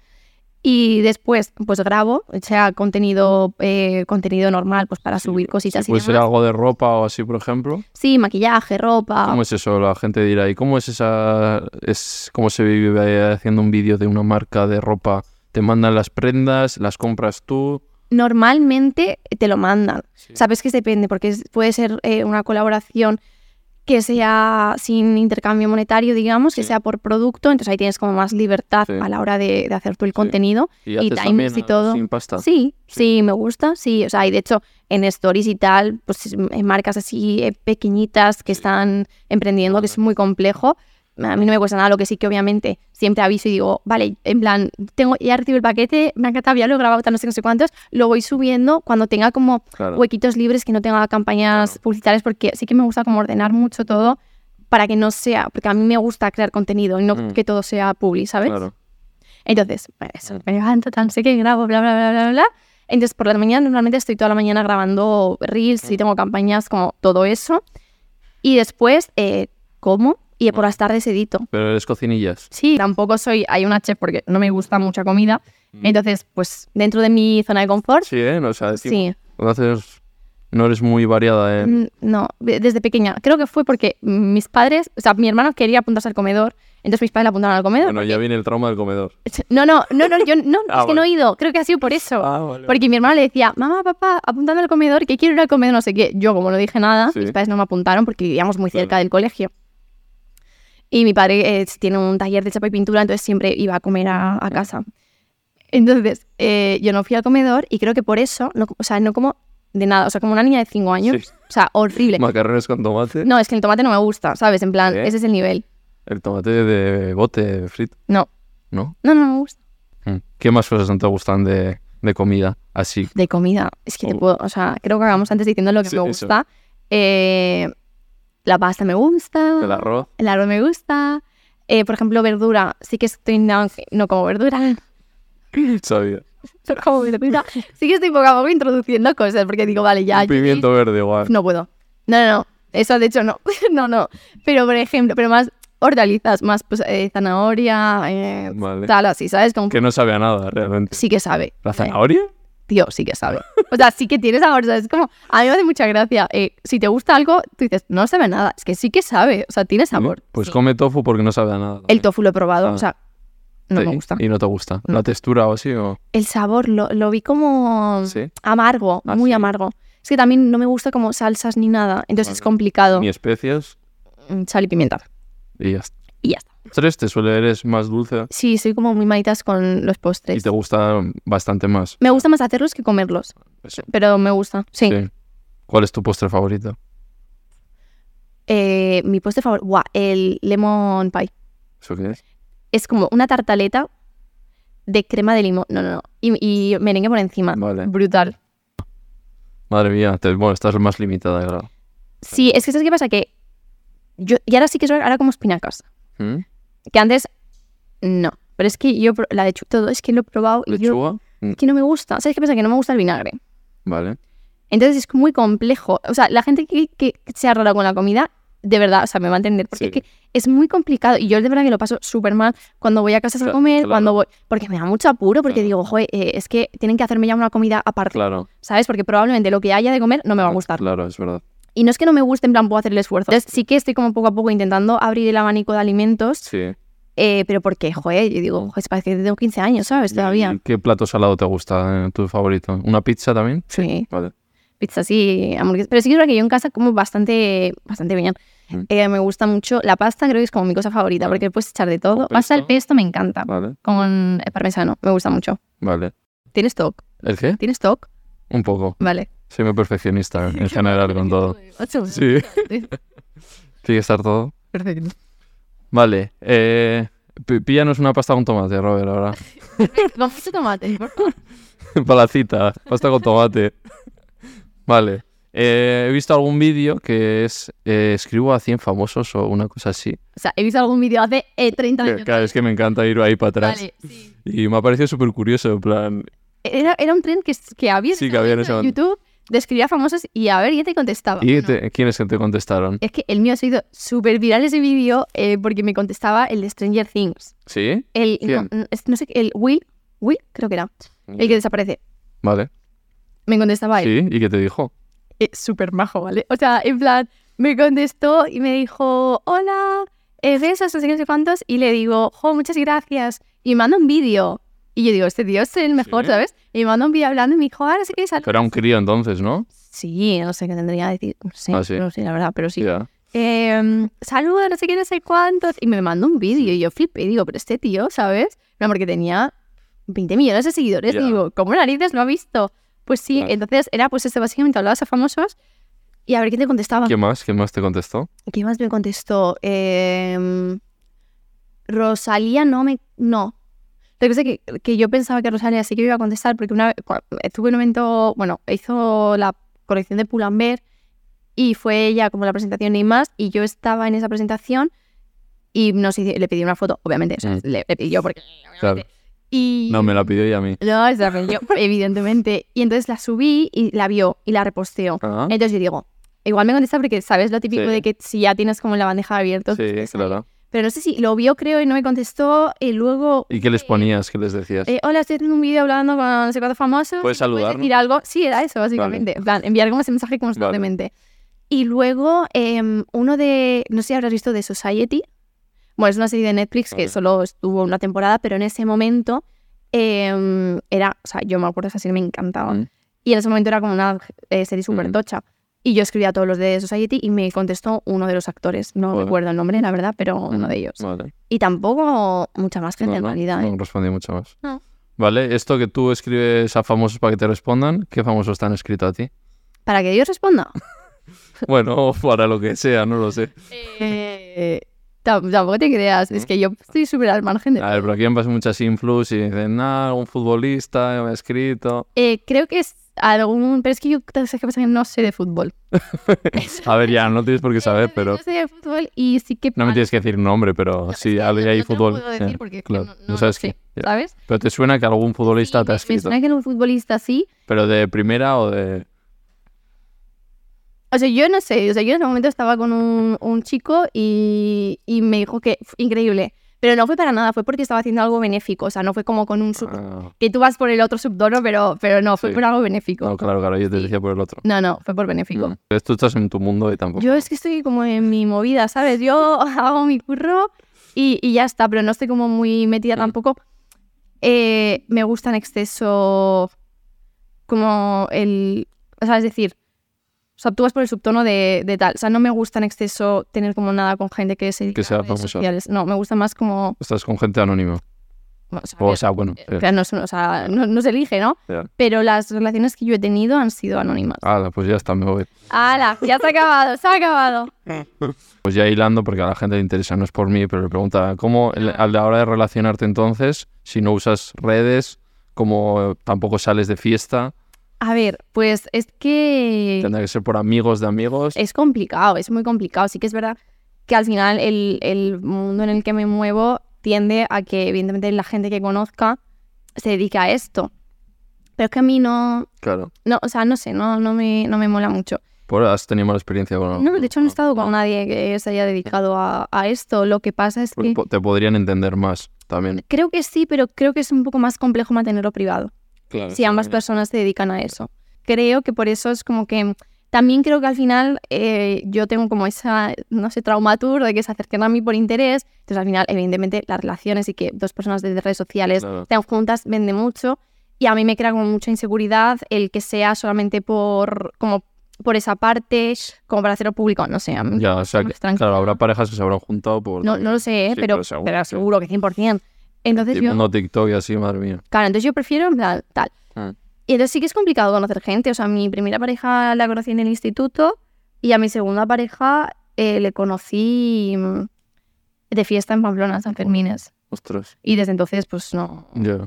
Speaker 1: Y después pues grabo, o sea, contenido, eh, contenido normal, pues para
Speaker 2: Sí,
Speaker 1: subir
Speaker 2: pero-
Speaker 1: cositas
Speaker 2: sí,
Speaker 1: y
Speaker 2: puede ser
Speaker 1: demás.
Speaker 2: algo de ropa o así, por ejemplo.
Speaker 1: Sí, maquillaje, ropa.
Speaker 2: ¿Cómo es eso? La gente dirá, ¿y cómo es esa es cómo se vive haciendo un vídeo de una marca de ropa? Te mandan las prendas, las compras tú.
Speaker 1: Normalmente te lo mandan.
Speaker 2: Sí.
Speaker 1: Sabes que depende, porque es- puede ser eh, una colaboración que sea sin intercambio monetario, digamos, que
Speaker 2: Sí.
Speaker 1: sea por producto, entonces ahí tienes como más libertad
Speaker 2: Sí.
Speaker 1: a la hora de, de hacer tú el contenido.
Speaker 2: haces
Speaker 1: y timings
Speaker 2: también,
Speaker 1: y todo.
Speaker 2: Sin pasta.
Speaker 1: Sí, sí, me gusta, sí, o sea, y de hecho en stories y tal, pues es- en marcas así eh, pequeñitas que
Speaker 2: Sí.
Speaker 1: están emprendiendo, que es muy complejo. A mí no me cuesta nada, lo que sí que obviamente siempre aviso y digo, vale, en plan, tengo ya recibo el paquete, me ha encantado, ya lo he grabado, tal, no sé, no sé cuántos, lo voy subiendo cuando tenga como
Speaker 2: Claro.
Speaker 1: huequitos libres que no tenga campañas
Speaker 2: Claro.
Speaker 1: publicitarias porque sí que me gusta como ordenar mucho todo para que no sea, porque a mí me gusta crear contenido y no
Speaker 2: Mm.
Speaker 1: que todo sea publi, ¿sabes?
Speaker 2: Claro. Mm.
Speaker 1: Entonces, bueno, eso, me levanto, tan sé que grabo, bla, bla, bla, bla, bla. Entonces, por la mañana normalmente estoy toda la mañana grabando
Speaker 2: Mm.
Speaker 1: reels y tengo campañas como todo eso. Y después eh, como y
Speaker 2: Mm.
Speaker 1: por las tardes edito.
Speaker 2: Pero eres cocinillas.
Speaker 1: Sí, tampoco soy, hay una chef porque no me gusta mucha comida.
Speaker 2: Mm.
Speaker 1: Entonces, pues dentro de mi zona de confort,
Speaker 2: Sí, ¿eh? O sea, decir,
Speaker 1: sí.
Speaker 2: no haces- no eres muy variada ¿eh? en...
Speaker 1: Mm, No, de- desde pequeña. Creo que fue porque mis padres, o sea, mi hermano quería apuntarse al comedor, entonces mis padres le apuntaron al comedor.
Speaker 2: Bueno, ya viene el trauma del comedor.
Speaker 1: No, no, no, no, yo no,
Speaker 2: Ah,
Speaker 1: es que no he
Speaker 2: vale. Ah,
Speaker 1: ido. Creo que ha sido por eso.
Speaker 2: vale.
Speaker 1: Porque mi hermano le decía, mamá, papá, apuntame al comedor, que quiero ir al comedor, no sé qué. Yo, como no dije nada,
Speaker 2: Sí.
Speaker 1: mis padres no me apuntaron porque vivíamos muy cerca
Speaker 2: Claro.
Speaker 1: del colegio. Y mi padre eh, tiene un taller de chapa y pintura, entonces siempre iba a comer a, a casa. Entonces, eh, yo no fui al comedor y creo que por eso, no, o sea, no como de nada, o sea, como una niña de 5 años,
Speaker 2: Sí.
Speaker 1: o sea, horrible.
Speaker 2: Macarrones con tomate.
Speaker 1: No, es que el tomate no me gusta, ¿sabes? En plan,
Speaker 2: ¿Eh?
Speaker 1: ese es el nivel.
Speaker 2: El tomate de bote frito,
Speaker 1: No,
Speaker 2: ¿no?
Speaker 1: no, no me gusta.
Speaker 2: Mm. ¿Qué más cosas no te gustan de, de comida? Así.
Speaker 1: De comida, es que te
Speaker 2: Oh.
Speaker 1: puedo, o sea, creo que acabamos antes diciendo lo que
Speaker 2: Sí,
Speaker 1: me
Speaker 2: eso.
Speaker 1: gusta. Eh, la pasta me gusta.
Speaker 2: El arroz.
Speaker 1: El árbol me gusta. Eh, por ejemplo, verdura. Sí que estoy no, no como verdura.
Speaker 2: Sabía.
Speaker 1: como me pinta. Sí que estoy poco a poco introduciendo cosas, porque digo, vale, ya.
Speaker 2: Un pimiento verde igual.
Speaker 1: No puedo. No, no, no. Eso de hecho no. no, no. Pero por ejemplo, pero más hortalizas, más pues, eh, zanahoria, eh,
Speaker 2: Vale.
Speaker 1: tal, así, ¿sabes? Como
Speaker 2: Que no sabe a nada realmente.
Speaker 1: Sí que sabe.
Speaker 2: ¿La
Speaker 1: Eh,
Speaker 2: zanahoria?
Speaker 1: tío, sí que sabe. O sea, sí que tiene sabor. ¿sabes? Es como, a mí me hace mucha gracia. eh, si te gusta algo, tú dices, no sabe nada. Es que sí que sabe. O sea, tiene sabor.
Speaker 2: Pues
Speaker 1: Sí.
Speaker 2: come tofu porque no sabe a nada.
Speaker 1: El tofu lo he probado.
Speaker 2: Ah.
Speaker 1: O sea, no me
Speaker 2: Sí,
Speaker 1: gusta.
Speaker 2: Y no te gusta.
Speaker 1: No.
Speaker 2: La textura o así o...
Speaker 1: El sabor lo, lo vi como
Speaker 2: Sí.
Speaker 1: amargo,
Speaker 2: Ah,
Speaker 1: muy
Speaker 2: sí.
Speaker 1: amargo. Es que también no me gusta como salsas ni nada. Entonces es
Speaker 2: Vale.
Speaker 1: complicado.
Speaker 2: Ni especias
Speaker 1: Mm, Sal y pimienta.
Speaker 2: y ya está.
Speaker 1: Y ya está.
Speaker 2: Tres, te suele eres más dulce
Speaker 1: Sí, soy como muy manitas con los
Speaker 2: y
Speaker 1: postres.
Speaker 2: te gusta bastante más.
Speaker 1: Me gusta más hacerlos que comerlos.
Speaker 2: Eso.
Speaker 1: Pero me gusta. Sí.
Speaker 2: Sí. ¿Cuál es tu postre favorito?
Speaker 1: Eh, mi postre favorito. Guau, el lemon pie.
Speaker 2: ¿Eso qué es?
Speaker 1: es como una tartaleta de crema de limón. No, no, no. Y, y merengue por encima.
Speaker 2: Vale.
Speaker 1: Brutal.
Speaker 2: Madre mía, te- bueno, estás más limitada, claro.
Speaker 1: Sí, es que ¿sabes qué pasa? Que yo, y ahora sí que soy ahora como espinacas.
Speaker 2: ¿Mm?
Speaker 1: Que antes no. Pero es que yo pro- la de todo es que lo he probado y yo,
Speaker 2: ¿Lechuga? Mm,
Speaker 1: es que no me gusta. ¿Sabes qué pasa? Que no me gusta el vinagre.
Speaker 2: Vale.
Speaker 1: Entonces es muy complejo. O sea, la gente que, que sea rara con la comida, de verdad, o sea, me va a entender. Porque
Speaker 2: Sí.
Speaker 1: es que es muy complicado. Y yo de verdad que lo paso súper mal cuando voy a casa a
Speaker 2: Cla-
Speaker 1: comer,
Speaker 2: claro.
Speaker 1: cuando voy... Porque me da mucho apuro, porque
Speaker 2: Claro.
Speaker 1: digo, joder, eh, es que tienen que hacerme ya una comida aparte.
Speaker 2: Claro.
Speaker 1: ¿sabes? Porque probablemente lo que haya de comer no me va a gustar.
Speaker 2: Claro, es verdad.
Speaker 1: Y no es que no me guste, en plan, puedo hacer el esfuerzo. Entonces, sí que estoy como poco a poco intentando abrir el abanico de alimentos,
Speaker 2: Sí.
Speaker 1: eh, pero porque, joder, yo digo, joder, parece que tengo 15 años, ¿sabes? Pues Todavía.
Speaker 2: ¿Y ¿Qué plato salado te gusta, eh, tu favorito? ¿Una pizza también?
Speaker 1: Sí,
Speaker 2: Vale.
Speaker 1: pizza sí, hamburguesas. Pero sí que es verdad que yo en casa como bastante, bastante bien.
Speaker 2: Mm.
Speaker 1: Eh, me gusta mucho la pasta, creo que es como mi cosa favorita, porque puedes echar de todo.
Speaker 2: Con
Speaker 1: Pasta al
Speaker 2: pesto.
Speaker 1: pesto me encanta,
Speaker 2: Vale.
Speaker 1: con eh, parmesano, me gusta mucho.
Speaker 2: Vale.
Speaker 1: ¿Tienes toc?
Speaker 2: ¿El qué?
Speaker 1: ¿Tienes toc?
Speaker 2: Un poco.
Speaker 1: Vale.
Speaker 2: Soy muy perfeccionista en general con todo. Sí. Tiene que estar todo.
Speaker 1: Perfecto.
Speaker 2: Vale. Eh, pi- píllanos una pasta con tomate, Robert, ahora.
Speaker 1: Con mucho tomate, por favor.
Speaker 2: Para la cita, pasta con tomate. Vale. Eh, he visto algún vídeo que es eh, escribo a 100 famosos o una cosa así.
Speaker 1: O sea, he visto algún vídeo hace eh, 30
Speaker 2: Que-
Speaker 1: años.
Speaker 2: Claro, es que me encanta ir ahí para atrás.
Speaker 1: Vale, sí.
Speaker 2: Y me ha parecido súper curioso, en plan...
Speaker 1: Era, era un tren que, que había
Speaker 2: Sí, que había en ese
Speaker 1: en
Speaker 2: momento.
Speaker 1: YouTube, describía famosos y a ver, ya te contestaba.
Speaker 2: ¿Y
Speaker 1: No.
Speaker 2: te- quiénes que te contestaron?
Speaker 1: Es que el mío ha sido súper viral ese vídeo eh, porque me contestaba el de Stranger Things.
Speaker 2: ¿Sí?
Speaker 1: El,
Speaker 2: ¿Quién?
Speaker 1: no, es- no sé, el Will, Will creo que era, el que desaparece.
Speaker 2: Vale.
Speaker 1: Me contestaba él.
Speaker 2: ¿Sí? ¿Y qué te dijo?
Speaker 1: Eh, súper majo, ¿vale? O sea, en plan, me contestó y me dijo, hola, eh, besos, no sé qué, no sé cuántos, y le digo, jo, muchas gracias, y me manda un vídeo. Y yo digo, este tío es el mejor,
Speaker 2: Sí.
Speaker 1: ¿sabes? Y me manda un vídeo hablando y me dijo, ahora sí que sal-".
Speaker 2: Pero era un crío entonces, ¿no?
Speaker 1: Sí, no sé qué tendría que decir, no sé,
Speaker 2: Ah, sí.
Speaker 1: no sé, la verdad, pero sí.
Speaker 2: Ya.
Speaker 1: Eh, saludos, no sé qué, no sé cuántos, y me manda un vídeo, y yo flipé, y digo, pero este tío, ¿sabes? No, porque tenía 20 millones de seguidores,
Speaker 2: Ya.
Speaker 1: y digo, ¿cómo narices lo ha visto? Pues sí,
Speaker 2: Claro.
Speaker 1: entonces era pues este, básicamente hablabas a famosos, y a ver quién te contestaba.
Speaker 2: ¿Quién más? ¿Quién más te contestó?
Speaker 1: ¿Quién más me contestó? Em, Rosalía no me... No. Lo que pasa es que, que yo pensaba que Rosalía sí que me iba a contestar porque una vez cua- estuve en un evento, bueno, hizo la colección de Pull&Bear y fue ella como la presentación y más y yo estaba en esa presentación y no sé, le pedí una foto, obviamente, o sea,
Speaker 2: Mm.
Speaker 1: le, le pedí yo porque...
Speaker 2: Claro.
Speaker 1: Y...
Speaker 2: No, me la pidió ella a mí.
Speaker 1: No, se la pedí yo, evidentemente. Y entonces la subí y la vio y la reposteó.
Speaker 2: Ah,
Speaker 1: Entonces yo digo, igual me contesta porque sabes lo típico
Speaker 2: Sí.
Speaker 1: de que si ya tienes como la bandeja abierta. pues
Speaker 2: sí,
Speaker 1: te sale.
Speaker 2: claro.
Speaker 1: Pero no sé si lo vio, creo, y no me contestó. Y luego,
Speaker 2: ¿Y qué les ponías? ¿Qué les decías?
Speaker 1: eh, hola, estoy haciendo un vídeo hablando con no sé cuántos famosos.
Speaker 2: Puedes
Speaker 1: ¿me
Speaker 2: saludarnos?
Speaker 1: decir algo? Sí, era eso, básicamente. En plan, enviar como ese mensaje constantemente. Y luego, em, uno de, no sé si habrás visto, de Society. Bueno, es una serie de Netflix que
Speaker 2: Vale.
Speaker 1: solo estuvo una temporada, pero en ese momento em, era, o sea, yo me acuerdo, esa serie me encantaba.
Speaker 2: Mm.
Speaker 1: Y en ese momento era como una eh, serie súper
Speaker 2: Mm.
Speaker 1: tocha. Y yo escribí a todos los de Society y me contestó uno de los actores. No
Speaker 2: Joder. Mm.
Speaker 1: recuerdo el nombre, la verdad, pero uno de ellos.
Speaker 2: Vale. pues
Speaker 1: Y tampoco mucha más gente
Speaker 2: No,
Speaker 1: en
Speaker 2: no,
Speaker 1: realidad. ¿eh?
Speaker 2: no respondí mucho más.
Speaker 1: No.
Speaker 2: Vale, esto que tú escribes a famosos para que te respondan, ¿qué famosos te han escrito a ti?
Speaker 1: Para que Dios responda.
Speaker 2: Bueno, para lo que sea, no lo sé.
Speaker 1: Eh, tam- tampoco te creas. Es
Speaker 2: ¿No?
Speaker 1: que yo estoy súper al margen de
Speaker 2: A ver, pero aquí han pasado muchas influx y dicen, ah, un futbolista me ha escrito.
Speaker 1: Eh, creo que es algún, pero es que yo ¿sabes qué pasa? Que no sé de fútbol.
Speaker 2: A ver, ya, no tienes por qué saber, pero...
Speaker 1: Eh, No sé de fútbol y sí que...
Speaker 2: No me tienes que decir nombre, pero
Speaker 1: Es
Speaker 2: sí,
Speaker 1: que
Speaker 2: ahí
Speaker 1: no-
Speaker 2: hay
Speaker 1: no te lo
Speaker 2: fútbol.
Speaker 1: puedo
Speaker 2: ya,
Speaker 1: decir porque es que
Speaker 2: claro,
Speaker 1: no,
Speaker 2: no
Speaker 1: no
Speaker 2: sabes
Speaker 1: lo sé,
Speaker 2: quién, ya.
Speaker 1: ¿sabes?
Speaker 2: Pero te suena que algún futbolista te ha
Speaker 1: Sí, me- me
Speaker 2: escrito.
Speaker 1: suena que era un futbolista sí.
Speaker 2: Pero de primera o de...
Speaker 1: O sea, yo no sé, o sea, yo en ese momento estaba con un, un chico y, y me dijo que f- increíble. Pero no fue para nada, fue porque estaba haciendo algo benéfico. O sea, no fue como con un sub-
Speaker 2: Ah,
Speaker 1: que tú vas por el otro subdono, pero, pero no, fue
Speaker 2: Sí.
Speaker 1: por algo benéfico.
Speaker 2: no, claro, claro, yo te
Speaker 1: Sí.
Speaker 2: decía por el otro. Mm.
Speaker 1: No, no, fue por benéfico.
Speaker 2: Entonces tú estás en tu mundo y tampoco...
Speaker 1: Yo es que estoy como en mi movida, ¿sabes? Yo hago mi curro y, y ya está, pero no estoy como muy metida
Speaker 2: Mm.
Speaker 1: tampoco. Eh, me gusta en exceso como el... O sea, es decir, o sea, tú vas por el subtono de, de tal. O sea, no me gusta en exceso tener como nada con gente que se dedica
Speaker 2: Que sea
Speaker 1: a redes
Speaker 2: famosa.
Speaker 1: sociales. No, me gusta más como...
Speaker 2: Estás con gente anónima.
Speaker 1: O sea,
Speaker 2: O sea, bueno...
Speaker 1: o
Speaker 2: eh,
Speaker 1: sea, no, es- o sea, no- no se elige, ¿no?
Speaker 2: ya.
Speaker 1: Pero las relaciones que yo he tenido han sido anónimas.
Speaker 2: Ala, pues ya está, me voy.
Speaker 1: ¡Hala! Ya se ha acabado, se ha acabado.
Speaker 2: Pues ya hilando, porque a la gente le interesa, no es por mí, pero le pregunta, ¿cómo el- a la hora de relacionarte entonces, si no usas redes, como tampoco sales de fiesta,
Speaker 1: A ver, pues es que...
Speaker 2: tendrá que ser por amigos de amigos?
Speaker 1: Es complicado, es muy complicado. Sí que es verdad que al final el, el mundo en el que me muevo tiende a que, evidentemente, la gente que conozca se dedica a esto. Pero es que a mí no,
Speaker 2: Claro.
Speaker 1: no o sea, no sé, no, no, me, no me mola mucho.
Speaker 2: Por has tenido mala experiencia con...
Speaker 1: No, de hecho, no he estado
Speaker 2: ah.
Speaker 1: con nadie que se haya dedicado a, a esto. Lo que pasa es
Speaker 2: Porque
Speaker 1: que
Speaker 2: Pues po- Te podrían entender más también.
Speaker 1: creo que sí, pero creo que es un poco más complejo mantenerlo privado.
Speaker 2: Claro.
Speaker 1: si ambas personas se dedican a eso. Creo que por eso es como que también creo que al final eh, yo tengo como esa, no sé, traumatur de que se acerquen a mí por interés. Entonces al final, evidentemente, las relaciones y que dos personas de redes sociales
Speaker 2: Claro.
Speaker 1: estén juntas vende mucho. Y a mí me crea como mucha inseguridad el que sea solamente por, como por esa parte, como para hacerlo público, no sé. a mí-
Speaker 2: Ya, o sea, que,
Speaker 1: Más tranquila.
Speaker 2: claro, habrá parejas que se habrán juntado por...
Speaker 1: no, no lo sé, ¿eh?
Speaker 2: Sí,
Speaker 1: pero,
Speaker 2: pero
Speaker 1: pero
Speaker 2: seguro,
Speaker 1: seguro,
Speaker 2: sí.
Speaker 1: que 100%. Entonces
Speaker 2: Tipo,
Speaker 1: yo,
Speaker 2: no TikTok y así, madre mía.
Speaker 1: claro, entonces yo prefiero en plan tal.
Speaker 2: Ah.
Speaker 1: Y entonces sí que es complicado conocer gente. O sea, mi primera pareja la conocí en el instituto y a mi segunda pareja eh, le conocí mm, de fiesta en Pamplona, San Fermines.
Speaker 2: Ostras.
Speaker 1: Y desde entonces, pues no.
Speaker 2: Ya.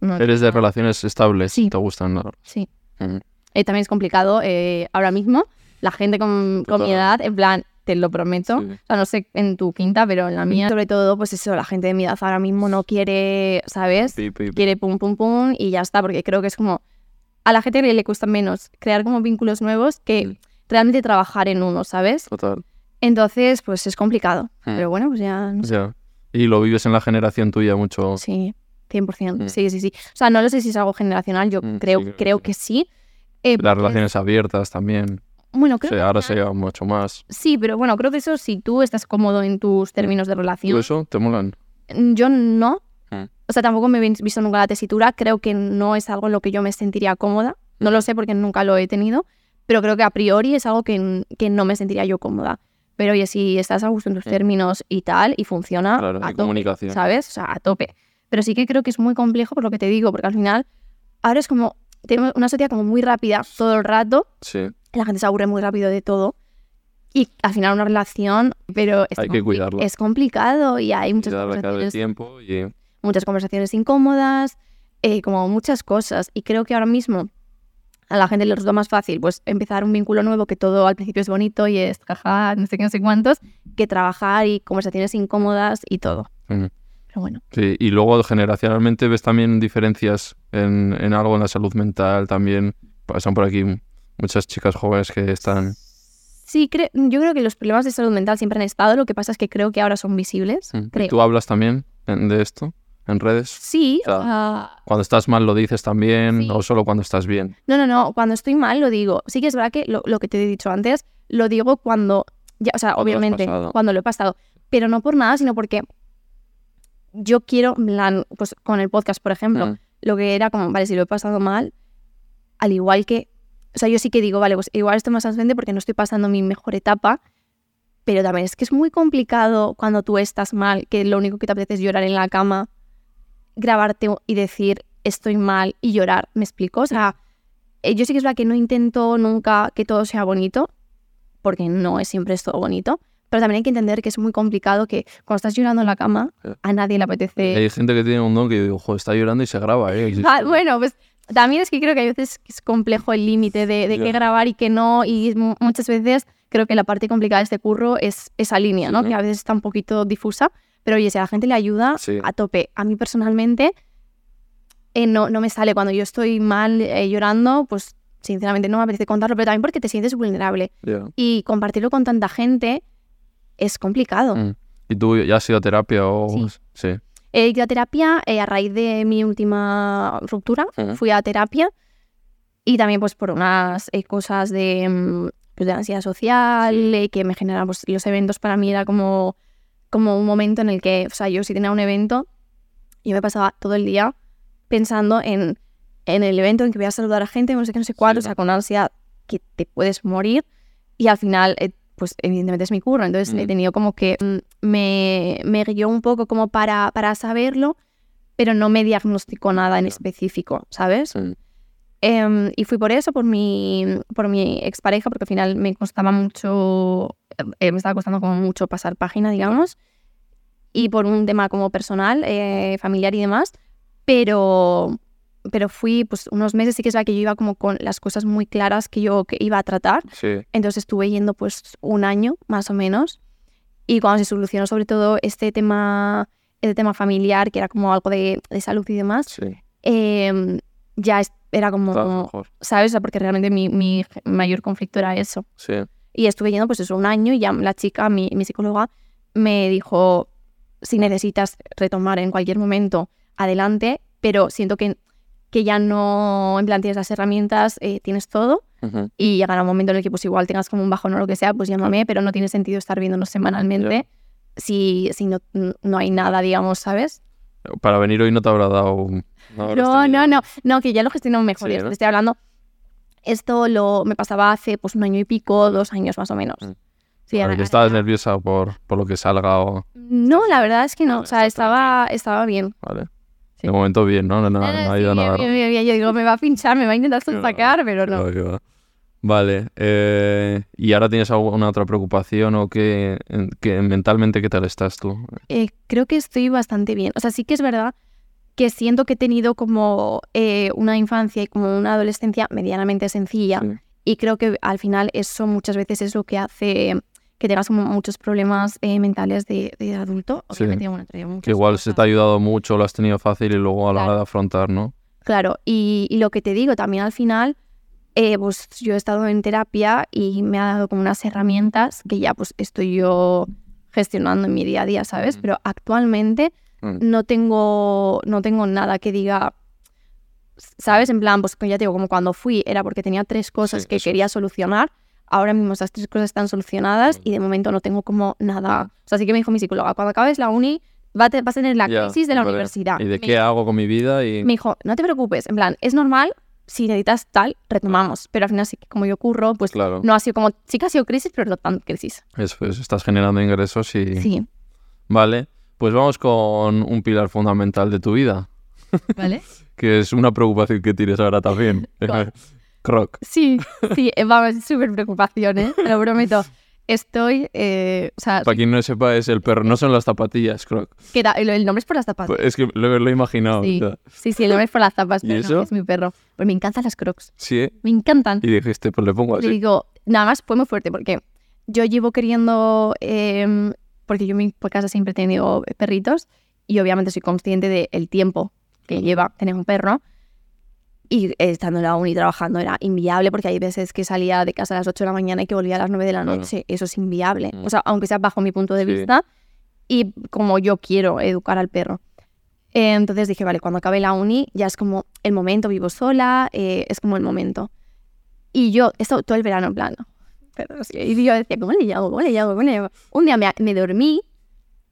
Speaker 1: no-
Speaker 2: Eres de relaciones estables,
Speaker 1: Sí.
Speaker 2: te gustan. ¿no?
Speaker 1: Sí.
Speaker 2: Mm.
Speaker 1: Eh, también es complicado eh, ahora mismo. La gente con, con mi
Speaker 2: Total.
Speaker 1: edad, en plan, te lo prometo.
Speaker 2: Sí.
Speaker 1: O sea, no sé en tu quinta, pero en la mía, sobre todo, pues eso, la gente de mi edad ahora mismo no quiere, ¿sabes?
Speaker 2: Pi, pi, pi.
Speaker 1: quiere pum pum pum y ya está, porque creo que es como a la gente le cuesta menos crear como vínculos nuevos
Speaker 2: Mm.
Speaker 1: que realmente trabajar en uno, ¿sabes?
Speaker 2: Total.
Speaker 1: Entonces, pues es complicado.
Speaker 2: Mm.
Speaker 1: Pero bueno, pues ya no sé.
Speaker 2: Ya. Y lo vives en la generación tuya mucho.
Speaker 1: Sí, 100%.
Speaker 2: Mm.
Speaker 1: Sí, sí, sí. O sea, no lo sé si es algo generacional, yo
Speaker 2: Mm,
Speaker 1: creo,
Speaker 2: sí, creo que
Speaker 1: creo que sí. Eh,
Speaker 2: Las
Speaker 1: porque-
Speaker 2: relaciones abiertas también.
Speaker 1: Bueno, creo
Speaker 2: Sí,
Speaker 1: que
Speaker 2: ahora
Speaker 1: al
Speaker 2: se
Speaker 1: final-
Speaker 2: lleva mucho más.
Speaker 1: Sí, pero bueno, creo que eso si tú estás cómodo en
Speaker 2: Mm.
Speaker 1: tus términos de
Speaker 2: ¿Tú
Speaker 1: relación.
Speaker 2: Pues eso te molan?
Speaker 1: Yo no.
Speaker 2: Mm.
Speaker 1: O sea, tampoco me he visto nunca la tesitura. Creo que no es algo en lo que yo me sentiría cómoda. No lo sé porque nunca lo he tenido. Pero creo que a priori es algo que, n- que no me sentiría yo cómoda. Pero oye, si estás a gusto en tus
Speaker 2: Mm.
Speaker 1: términos y tal, y funciona,
Speaker 2: Claro,
Speaker 1: a
Speaker 2: hay
Speaker 1: tope,
Speaker 2: comunicación.
Speaker 1: ¿sabes? O sea, a tope. Pero sí que creo que es muy complejo por lo que te digo, porque al final ahora es como, tenemos una sociedad como muy rápida todo el rato,
Speaker 2: Sí,
Speaker 1: la gente se aburre muy rápido de todo, y al final una relación, pero es,
Speaker 2: Hay que
Speaker 1: compli-
Speaker 2: cuidarla.
Speaker 1: es complicado y hay
Speaker 2: y
Speaker 1: muchas
Speaker 2: darle cada
Speaker 1: conversaciones
Speaker 2: tiempo y
Speaker 1: muchas conversaciones incómodas, eh, como muchas cosas. Y creo que ahora mismo a la gente le resulta más fácil pues empezar un vínculo nuevo que todo al principio es bonito y es jaja, no sé qué, no sé cuántos, que trabajar y conversaciones incómodas y todo.
Speaker 2: Mm.
Speaker 1: Pero bueno,
Speaker 2: Sí, y luego generacionalmente ves también diferencias en, en algo en la salud mental también. Pasan por aquí muchas chicas jóvenes que están...
Speaker 1: sí, cre- yo creo que los problemas de salud mental siempre han estado, lo que pasa es que creo que ahora son visibles.
Speaker 2: Mm. ¿Y
Speaker 1: creo.
Speaker 2: ¿Tú hablas también en- de esto en redes?
Speaker 1: Sí,
Speaker 2: Claro.
Speaker 1: ah,
Speaker 2: Cuando estás mal lo dices también
Speaker 1: Sí.
Speaker 2: o solo cuando estás bien.
Speaker 1: No, no, no. Cuando estoy mal lo digo. Sí que es verdad que lo, lo que te he dicho antes, lo digo cuando. Ya, o sea,
Speaker 2: Cuando lo has
Speaker 1: obviamente,
Speaker 2: pasado.
Speaker 1: cuando lo he pasado. Pero no por nada, sino porque yo quiero, en plan, pues con el podcast, por ejemplo,
Speaker 2: Mm.
Speaker 1: lo que era como, vale, si lo he pasado mal, al igual que. O sea, yo sí que digo, vale, pues igual estoy más al frente porque no estoy pasando mi mejor etapa. Pero también es que es muy complicado cuando tú estás mal, que lo único que te apetece es llorar en la cama, grabarte y decir estoy mal y llorar. ¿Me explico? O sea, eh, yo sí que es verdad que no intento nunca que todo sea bonito, porque no es siempre es todo bonito. Pero también hay que entender que es muy complicado que cuando estás llorando en la cama,
Speaker 2: Ya.
Speaker 1: a nadie le apetece.
Speaker 2: eh, Hay gente que tiene un don que yo digo, "Jo, está llorando y se graba, ¿eh?
Speaker 1: Ah, bueno, pues También es que creo que a veces es complejo el límite de, de qué
Speaker 2: Ya.
Speaker 1: grabar y qué no, y mu- muchas veces creo que la parte complicada de este curro es esa línea,
Speaker 2: Sí,
Speaker 1: ¿no?
Speaker 2: ¿no?
Speaker 1: Que a veces está un poquito difusa, pero oye, si a la gente le ayuda,
Speaker 2: Sí.
Speaker 1: a tope. A mí personalmente eh, no, no me sale cuando yo estoy mal eh, llorando, pues sinceramente no me apetece contarlo, pero también porque te sientes vulnerable.
Speaker 2: Ya.
Speaker 1: Y compartirlo con tanta gente es complicado.
Speaker 2: Mm. ¿Y tú ya has ido a terapia o...? Sí.
Speaker 1: He ido a terapia eh, a raíz de mi última ruptura.
Speaker 2: Ujú.
Speaker 1: Fui a terapia y también pues por unas eh, cosas de, mm, pues, de ansiedad social eh, que me generaban pues, los eventos para mí era como, como un momento en el que, o sea, yo si tenía un evento, yo me pasaba todo el día pensando en, en el evento en que voy a saludar a gente, no sé qué, no sé cuál,
Speaker 2: Sí,
Speaker 1: o sea,
Speaker 2: ¿no?
Speaker 1: con una ansiedad que te puedes morir y al final, eh, pues evidentemente es mi curro, entonces he
Speaker 2: Mm.
Speaker 1: tenido como que mm, me, me guió un poco como para, para saberlo, pero no me diagnosticó nada en
Speaker 2: Ya.
Speaker 1: específico, ¿sabes?
Speaker 2: Mm.
Speaker 1: Em, y fui por eso, por mi, por mi expareja, porque al final me costaba mucho, eh, me estaba costando como mucho pasar página, digamos, y por un tema como personal, eh, familiar y demás, pero, pero fui pues unos meses, sí que es verdad que yo iba como con las cosas muy claras que yo que iba a tratar,
Speaker 2: Sí.
Speaker 1: entonces estuve yendo pues un año más o menos y cuando se solucionó sobre todo este tema, este tema familiar, que era como algo de, de salud y demás,
Speaker 2: Sí.
Speaker 1: em, ya es- era como,
Speaker 2: Estabas mejor.
Speaker 1: ¿sabes? O sea, porque realmente mi, mi mayor conflicto era eso.
Speaker 2: Sí.
Speaker 1: Y estuve yendo pues eso un año y ya la chica, mi, mi psicóloga, me dijo, si necesitas retomar en cualquier momento, adelante, pero siento que, que ya no, en plan, tienes las herramientas, eh, tienes todo
Speaker 2: Ujú.
Speaker 1: y llegará un momento en el que pues igual tengas como un bajón o lo que sea, pues llámame, pero no tiene sentido estar viéndonos semanalmente si, si no, no hay nada, digamos, ¿sabes?
Speaker 2: Para venir hoy no te habrá dado... un- habrás
Speaker 1: No,
Speaker 2: tenido-
Speaker 1: no, no, no, que ya lo gestionamos mejor,
Speaker 2: Sí,
Speaker 1: ya te
Speaker 2: ¿no?
Speaker 1: estoy hablando. Esto lo me pasaba hace pues un año y pico, dos años más o menos.
Speaker 2: Mm.
Speaker 1: Sí,
Speaker 2: Ahora
Speaker 1: ahora-
Speaker 2: que estabas
Speaker 1: ahora-
Speaker 2: nerviosa por, por lo que salga o...
Speaker 1: No, la verdad es que Ah, no,
Speaker 2: Vale,
Speaker 1: o sea,
Speaker 2: estás
Speaker 1: estaba, estaba bien.
Speaker 2: Vale.
Speaker 1: Sí.
Speaker 2: De momento bien, ¿no? No, no, no
Speaker 1: Eh,
Speaker 2: ha
Speaker 1: sí,
Speaker 2: ido
Speaker 1: bien,
Speaker 2: nada.
Speaker 1: bien, bien, bien. Yo digo, me va a pinchar, me va a intentar
Speaker 2: Qué va.
Speaker 1: sacar, pero
Speaker 2: Qué
Speaker 1: no.
Speaker 2: va, qué va. Vale. eh, ¿Y ahora tienes alguna otra preocupación o qué, en- qué- mentalmente qué tal estás tú?
Speaker 1: Eh, creo que estoy bastante bien. O sea, sí que es verdad que siento que he tenido como eh, una infancia y como una adolescencia medianamente sencilla.
Speaker 2: Sí.
Speaker 1: Y creo que al final eso muchas veces es lo que hace que tengas como muchos problemas eh, mentales de, de adulto.
Speaker 2: Sí.
Speaker 1: Obviamente, bueno, traía muchas
Speaker 2: Que igual se te ha
Speaker 1: cosas.
Speaker 2: ayudado mucho, lo has tenido fácil y luego a la hora
Speaker 1: Claro.
Speaker 2: de afrontar, ¿no?
Speaker 1: Claro, y, y lo que te digo también al final, eh, pues yo he estado en terapia y me ha dado como unas herramientas que ya pues estoy yo gestionando en mi día a día, ¿sabes?
Speaker 2: Ujú.
Speaker 1: Pero actualmente
Speaker 2: Mm.
Speaker 1: no tengo, no tengo nada que diga, ¿sabes? En plan, pues que ya te digo, como cuando fui era porque tenía tres cosas
Speaker 2: Sí,
Speaker 1: que
Speaker 2: eso
Speaker 1: quería solucionar. Ahora mismo esas tres cosas están solucionadas y de
Speaker 2: Mm.
Speaker 1: momento no tengo como nada. O sea, así que me dijo mi psicóloga, cuando acabes la uni va a te- vas a tener la
Speaker 2: Ya,
Speaker 1: crisis de la
Speaker 2: vale.
Speaker 1: universidad.
Speaker 2: ¿Y
Speaker 1: Me
Speaker 2: de qué hago con mi vida? Y...
Speaker 1: me dijo, no te preocupes, en plan, es normal, si necesitas tal, retomamos. Pero al final, sí que como yo curro, pues
Speaker 2: Claro,
Speaker 1: no ha sido como, sí que ha sido crisis, pero no tan crisis.
Speaker 2: eso es, pues, estás generando ingresos y...
Speaker 1: Sí.
Speaker 2: Vale, pues vamos con un pilar fundamental de tu vida,
Speaker 1: ¿Vale?
Speaker 2: que es una preocupación que tienes ahora también.
Speaker 1: ¿Cuál?
Speaker 2: Croc.
Speaker 1: Sí, sí, eh, vamos, es súper preocupación, ¿eh? Te lo prometo. Estoy, eh, o sea,
Speaker 2: Para quien no sepa, es el perro, no son las zapatillas, Croc.
Speaker 1: que da- el, el nombre es por las tapas.
Speaker 2: Pues es que lo, lo he imaginado.
Speaker 1: sí.
Speaker 2: ya.
Speaker 1: sí, sí, el nombre es por las tapas,
Speaker 2: ¿Y
Speaker 1: pero no,
Speaker 2: eso?
Speaker 1: es mi perro. Pues me encantan las crocs,
Speaker 2: Sí, ¿eh?
Speaker 1: me encantan.
Speaker 2: Y dijiste, pues le pongo
Speaker 1: Le
Speaker 2: así.
Speaker 1: digo, nada más fue muy fuerte porque yo llevo queriendo, em, porque yo en mi casa siempre he tenido perritos y obviamente soy consciente del tiempo que lleva tener un perro. Y estando en la uni trabajando era inviable porque hay veces que salía de casa a las 8 de la mañana y que volvía a las 9 de la
Speaker 2: Claro.
Speaker 1: noche. Eso es inviable.
Speaker 2: Mm.
Speaker 1: O sea, aunque sea bajo mi punto de
Speaker 2: Sí.
Speaker 1: vista y como yo quiero educar al perro. Eh, entonces dije, vale, cuando acabe la uni ya es como el momento, vivo sola, eh, es como el momento. Y yo, esto todo el verano en plano. Pero sí, y yo decía, ¿cómo le hago? ¿Cómo le hago? ¿Cómo le hago? Un día me, me dormí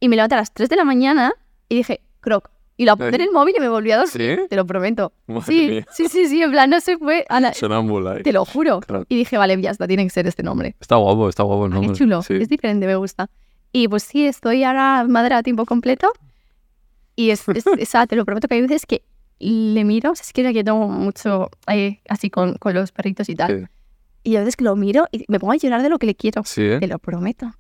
Speaker 1: y me levanté a las 3 de la mañana y dije, croc. Y lo apunté en el móvil y me volví a dormir.
Speaker 2: ¿Sí?
Speaker 1: Te lo prometo.
Speaker 2: Madre
Speaker 1: Sí,
Speaker 2: mía.
Speaker 1: sí, sí, sí, en plan, no se fue. Ana,
Speaker 2: Sonámbula. ¿eh?
Speaker 1: te lo juro.
Speaker 2: Croc.
Speaker 1: Y dije, vale, ya está, tiene que ser este nombre.
Speaker 2: Está guapo, está guapo el
Speaker 1: Ah, qué
Speaker 2: nombre.
Speaker 1: chulo,
Speaker 2: Sí.
Speaker 1: es diferente, me gusta. Y pues sí, estoy ahora madre a tiempo completo. Y es, es- o sea, te lo prometo que hay veces que le miro, o sea, es que yo tengo mucho eh, así con, con los perritos y tal.
Speaker 2: Sí,
Speaker 1: Y a veces que lo miro y me pongo a llorar de lo que le quiero.
Speaker 2: Sí, ¿eh?
Speaker 1: Te lo prometo.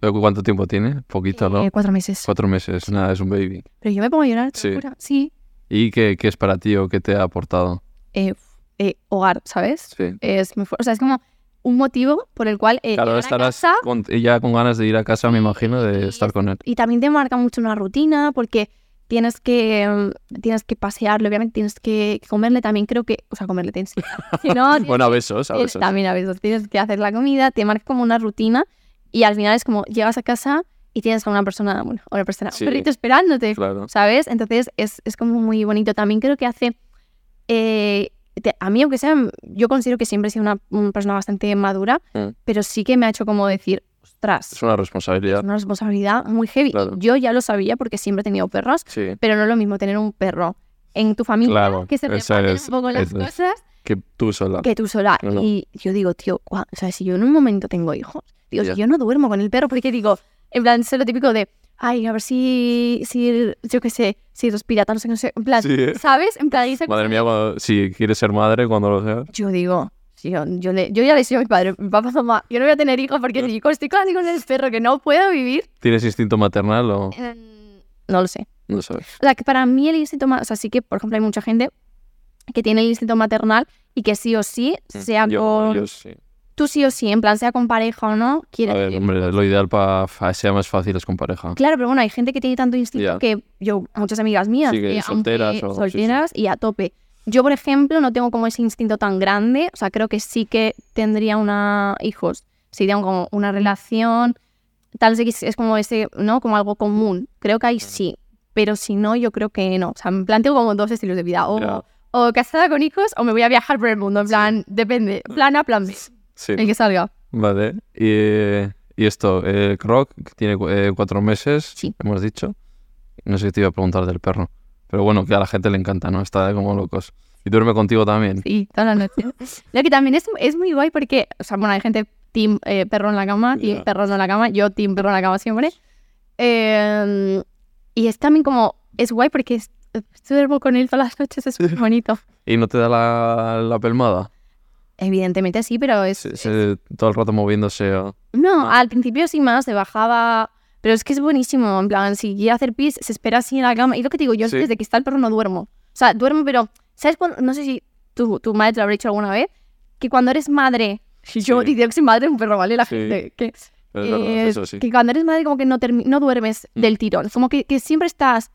Speaker 2: ¿Pero ¿Cuánto tiempo tiene? Poquito, ¿no?
Speaker 1: Eh, cuatro meses.
Speaker 2: Cuatro meses, nada, es un baby.
Speaker 1: Pero yo me pongo a llorar, te
Speaker 2: Sí.
Speaker 1: lo juro. Sí.
Speaker 2: ¿Y qué, qué es para ti o qué te ha aportado?
Speaker 1: eh, eh, hogar, ¿sabes?
Speaker 2: Sí.
Speaker 1: Es muy fu- o sea, es como un motivo por el cual eh,
Speaker 2: Claro,
Speaker 1: llegar a
Speaker 2: estarás
Speaker 1: casa
Speaker 2: con- ya con ganas de ir a casa, me imagino, de
Speaker 1: Y
Speaker 2: estar con él.
Speaker 1: y también te marca mucho una rutina porque tienes que mm, tienes que pasearlo, obviamente tienes que comerle también, creo que, o sea, comerle tienes que, si no, tienes
Speaker 2: Bueno, a besos, a
Speaker 1: Tienes-
Speaker 2: besos.
Speaker 1: También a veces tienes que hacer la comida, te marca como una rutina y al final es como llegas a casa y tienes a una persona, bueno, a una persona,
Speaker 2: Sí.
Speaker 1: un perrito esperándote,
Speaker 2: Claro.
Speaker 1: ¿sabes? Entonces es, es como muy bonito. También creo que hace, eh, te- a mí aunque sea, yo considero que siempre he sido una, una persona bastante madura,
Speaker 2: Mm.
Speaker 1: pero sí que me ha hecho como decir, ostras,
Speaker 2: Es una responsabilidad.
Speaker 1: es una responsabilidad muy heavy.
Speaker 2: Claro.
Speaker 1: Yo ya lo sabía porque siempre he tenido perros,
Speaker 2: Sí.
Speaker 1: pero no es lo mismo tener un perro en tu familia
Speaker 2: Claro,
Speaker 1: que se
Speaker 2: esa
Speaker 1: reparten
Speaker 2: es-
Speaker 1: un poco las
Speaker 2: esa es.
Speaker 1: cosas
Speaker 2: Que tú sola.
Speaker 1: que tú sola.
Speaker 2: No, no.
Speaker 1: Y yo digo, tío, guau, o sea, si yo en un momento tengo hijos, digo,
Speaker 2: Ya.
Speaker 1: si yo no duermo con el perro, porque digo, en plan, sé lo típico de, ay, a ver si, si yo qué sé, si respira, tal, no sé, qué, no sé, en plan,
Speaker 2: Sí, eh.
Speaker 1: ¿sabes? En plan, y esa
Speaker 2: Madre
Speaker 1: cosa-
Speaker 2: mía, cuando- si quieres ser madre, cuando lo seas.
Speaker 1: Yo digo, sí, yo, yo le- yo ya le digo a mi padre, papá, mamá, yo no voy a tener hijos porque si yo estoy casi con el perro que no puedo vivir,
Speaker 2: ¿Tienes instinto maternal o
Speaker 1: eh, no lo sé.
Speaker 2: no sabes?
Speaker 1: O sea, que para mí el instinto maternal, o sea, sí que, por ejemplo, hay mucha gente que tiene el instinto maternal y que sí o sí, sea
Speaker 2: Mm, yo,
Speaker 1: con,
Speaker 2: yo sí.
Speaker 1: tú sí o sí, en plan, sea con pareja o no,
Speaker 2: A
Speaker 1: quieres...
Speaker 2: ver, hombre, lo ideal para sea más fácil es con pareja.
Speaker 1: Claro, pero bueno, hay gente que tiene tanto instinto
Speaker 2: Ya.
Speaker 1: que yo, muchas amigas mías,
Speaker 2: Sí, que
Speaker 1: que aunque
Speaker 2: solteras o- sí,
Speaker 1: solteras y a tope. Yo, por ejemplo, no tengo como ese instinto tan grande, o sea, creo que sí que tendría una hijos, si tengo como una relación, tal vez es- es como ese, ¿no? Como algo común. Creo que ahí sí, pero si no, yo creo que no. O sea, me planteo como dos estilos de vida, o,
Speaker 2: Ya.
Speaker 1: o casada con hijos o me voy a viajar por el mundo, en plan, depende, plan A, plan B,
Speaker 2: Sí.
Speaker 1: el que salga.
Speaker 2: Vale. Y, eh, y esto, el Croc que tiene cu- eh, cuatro meses,
Speaker 1: Sí.
Speaker 2: hemos dicho. No sé qué te iba a preguntar del perro. Pero bueno, que a la gente le encanta, ¿no? Está como locos. Y duerme contigo también.
Speaker 1: Sí, toda la noche. Lo que también es, es muy guay porque, o sea, bueno, hay gente team eh, perro en la cama, team
Speaker 2: Ya.
Speaker 1: perros no en la cama, yo team perro en la cama siempre. Eh, y es también como, es guay porque es, duermo con él todas las noches, es muy bonito.
Speaker 2: ¿Y no te da la, la pelmada?
Speaker 1: Evidentemente sí, pero es...
Speaker 2: Se- se- todo el rato moviéndose. o-
Speaker 1: No, al principio sí más, se bajaba... Pero es que es buenísimo, en plan, si quiere hacer pis, se espera así en la cama. Y lo que te digo, yo
Speaker 2: Sí.
Speaker 1: desde que está el perro no duermo. O sea, duermo, pero, ¿sabes cuándo? No sé si tu, tu madre te lo habrá dicho alguna vez, que cuando eres madre, yo
Speaker 2: Sí.
Speaker 1: te digo que soy madre es un perro, ¿vale? La
Speaker 2: Sí.
Speaker 1: gente que,
Speaker 2: Es verdad,
Speaker 1: eh,
Speaker 2: eso sí.
Speaker 1: que cuando eres madre como que no, termi- no duermes
Speaker 2: Mm.
Speaker 1: del tirón, como que, que siempre estás,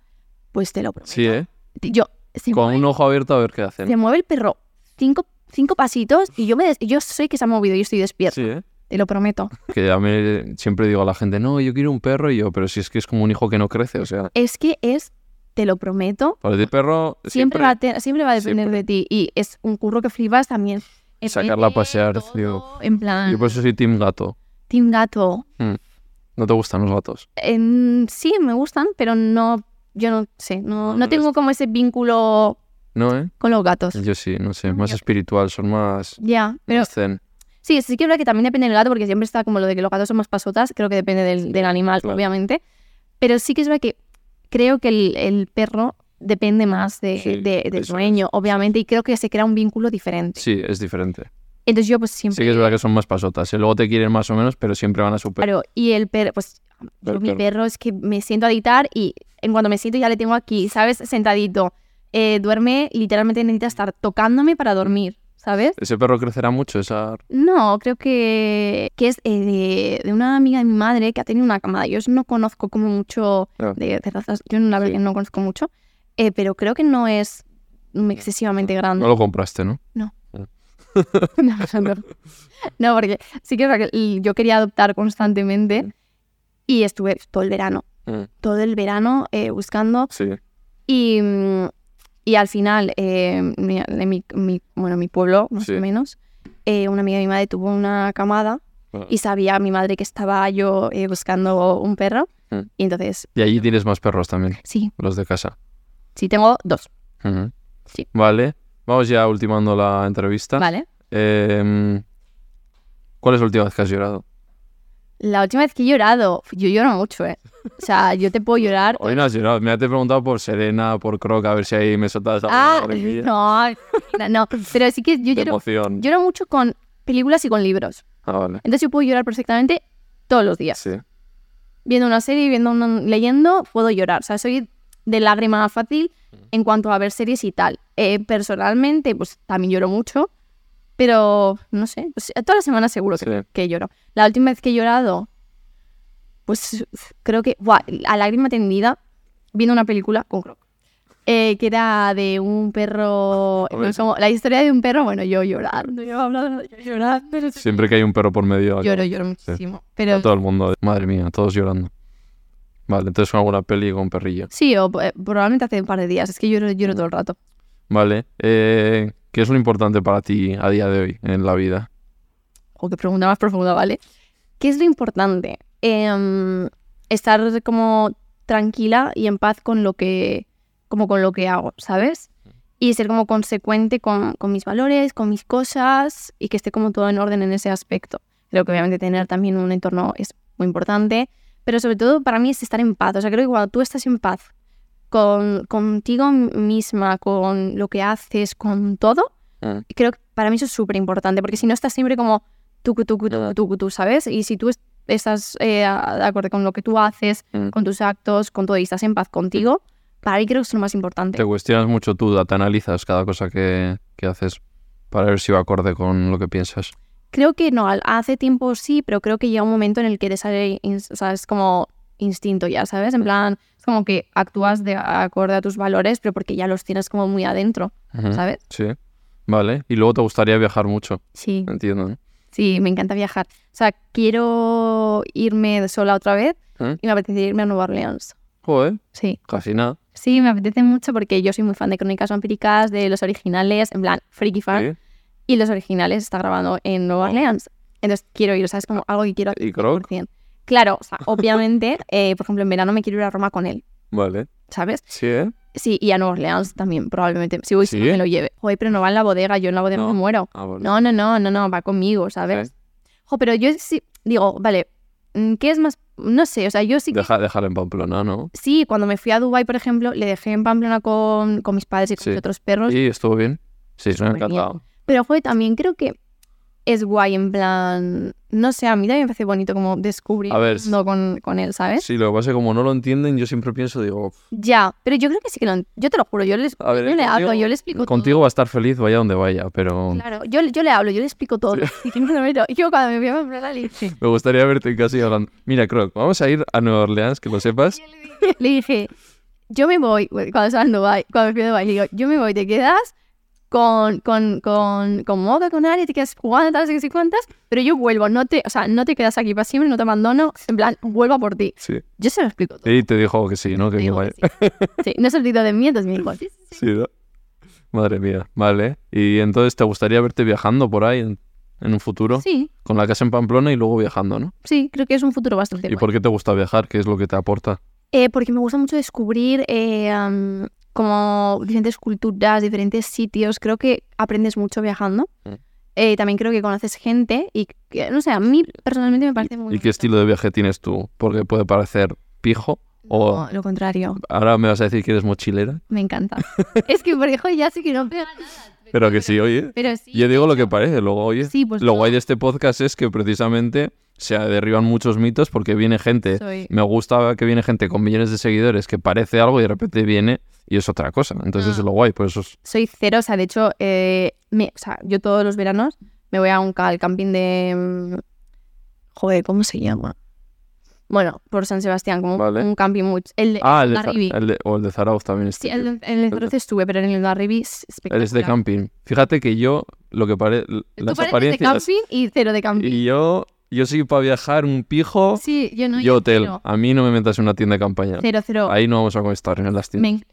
Speaker 1: pues te lo prometo.
Speaker 2: Sí, ¿eh?
Speaker 1: Yo, se,
Speaker 2: Con
Speaker 1: mueve,
Speaker 2: un ojo abierto a ver qué
Speaker 1: se
Speaker 2: hacen.
Speaker 1: mueve el perro cinco, cinco pasitos y yo, me des- yo sé que se ha movido, yo estoy despierta,
Speaker 2: Sí, ¿eh?
Speaker 1: te lo prometo.
Speaker 2: Que a mí siempre digo a la gente, no, yo quiero un perro y yo, pero si es que es como un hijo que no crece, o sea,
Speaker 1: Es que es, te lo prometo,
Speaker 2: para ti perro
Speaker 1: siempre,
Speaker 2: siempre,
Speaker 1: va, a te- siempre va a depender
Speaker 2: siempre.
Speaker 1: de ti y es un curro que flipas también. El
Speaker 2: Sacarla a
Speaker 1: bebé,
Speaker 2: pasear,
Speaker 1: todo,
Speaker 2: tío.
Speaker 1: En plan,
Speaker 2: Yo pues, por eso soy team gato.
Speaker 1: team gato.
Speaker 2: No te gustan los gatos.
Speaker 1: Em, sí, me gustan, pero no, yo no sé,
Speaker 2: No,
Speaker 1: no,
Speaker 2: no
Speaker 1: no tengo como ese vínculo
Speaker 2: ¿No, eh?
Speaker 1: con los gatos.
Speaker 2: Yo sí, no sé,
Speaker 1: No,
Speaker 2: más
Speaker 1: yo-
Speaker 2: espiritual, son más,
Speaker 1: Ya, Ah, pero
Speaker 2: más zen.
Speaker 1: sí, sí que es verdad que también depende del gato, porque siempre está como lo de que los gatos son más pasotas, creo que depende del, del animal,
Speaker 2: claro.
Speaker 1: obviamente. Pero sí que es verdad que creo que el, el perro depende más de,
Speaker 2: Sí,
Speaker 1: de-
Speaker 2: eso
Speaker 1: del
Speaker 2: es,
Speaker 1: dueño, obviamente, y creo que se crea un vínculo diferente.
Speaker 2: Sí, es diferente.
Speaker 1: Entonces yo pues siempre...
Speaker 2: Sí que es verdad que son más pasotas. ¿eh? Luego te quieren más o menos, pero siempre van a su perro.
Speaker 1: Claro, y el perro, pues yo
Speaker 2: Pero
Speaker 1: mi
Speaker 2: claro.
Speaker 1: perro es que me siento a editar y en cuanto me siento ya le tengo aquí, ¿sabes? Sentadito. Eh, duerme, literalmente necesita estar tocándome para dormir, ¿sabes?
Speaker 2: Ese perro crecerá mucho, esa...
Speaker 1: No, creo que, que es eh, de, de una amiga de mi madre que ha tenido una camada. Yo no conozco como mucho
Speaker 2: Ah.
Speaker 1: de, de razas, yo la verdad
Speaker 2: Sí.
Speaker 1: que no conozco mucho, eh, pero creo que no es
Speaker 2: Ah,
Speaker 1: mm, excesivamente grande.
Speaker 2: No lo compraste, ¿no?
Speaker 1: No, no, no. No, porque sí que es verdad que yo quería adoptar
Speaker 2: Mm.
Speaker 1: constantemente y estuve todo el verano, todo el verano eh, buscando
Speaker 2: Sí.
Speaker 1: y, mm, y al final eh, mi, de mi- mi- bueno, mi pueblo, más
Speaker 2: Sí.
Speaker 1: o menos, eh, una amiga de mi madre tuvo una camada
Speaker 2: Ah.
Speaker 1: y sabía mi madre que estaba yo eh, buscando un perro
Speaker 2: Mm.
Speaker 1: y entonces
Speaker 2: Y allí tienes más perros también,
Speaker 1: sí,
Speaker 2: los de casa.
Speaker 1: sí tengo dos,
Speaker 2: Ujú.
Speaker 1: Sí.
Speaker 2: Vale, vamos ya ultimando la entrevista.
Speaker 1: ¿vale?
Speaker 2: Em, ¿Cuál es la última vez que has llorado?
Speaker 1: La última vez que he llorado, yo lloro mucho, ¿eh? O sea, yo te puedo llorar
Speaker 2: Hoy no has llorado. Me has preguntado por Serena, por Croc, a ver si ahí me soltas alguna
Speaker 1: Ah,
Speaker 2: lagrimilla
Speaker 1: no, no, no, pero sí que yo
Speaker 2: de
Speaker 1: lloro,
Speaker 2: emoción.
Speaker 1: lloro mucho con películas y con libros.
Speaker 2: Ah, vale.
Speaker 1: Entonces yo puedo llorar perfectamente todos los días.
Speaker 2: Sí.
Speaker 1: Viendo una serie, viendo
Speaker 2: Mm.
Speaker 1: una, leyendo, puedo llorar. O sea, soy de lágrima fácil en cuanto a ver series y tal. Eh, personalmente, pues también lloro mucho, pero no sé, pues, todas las semanas seguro que,
Speaker 2: Sí.
Speaker 1: que lloro. La última vez que he llorado, pues creo que, buah, a lágrima tendida, viendo una película con Croc, eh, que era de un perro,
Speaker 2: Hombre,
Speaker 1: no sé cómo- la historia de un perro, bueno, yo llorando, yo hablando, yo llorando, no sé.
Speaker 2: Siempre que hay un perro por medio.
Speaker 1: lloro, lloro
Speaker 2: Sí.
Speaker 1: muchísimo. Pero
Speaker 2: Todo el mundo. Madre mía, todos llorando. Vale, entonces alguna peli con perrillo.
Speaker 1: sí, o eh, probablemente hace un par de días, es que lloro, lloro
Speaker 2: Mm.
Speaker 1: todo el rato.
Speaker 2: Vale. eh, ¿Qué es lo importante para ti a día de hoy en la vida?
Speaker 1: o que pregunta más profunda, ¿vale? ¿Qué es lo importante? Em, estar como tranquila y en paz con lo que, como con lo que hago, ¿sabes? Y ser como consecuente con, con mis valores, con mis cosas y que esté como todo en orden en ese aspecto. Creo que obviamente tener también un entorno es muy importante, pero sobre todo para mí es estar en paz. O sea, creo que cuando tú estás en paz con, contigo misma, con lo que haces, con todo, creo que para mí eso es súper importante, porque si no estás siempre como tú, tú, tú, tú, tú, tú, ¿sabes? Y si tú es- estás eh, a- de acuerdo con lo que tú haces,
Speaker 2: Mm.
Speaker 1: con tus actos, con todo, y estás en paz contigo, para mí creo que es lo más importante.
Speaker 2: Te cuestionas mucho tú, te analizas cada cosa que, que haces para ver si va acorde con lo que piensas.
Speaker 1: Creo que no, al- hace tiempo sí, pero creo que llega un momento en el que te sale, ins- o sea, es como instinto ya, ¿sabes? En plan, es como que actúas de acorde a tus valores, pero porque ya los tienes como muy adentro,
Speaker 2: Ujú.
Speaker 1: ¿sabes?
Speaker 2: Sí. Vale. Y luego te gustaría viajar mucho.
Speaker 1: Sí.
Speaker 2: Entiendo. ¿no?
Speaker 1: Sí, me encanta viajar. O sea, quiero irme de sola otra vez
Speaker 2: ¿Eh?
Speaker 1: y me apetece irme a Nueva Orleans.
Speaker 2: Joder,
Speaker 1: Sí.
Speaker 2: casi nada.
Speaker 1: Sí, me apetece mucho porque yo soy muy fan de Crónicas Vampíricas, de los originales, en plan, freaky fan.
Speaker 2: Sí.
Speaker 1: Y los originales está grabando en Nueva
Speaker 2: Oh.
Speaker 1: Orleans. Entonces quiero ir, o sea, es como algo que quiero
Speaker 2: Ah, ¿Y Croc?
Speaker 1: 100%. Claro, o sea, obviamente, eh, por ejemplo, en verano me quiero ir a Roma con él,
Speaker 2: Vale.
Speaker 1: ¿sabes?
Speaker 2: Sí, ¿eh?
Speaker 1: Sí, y a Nueva Orleans también, probablemente. Si voy,
Speaker 2: ¿Sí?
Speaker 1: si no me lo lleve. Joder, pero no va en la bodega, yo en la bodega
Speaker 2: No.
Speaker 1: me muero.
Speaker 2: Ah, vale.
Speaker 1: No, no, no, no, no, va conmigo, ¿sabes?
Speaker 2: Sí.
Speaker 1: Jo, pero yo sí, digo, vale, mm, ¿qué es más? No sé, o sea, yo sí que
Speaker 2: Deja, dejar en Pamplona, ¿no?
Speaker 1: Sí, cuando me fui a Dubai, por ejemplo, le dejé en Pamplona con, con mis padres y con
Speaker 2: Sí.
Speaker 1: mis otros perros.
Speaker 2: Y estuvo bien. Sí, me ha
Speaker 1: Súper bien.
Speaker 2: encantado.
Speaker 1: Pero, joder, también creo que es guay, en plan... No sé, a mí también me parece bonito como descubrir
Speaker 2: A ver,
Speaker 1: el mundo con, con él, ¿sabes?
Speaker 2: Sí, lo que pasa es que como no lo entienden, yo siempre pienso, digo,
Speaker 1: Ya, pero yo creo que sí que lo... en- Yo te lo juro, yo, les,
Speaker 2: A ver,
Speaker 1: yo le
Speaker 2: contigo-
Speaker 1: hablo, yo le explico
Speaker 2: Pues contigo va a estar feliz vaya donde vaya, pero
Speaker 1: todo. Claro, yo, le- yo le hablo, yo le explico todo. Y que no lo veo. yo cuando me voy a Pamplona le dije...
Speaker 2: me gustaría verte en casa y hablando. Mira, Croc, vamos a ir a Nueva Orleans, que lo sepas.
Speaker 1: le dije, yo me voy, bueno, cuando estaba en Dubái, cuando me fui a Dubái, le digo, yo me voy, te quedas con, con, con, con Moca, con Ari, te quedas jugando, tal, no sé cuántas, pero yo vuelvo, no te, o sea, no te quedas aquí para siempre, no te abandono, en plan, vuelvo a por ti.
Speaker 2: Sí.
Speaker 1: Yo se lo explico todo.
Speaker 2: Y te dijo que sí, ¿no? Que
Speaker 1: Le digo
Speaker 2: guay.
Speaker 1: que sí. Sí, no se olvidó de mí, entonces me dijo, sí, sí, sí.
Speaker 2: Sí, ¿no? Madre mía, vale. Y entonces te gustaría verte viajando por ahí en, en un futuro,
Speaker 1: Sí,
Speaker 2: con la casa en Pamplona y luego viajando, ¿no?
Speaker 1: sí, creo que es un futuro bastante
Speaker 2: ¿Y
Speaker 1: guay.
Speaker 2: por qué te gusta viajar? ¿Qué es lo que te aporta?
Speaker 1: Eh, porque me gusta mucho descubrir eh, am, como diferentes culturas, diferentes sitios. Creo que aprendes mucho viajando.
Speaker 2: Mm.
Speaker 1: Eh, también creo que conoces gente y, que, no sé, a mí personalmente me parece muy...
Speaker 2: ¿Y qué estilo de viaje tienes tú? Porque puede parecer pijo o
Speaker 1: No, lo contrario,
Speaker 2: ahora me vas a decir que eres mochilera,
Speaker 1: me encanta. es que, por ejemplo, ya sí que no pega nada.
Speaker 2: pero que sí, oye.
Speaker 1: Pero sí,
Speaker 2: Yo digo lo que parece, luego, oye,
Speaker 1: sí, pues
Speaker 2: Lo
Speaker 1: no,
Speaker 2: guay de este podcast es que precisamente se derriban muchos mitos porque viene gente.
Speaker 1: soy-
Speaker 2: Me gusta que viene gente con millones de seguidores que parece algo y de repente viene y es otra cosa. Entonces
Speaker 1: Ah.
Speaker 2: es lo guay, pues por eso es-
Speaker 1: soy cero, o sea, de hecho, eh, me- o sea, yo todos los veranos me voy a un, ca- al camping de... mm, Joder, ¿cómo se llama? Bueno, por San Sebastián, como
Speaker 2: Vale.
Speaker 1: un camping muy... El de,
Speaker 2: Ah, el de, Za-
Speaker 1: Arribi.
Speaker 2: el de- o el de Zarauz también es.
Speaker 1: Eh, Sí, el, en el Lanzarote estuve, pero en el Arribi es espectacular.
Speaker 2: Eres de camping. Fíjate que yo, lo que parece,
Speaker 1: Tú
Speaker 2: las
Speaker 1: pareces
Speaker 2: apariencias.
Speaker 1: de camping y cero de camping.
Speaker 2: Y yo, yo soy para viajar un pijo
Speaker 1: Sí, yo no.
Speaker 2: y hotel.
Speaker 1: Cero,
Speaker 2: A mí no me metas en una tienda de campaña.
Speaker 1: cero. cero.
Speaker 2: Ahí no vamos a estar en las tiendas.
Speaker 1: Me en-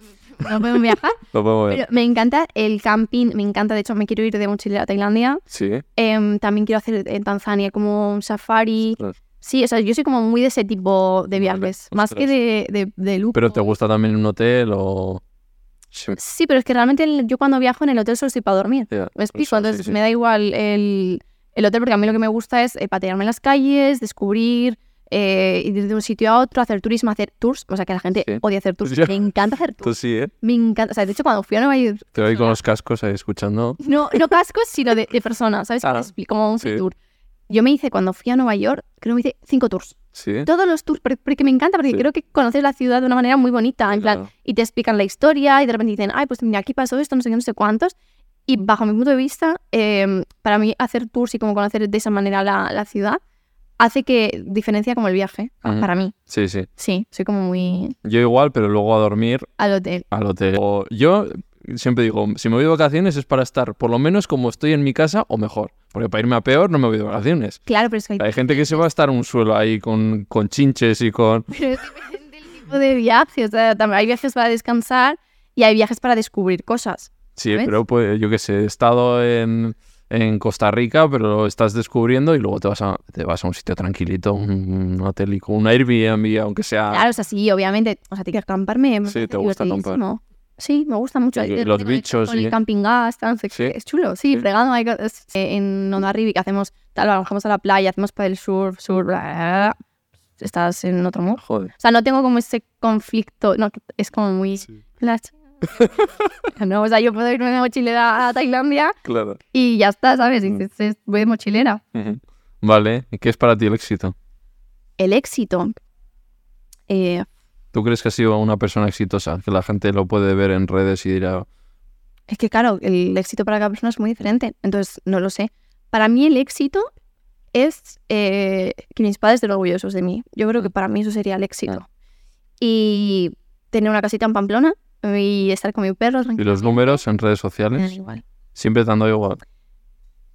Speaker 1: no podemos viajar,
Speaker 2: Lo podemos ver.
Speaker 1: pero me encanta el camping, me encanta, de hecho me quiero ir de mochilera a Tailandia,
Speaker 2: Sí.
Speaker 1: Em, también quiero hacer en Tanzania como un safari.
Speaker 2: Ostras.
Speaker 1: Sí, o sea, yo soy como muy de ese tipo de
Speaker 2: Vale,
Speaker 1: viajes, más
Speaker 2: ostras.
Speaker 1: que de, de, de lujo.
Speaker 2: Pero te gusta también un hotel o. Sí.
Speaker 1: Sí, pero es que realmente el- yo cuando viajo en el hotel solo estoy para dormir.
Speaker 2: Ya,
Speaker 1: Me
Speaker 2: por
Speaker 1: explico,
Speaker 2: eso, sí,
Speaker 1: entonces
Speaker 2: sí.
Speaker 1: me da igual el, el hotel porque a mí lo que me gusta es eh, patearme en las calles, descubrir, eh, ir de un sitio a otro, hacer turismo, hacer tours. O sea, que la gente
Speaker 2: Sí.
Speaker 1: odia hacer tours.
Speaker 2: Ya.
Speaker 1: Me encanta hacer
Speaker 2: Tú
Speaker 1: tours.
Speaker 2: sí, ¿eh?
Speaker 1: Me encanta. O sea, de hecho, cuando fui a Nueva York,
Speaker 2: Te voy con los cascos ahí escuchando.
Speaker 1: no, no cascos, sino de, de personas, ¿sabes?
Speaker 2: Claro.
Speaker 1: Expli- Como un
Speaker 2: Sí.
Speaker 1: tour. Yo me hice, cuando fui a Nueva York, creo que me hice cinco tours.
Speaker 2: Sí.
Speaker 1: Todos los tours, por- porque me encanta, porque
Speaker 2: Sí.
Speaker 1: creo que conoces la ciudad de una manera muy bonita, en plan,
Speaker 2: Claro.
Speaker 1: y te explican la historia y de repente dicen, ay, pues mira, aquí pasó esto, no sé qué, no sé cuántos. Y bajo mi punto de vista, eh, para mí hacer tours y como conocer de esa manera la, la ciudad hace que diferencia como el viaje, pa-
Speaker 2: Ujú.
Speaker 1: para mí.
Speaker 2: Sí, sí.
Speaker 1: Sí, soy como muy
Speaker 2: Yo igual, pero luego a dormir
Speaker 1: al hotel.
Speaker 2: al hotel. O- yo siempre digo, si me voy de vacaciones es para estar por lo menos como estoy en mi casa o mejor. Porque para irme a peor no me voy de vacaciones.
Speaker 1: Claro, pero es que hay-
Speaker 2: Hay gente que se va a estar un suelo ahí con, con chinches y con...
Speaker 1: pero es diferente el tipo de viaje. O sea, tam- hay viajes para descansar y hay viajes para descubrir cosas.
Speaker 2: Sí,
Speaker 1: ¿Ves?
Speaker 2: pero pues yo qué sé, he estado en, en Costa Rica, pero lo estás descubriendo y luego te vas a, te vas a un sitio tranquilito, un, un hotel y con un Airbnb, aunque sea...
Speaker 1: Claro, o sea, sí, obviamente. O sea, te que acamparme. me
Speaker 2: Ah. Sí,
Speaker 1: parece
Speaker 2: te gusta acampar.
Speaker 1: divertidísimo. Sí, me gusta mucho.
Speaker 2: Y
Speaker 1: Hay-
Speaker 2: los
Speaker 1: con el-
Speaker 2: bichos
Speaker 1: Con
Speaker 2: y-
Speaker 1: el camping gas, tal, no sé
Speaker 2: Sí.
Speaker 1: qué. es chulo. Sí,
Speaker 2: Sí.
Speaker 1: fregando. hay co- es- eh, en Ondarribi que hacemos, tal, bajamos a la playa, hacemos para el surf, surf, bla, bla, bla, bla. Estás en otro mundo.
Speaker 2: Joder.
Speaker 1: O sea, no tengo como ese conflicto. No, que es como muy... la ch- no, o sea, yo puedo irme de mochilera a Tailandia
Speaker 2: Claro.
Speaker 1: y ya está, ¿sabes? Y
Speaker 2: Mm.
Speaker 1: dices, "Es- voy de mochilera.
Speaker 2: Vale, ¿y qué es para ti el éxito?
Speaker 1: El éxito. Eh,
Speaker 2: ¿Tú crees que has sido una persona exitosa? Que la gente lo puede ver en redes y dirá,
Speaker 1: es que, claro, el éxito para cada persona es muy diferente. Entonces, no lo sé. Para mí, el éxito es eh, que mis padres estén orgullosos de mí. Yo creo que para mí eso sería el éxito. Y tener una casita en Pamplona y estar con mi perro.
Speaker 2: ¿y los números en redes
Speaker 1: me
Speaker 2: sociales?
Speaker 1: dan igual.
Speaker 2: Siempre te han dado igual.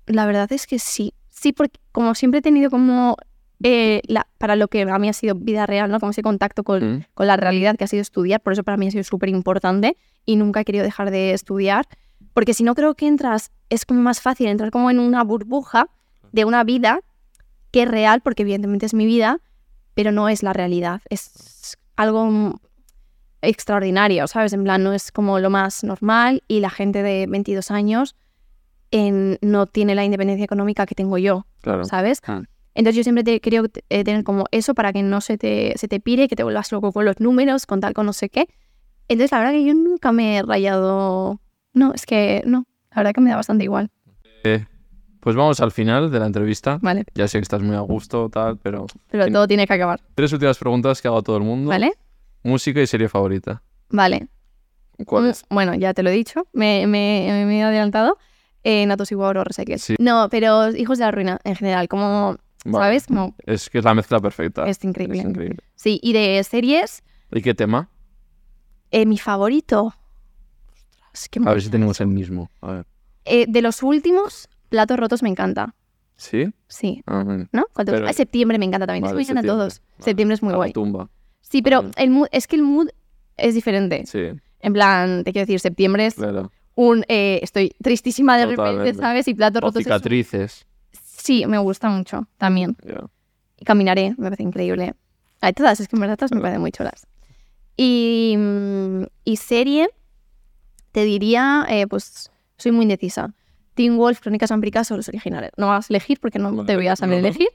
Speaker 1: La verdad es que sí. Sí, porque como siempre he tenido como eh, la- para lo que a mí ha sido vida real, ¿no? Como ese contacto con,
Speaker 2: Mm.
Speaker 1: con la realidad que ha sido estudiar, por eso para mí ha sido súper importante y nunca he querido dejar de estudiar, porque si no creo que entras, es como más fácil entrar como en una burbuja de una vida que es real, porque evidentemente es mi vida, pero no es la realidad, es algo mm, extraordinario, ¿sabes? En plan, no es como lo más normal y la gente de 22 años en- no tiene la independencia económica que tengo yo,
Speaker 2: Claro.
Speaker 1: ¿sabes?
Speaker 2: Ah.
Speaker 1: Entonces yo siempre te, creo que, eh, tener como eso para que no se te, se te pire, que te vuelvas loco con los números, con tal, con no sé qué. Entonces la verdad que yo nunca me he rayado... No, es que no, la verdad que me da bastante igual,
Speaker 2: Pues vamos al final de la entrevista.
Speaker 1: ¿vale?
Speaker 2: Ya sé que estás muy a gusto, tal, pero...
Speaker 1: Pero
Speaker 2: Bien.
Speaker 1: todo tiene que acabar,
Speaker 2: Tres últimas preguntas que hago a todo el mundo.
Speaker 1: ¿vale?
Speaker 2: Música y serie favorita.
Speaker 1: Vale.
Speaker 2: ¿Cuál
Speaker 1: Mm,
Speaker 2: es?
Speaker 1: Bueno, ya te lo he dicho, me, me- me he adelantado. Eh, Natos y Guauro Resequiel.
Speaker 2: Sí.
Speaker 1: No, pero Hijos de la Ruina en general, como,
Speaker 2: Vale.
Speaker 1: Mm, ¿sabes? Como
Speaker 2: Es que es la mezcla perfecta.
Speaker 1: es increíble.
Speaker 2: Es increíble.
Speaker 1: Sí, y de series,
Speaker 2: ¿Y qué tema?
Speaker 1: eh, mi favorito. Ostras, qué
Speaker 2: A ver si
Speaker 1: maravilla.
Speaker 2: tenemos el mismo. A ver.
Speaker 1: Eh, de los últimos, Platos Rotos me encanta.
Speaker 2: ¿Sí?
Speaker 1: Sí,
Speaker 2: Ah, vale.
Speaker 1: ¿no? Cuando-
Speaker 2: Pero-
Speaker 1: ah, septiembre me encanta también. es
Speaker 2: Vale,
Speaker 1: que me encantan
Speaker 2: septiembre.
Speaker 1: todos.
Speaker 2: Vale.
Speaker 1: Septiembre es muy
Speaker 2: A la
Speaker 1: guay.
Speaker 2: tumba.
Speaker 1: Sí, pero
Speaker 2: Vale.
Speaker 1: el mood, es que el mood es diferente.
Speaker 2: Sí,
Speaker 1: En plan, te quiero decir, septiembre es
Speaker 2: claro.
Speaker 1: un eh, estoy tristísima de
Speaker 2: Totalmente.
Speaker 1: repente, ¿sabes? Y Platos
Speaker 2: O
Speaker 1: Rotos es un-
Speaker 2: cicatrices.
Speaker 1: Sí, me gusta mucho también.
Speaker 2: Ya.
Speaker 1: Y Caminaré, me parece increíble. Hay todas, es que en verdad todas me parecen muy cholas. Y, mm, y serie, te diría, eh, pues soy muy indecisa. Teen Wolf, Crónicas Ambricas o los originales. No vas a elegir porque no
Speaker 2: Vale,
Speaker 1: te voy a saber
Speaker 2: no.
Speaker 1: elegir,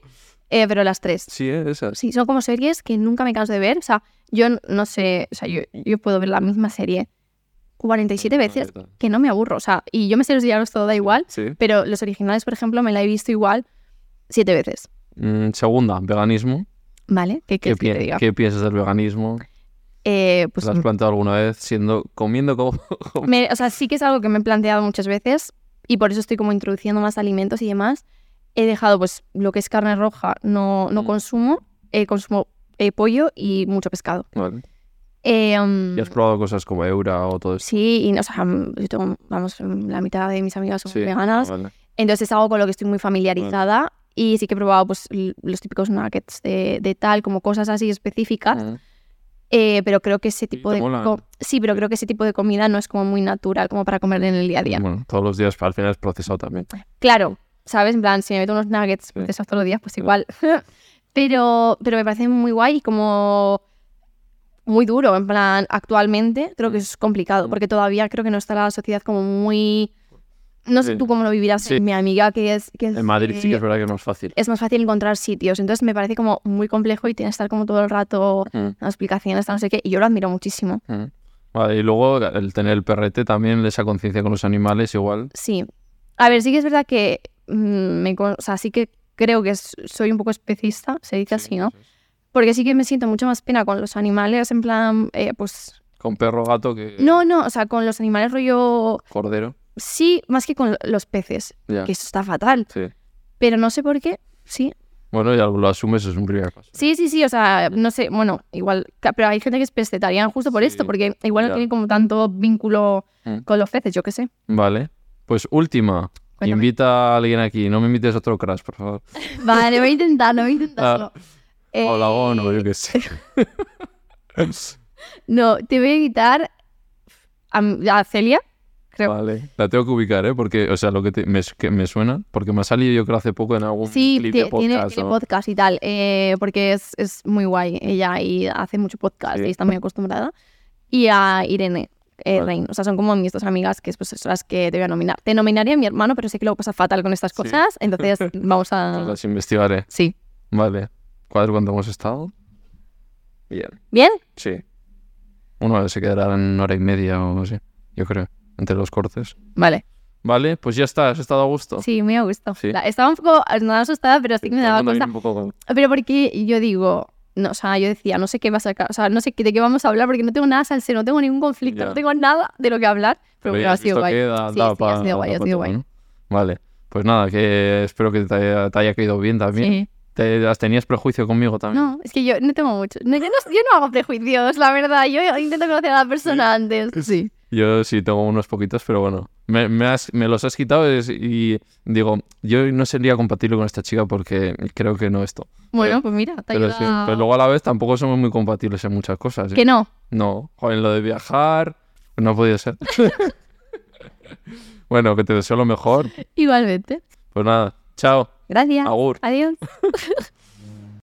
Speaker 1: eh, pero las tres.
Speaker 2: Sí, ¿eh? esas.
Speaker 1: Sí, son como series que nunca me canso de ver. O sea, yo n- no sé, o sea, yo, yo puedo ver la misma serie 47 veces que no me aburro. O sea, y yo me sé los diálogos, todo da igual,
Speaker 2: Sí.
Speaker 1: pero los originales, por ejemplo, me la he visto igual siete veces.
Speaker 2: Mm, segunda, veganismo.
Speaker 1: ¿Vale? ¿Qué
Speaker 2: ¿Qué,
Speaker 1: quieres que
Speaker 2: pi-
Speaker 1: te diga?
Speaker 2: qué piensas del veganismo?
Speaker 1: Eh, pues
Speaker 2: ¿Te has planteado alguna vez siendo comiendo como
Speaker 1: me- o sea, sí que es algo que me he planteado muchas veces y por eso estoy como introduciendo más alimentos y demás. He dejado pues lo que es carne roja, no, no
Speaker 2: Mm.
Speaker 1: consumo, eh, consumo eh, pollo y mucho pescado.
Speaker 2: Vale.
Speaker 1: Eh, um,
Speaker 2: ¿Y has probado cosas como Eura o todo eso?
Speaker 1: sí, y no, o sea, mm, yo tengo, vamos, mm, la mitad de mis amigas son
Speaker 2: Sí.
Speaker 1: veganas,
Speaker 2: Ah, vale.
Speaker 1: entonces es algo con lo que estoy muy familiarizada y sí que he probado pues l- los típicos nuggets de, de tal, como cosas así específicas.
Speaker 2: Ah,
Speaker 1: Eh, pero creo que ese tipo
Speaker 2: te
Speaker 1: de
Speaker 2: mola,
Speaker 1: co-
Speaker 2: ¿no?
Speaker 1: sí, pero creo que ese tipo de comida no es como muy natural como para comer en el día Pues a día.
Speaker 2: Bueno, todos los días, pero al final es procesado también.
Speaker 1: Claro, sabes, en plan, si me meto unos nuggets de esos todos los días, pues igual. pero, pero me parece muy guay y como muy duro, en plan, actualmente
Speaker 2: Mm.
Speaker 1: creo que es complicado, porque todavía creo que no está la sociedad como muy no sé
Speaker 2: Sí.
Speaker 1: tú cómo lo vivirás,
Speaker 2: Sí.
Speaker 1: mi amiga que es que es,
Speaker 2: En Madrid sí
Speaker 1: eh,
Speaker 2: que es verdad que es más fácil.
Speaker 1: es más fácil encontrar sitios, entonces me parece como muy complejo y tienes que estar como todo el rato
Speaker 2: Mm,
Speaker 1: dando explicaciones, no sé qué, y yo lo admiro muchísimo.
Speaker 2: mm. Vale, y luego el tener el perrete también, esa conciencia con los animales igual.
Speaker 1: Sí. A ver, sí que es verdad que mm, me, con- o sea, sí que creo que s- soy un poco especista, se dice así, ¿no? Porque sí que me siento mucho más pena con los animales, en plan, eh, pues...
Speaker 2: Con perro, gato, que
Speaker 1: No, no, o sea, con los animales rollo...
Speaker 2: cordero.
Speaker 1: Sí, más que con los peces,
Speaker 2: Ya,
Speaker 1: que eso está fatal.
Speaker 2: sí.
Speaker 1: Pero no sé por qué, sí,
Speaker 2: Bueno, ya lo asumes, es un primer paso.
Speaker 1: Sí, sí, sí, o sea, no sé, bueno, igual, ca- pero hay gente que es pescetariana justo por
Speaker 2: Sí,
Speaker 1: esto, porque igual
Speaker 2: ya.
Speaker 1: no tiene como tanto vínculo
Speaker 2: Mm.
Speaker 1: con los peces, yo qué sé.
Speaker 2: Vale. Pues última.
Speaker 1: Cuéntame.
Speaker 2: Invita a alguien aquí. No me invites a otro crash, por favor.
Speaker 1: Vale, voy a intentar, no voy a
Speaker 2: intentarlo.
Speaker 1: Eh,
Speaker 2: O Lagono, yo qué sé.
Speaker 1: No, te voy a invitar a, m- a Celia, creo.
Speaker 2: Vale. La tengo que ubicar, ¿eh? Porque, o sea, lo que, te- me, que me suena. Porque me ha salido yo creo hace poco en algún
Speaker 1: Sí,
Speaker 2: clip
Speaker 1: tie-
Speaker 2: de
Speaker 1: tiene,
Speaker 2: podcast.
Speaker 1: tiene
Speaker 2: ¿no?
Speaker 1: podcast y tal, eh, porque es, es muy guay ella y hace mucho podcast
Speaker 2: Sí.
Speaker 1: y está muy acostumbrada. Y a Irene eh,
Speaker 2: Vale.
Speaker 1: Rein, o sea, son como mis dos amigas que pues, son las que te voy a nominar. Te nominaría a mi hermano, pero sé que luego pasa fatal con estas
Speaker 2: Sí.
Speaker 1: cosas, entonces vamos
Speaker 2: Pues
Speaker 1: a...
Speaker 2: las investigaré.
Speaker 1: Sí.
Speaker 2: Vale. ¿Cuadro cuánto hemos estado? Bien.
Speaker 1: ¿Bien?
Speaker 2: Sí. Uno se quedará en hora y media o así, yo creo, entre los cortes.
Speaker 1: Vale.
Speaker 2: Vale, pues ya está, has estado a gusto.
Speaker 1: Sí, me ha gustado.
Speaker 2: Sí.
Speaker 1: La- Estaba un poco no, asustada, pero sí que me
Speaker 2: Todo el
Speaker 1: daba
Speaker 2: mundo viene
Speaker 1: cosa.
Speaker 2: un poco con-
Speaker 1: Pero porque yo digo, no, o sea, yo decía, no sé qué va a sacar, o sea, no sé qué- de qué vamos a hablar porque no tengo nada salsero, no tengo ningún conflicto,
Speaker 2: Ya.
Speaker 1: no tengo nada de lo que hablar. Pero,
Speaker 2: Pero ya
Speaker 1: bueno, ha
Speaker 2: has
Speaker 1: sido
Speaker 2: visto
Speaker 1: guay.
Speaker 2: que da-
Speaker 1: Sí,
Speaker 2: da
Speaker 1: sí,
Speaker 2: pa-
Speaker 1: ha sido
Speaker 2: da
Speaker 1: guay,
Speaker 2: pa
Speaker 1: ha sido
Speaker 2: tema,
Speaker 1: guay.
Speaker 2: ¿no? Vale, pues nada, que espero que te haya, te haya caído bien también.
Speaker 1: Sí.
Speaker 2: ¿Te, has- ¿Tenías prejuicio conmigo también?
Speaker 1: No, es que yo no tengo mucho. No, yo, no, yo no hago prejuicios, la verdad. Yo intento conocer a la persona antes. Sí.
Speaker 2: Yo sí tengo unos poquitos, pero bueno, me, me has- me los has quitado es- y digo, yo no sería compatible con esta chica porque creo que no esto.
Speaker 1: Bueno,
Speaker 2: Pero-
Speaker 1: pues mira, te
Speaker 2: Pero,
Speaker 1: ayuda.
Speaker 2: sí, pero luego a la vez tampoco somos muy compatibles en muchas cosas. ¿eh?
Speaker 1: Que no.
Speaker 2: No, joder, lo de viajar pues no ha podido ser. bueno, que te deseo lo mejor.
Speaker 1: Igualmente.
Speaker 2: Pues nada, chao,
Speaker 1: Gracias.
Speaker 2: agur.
Speaker 1: Adiós.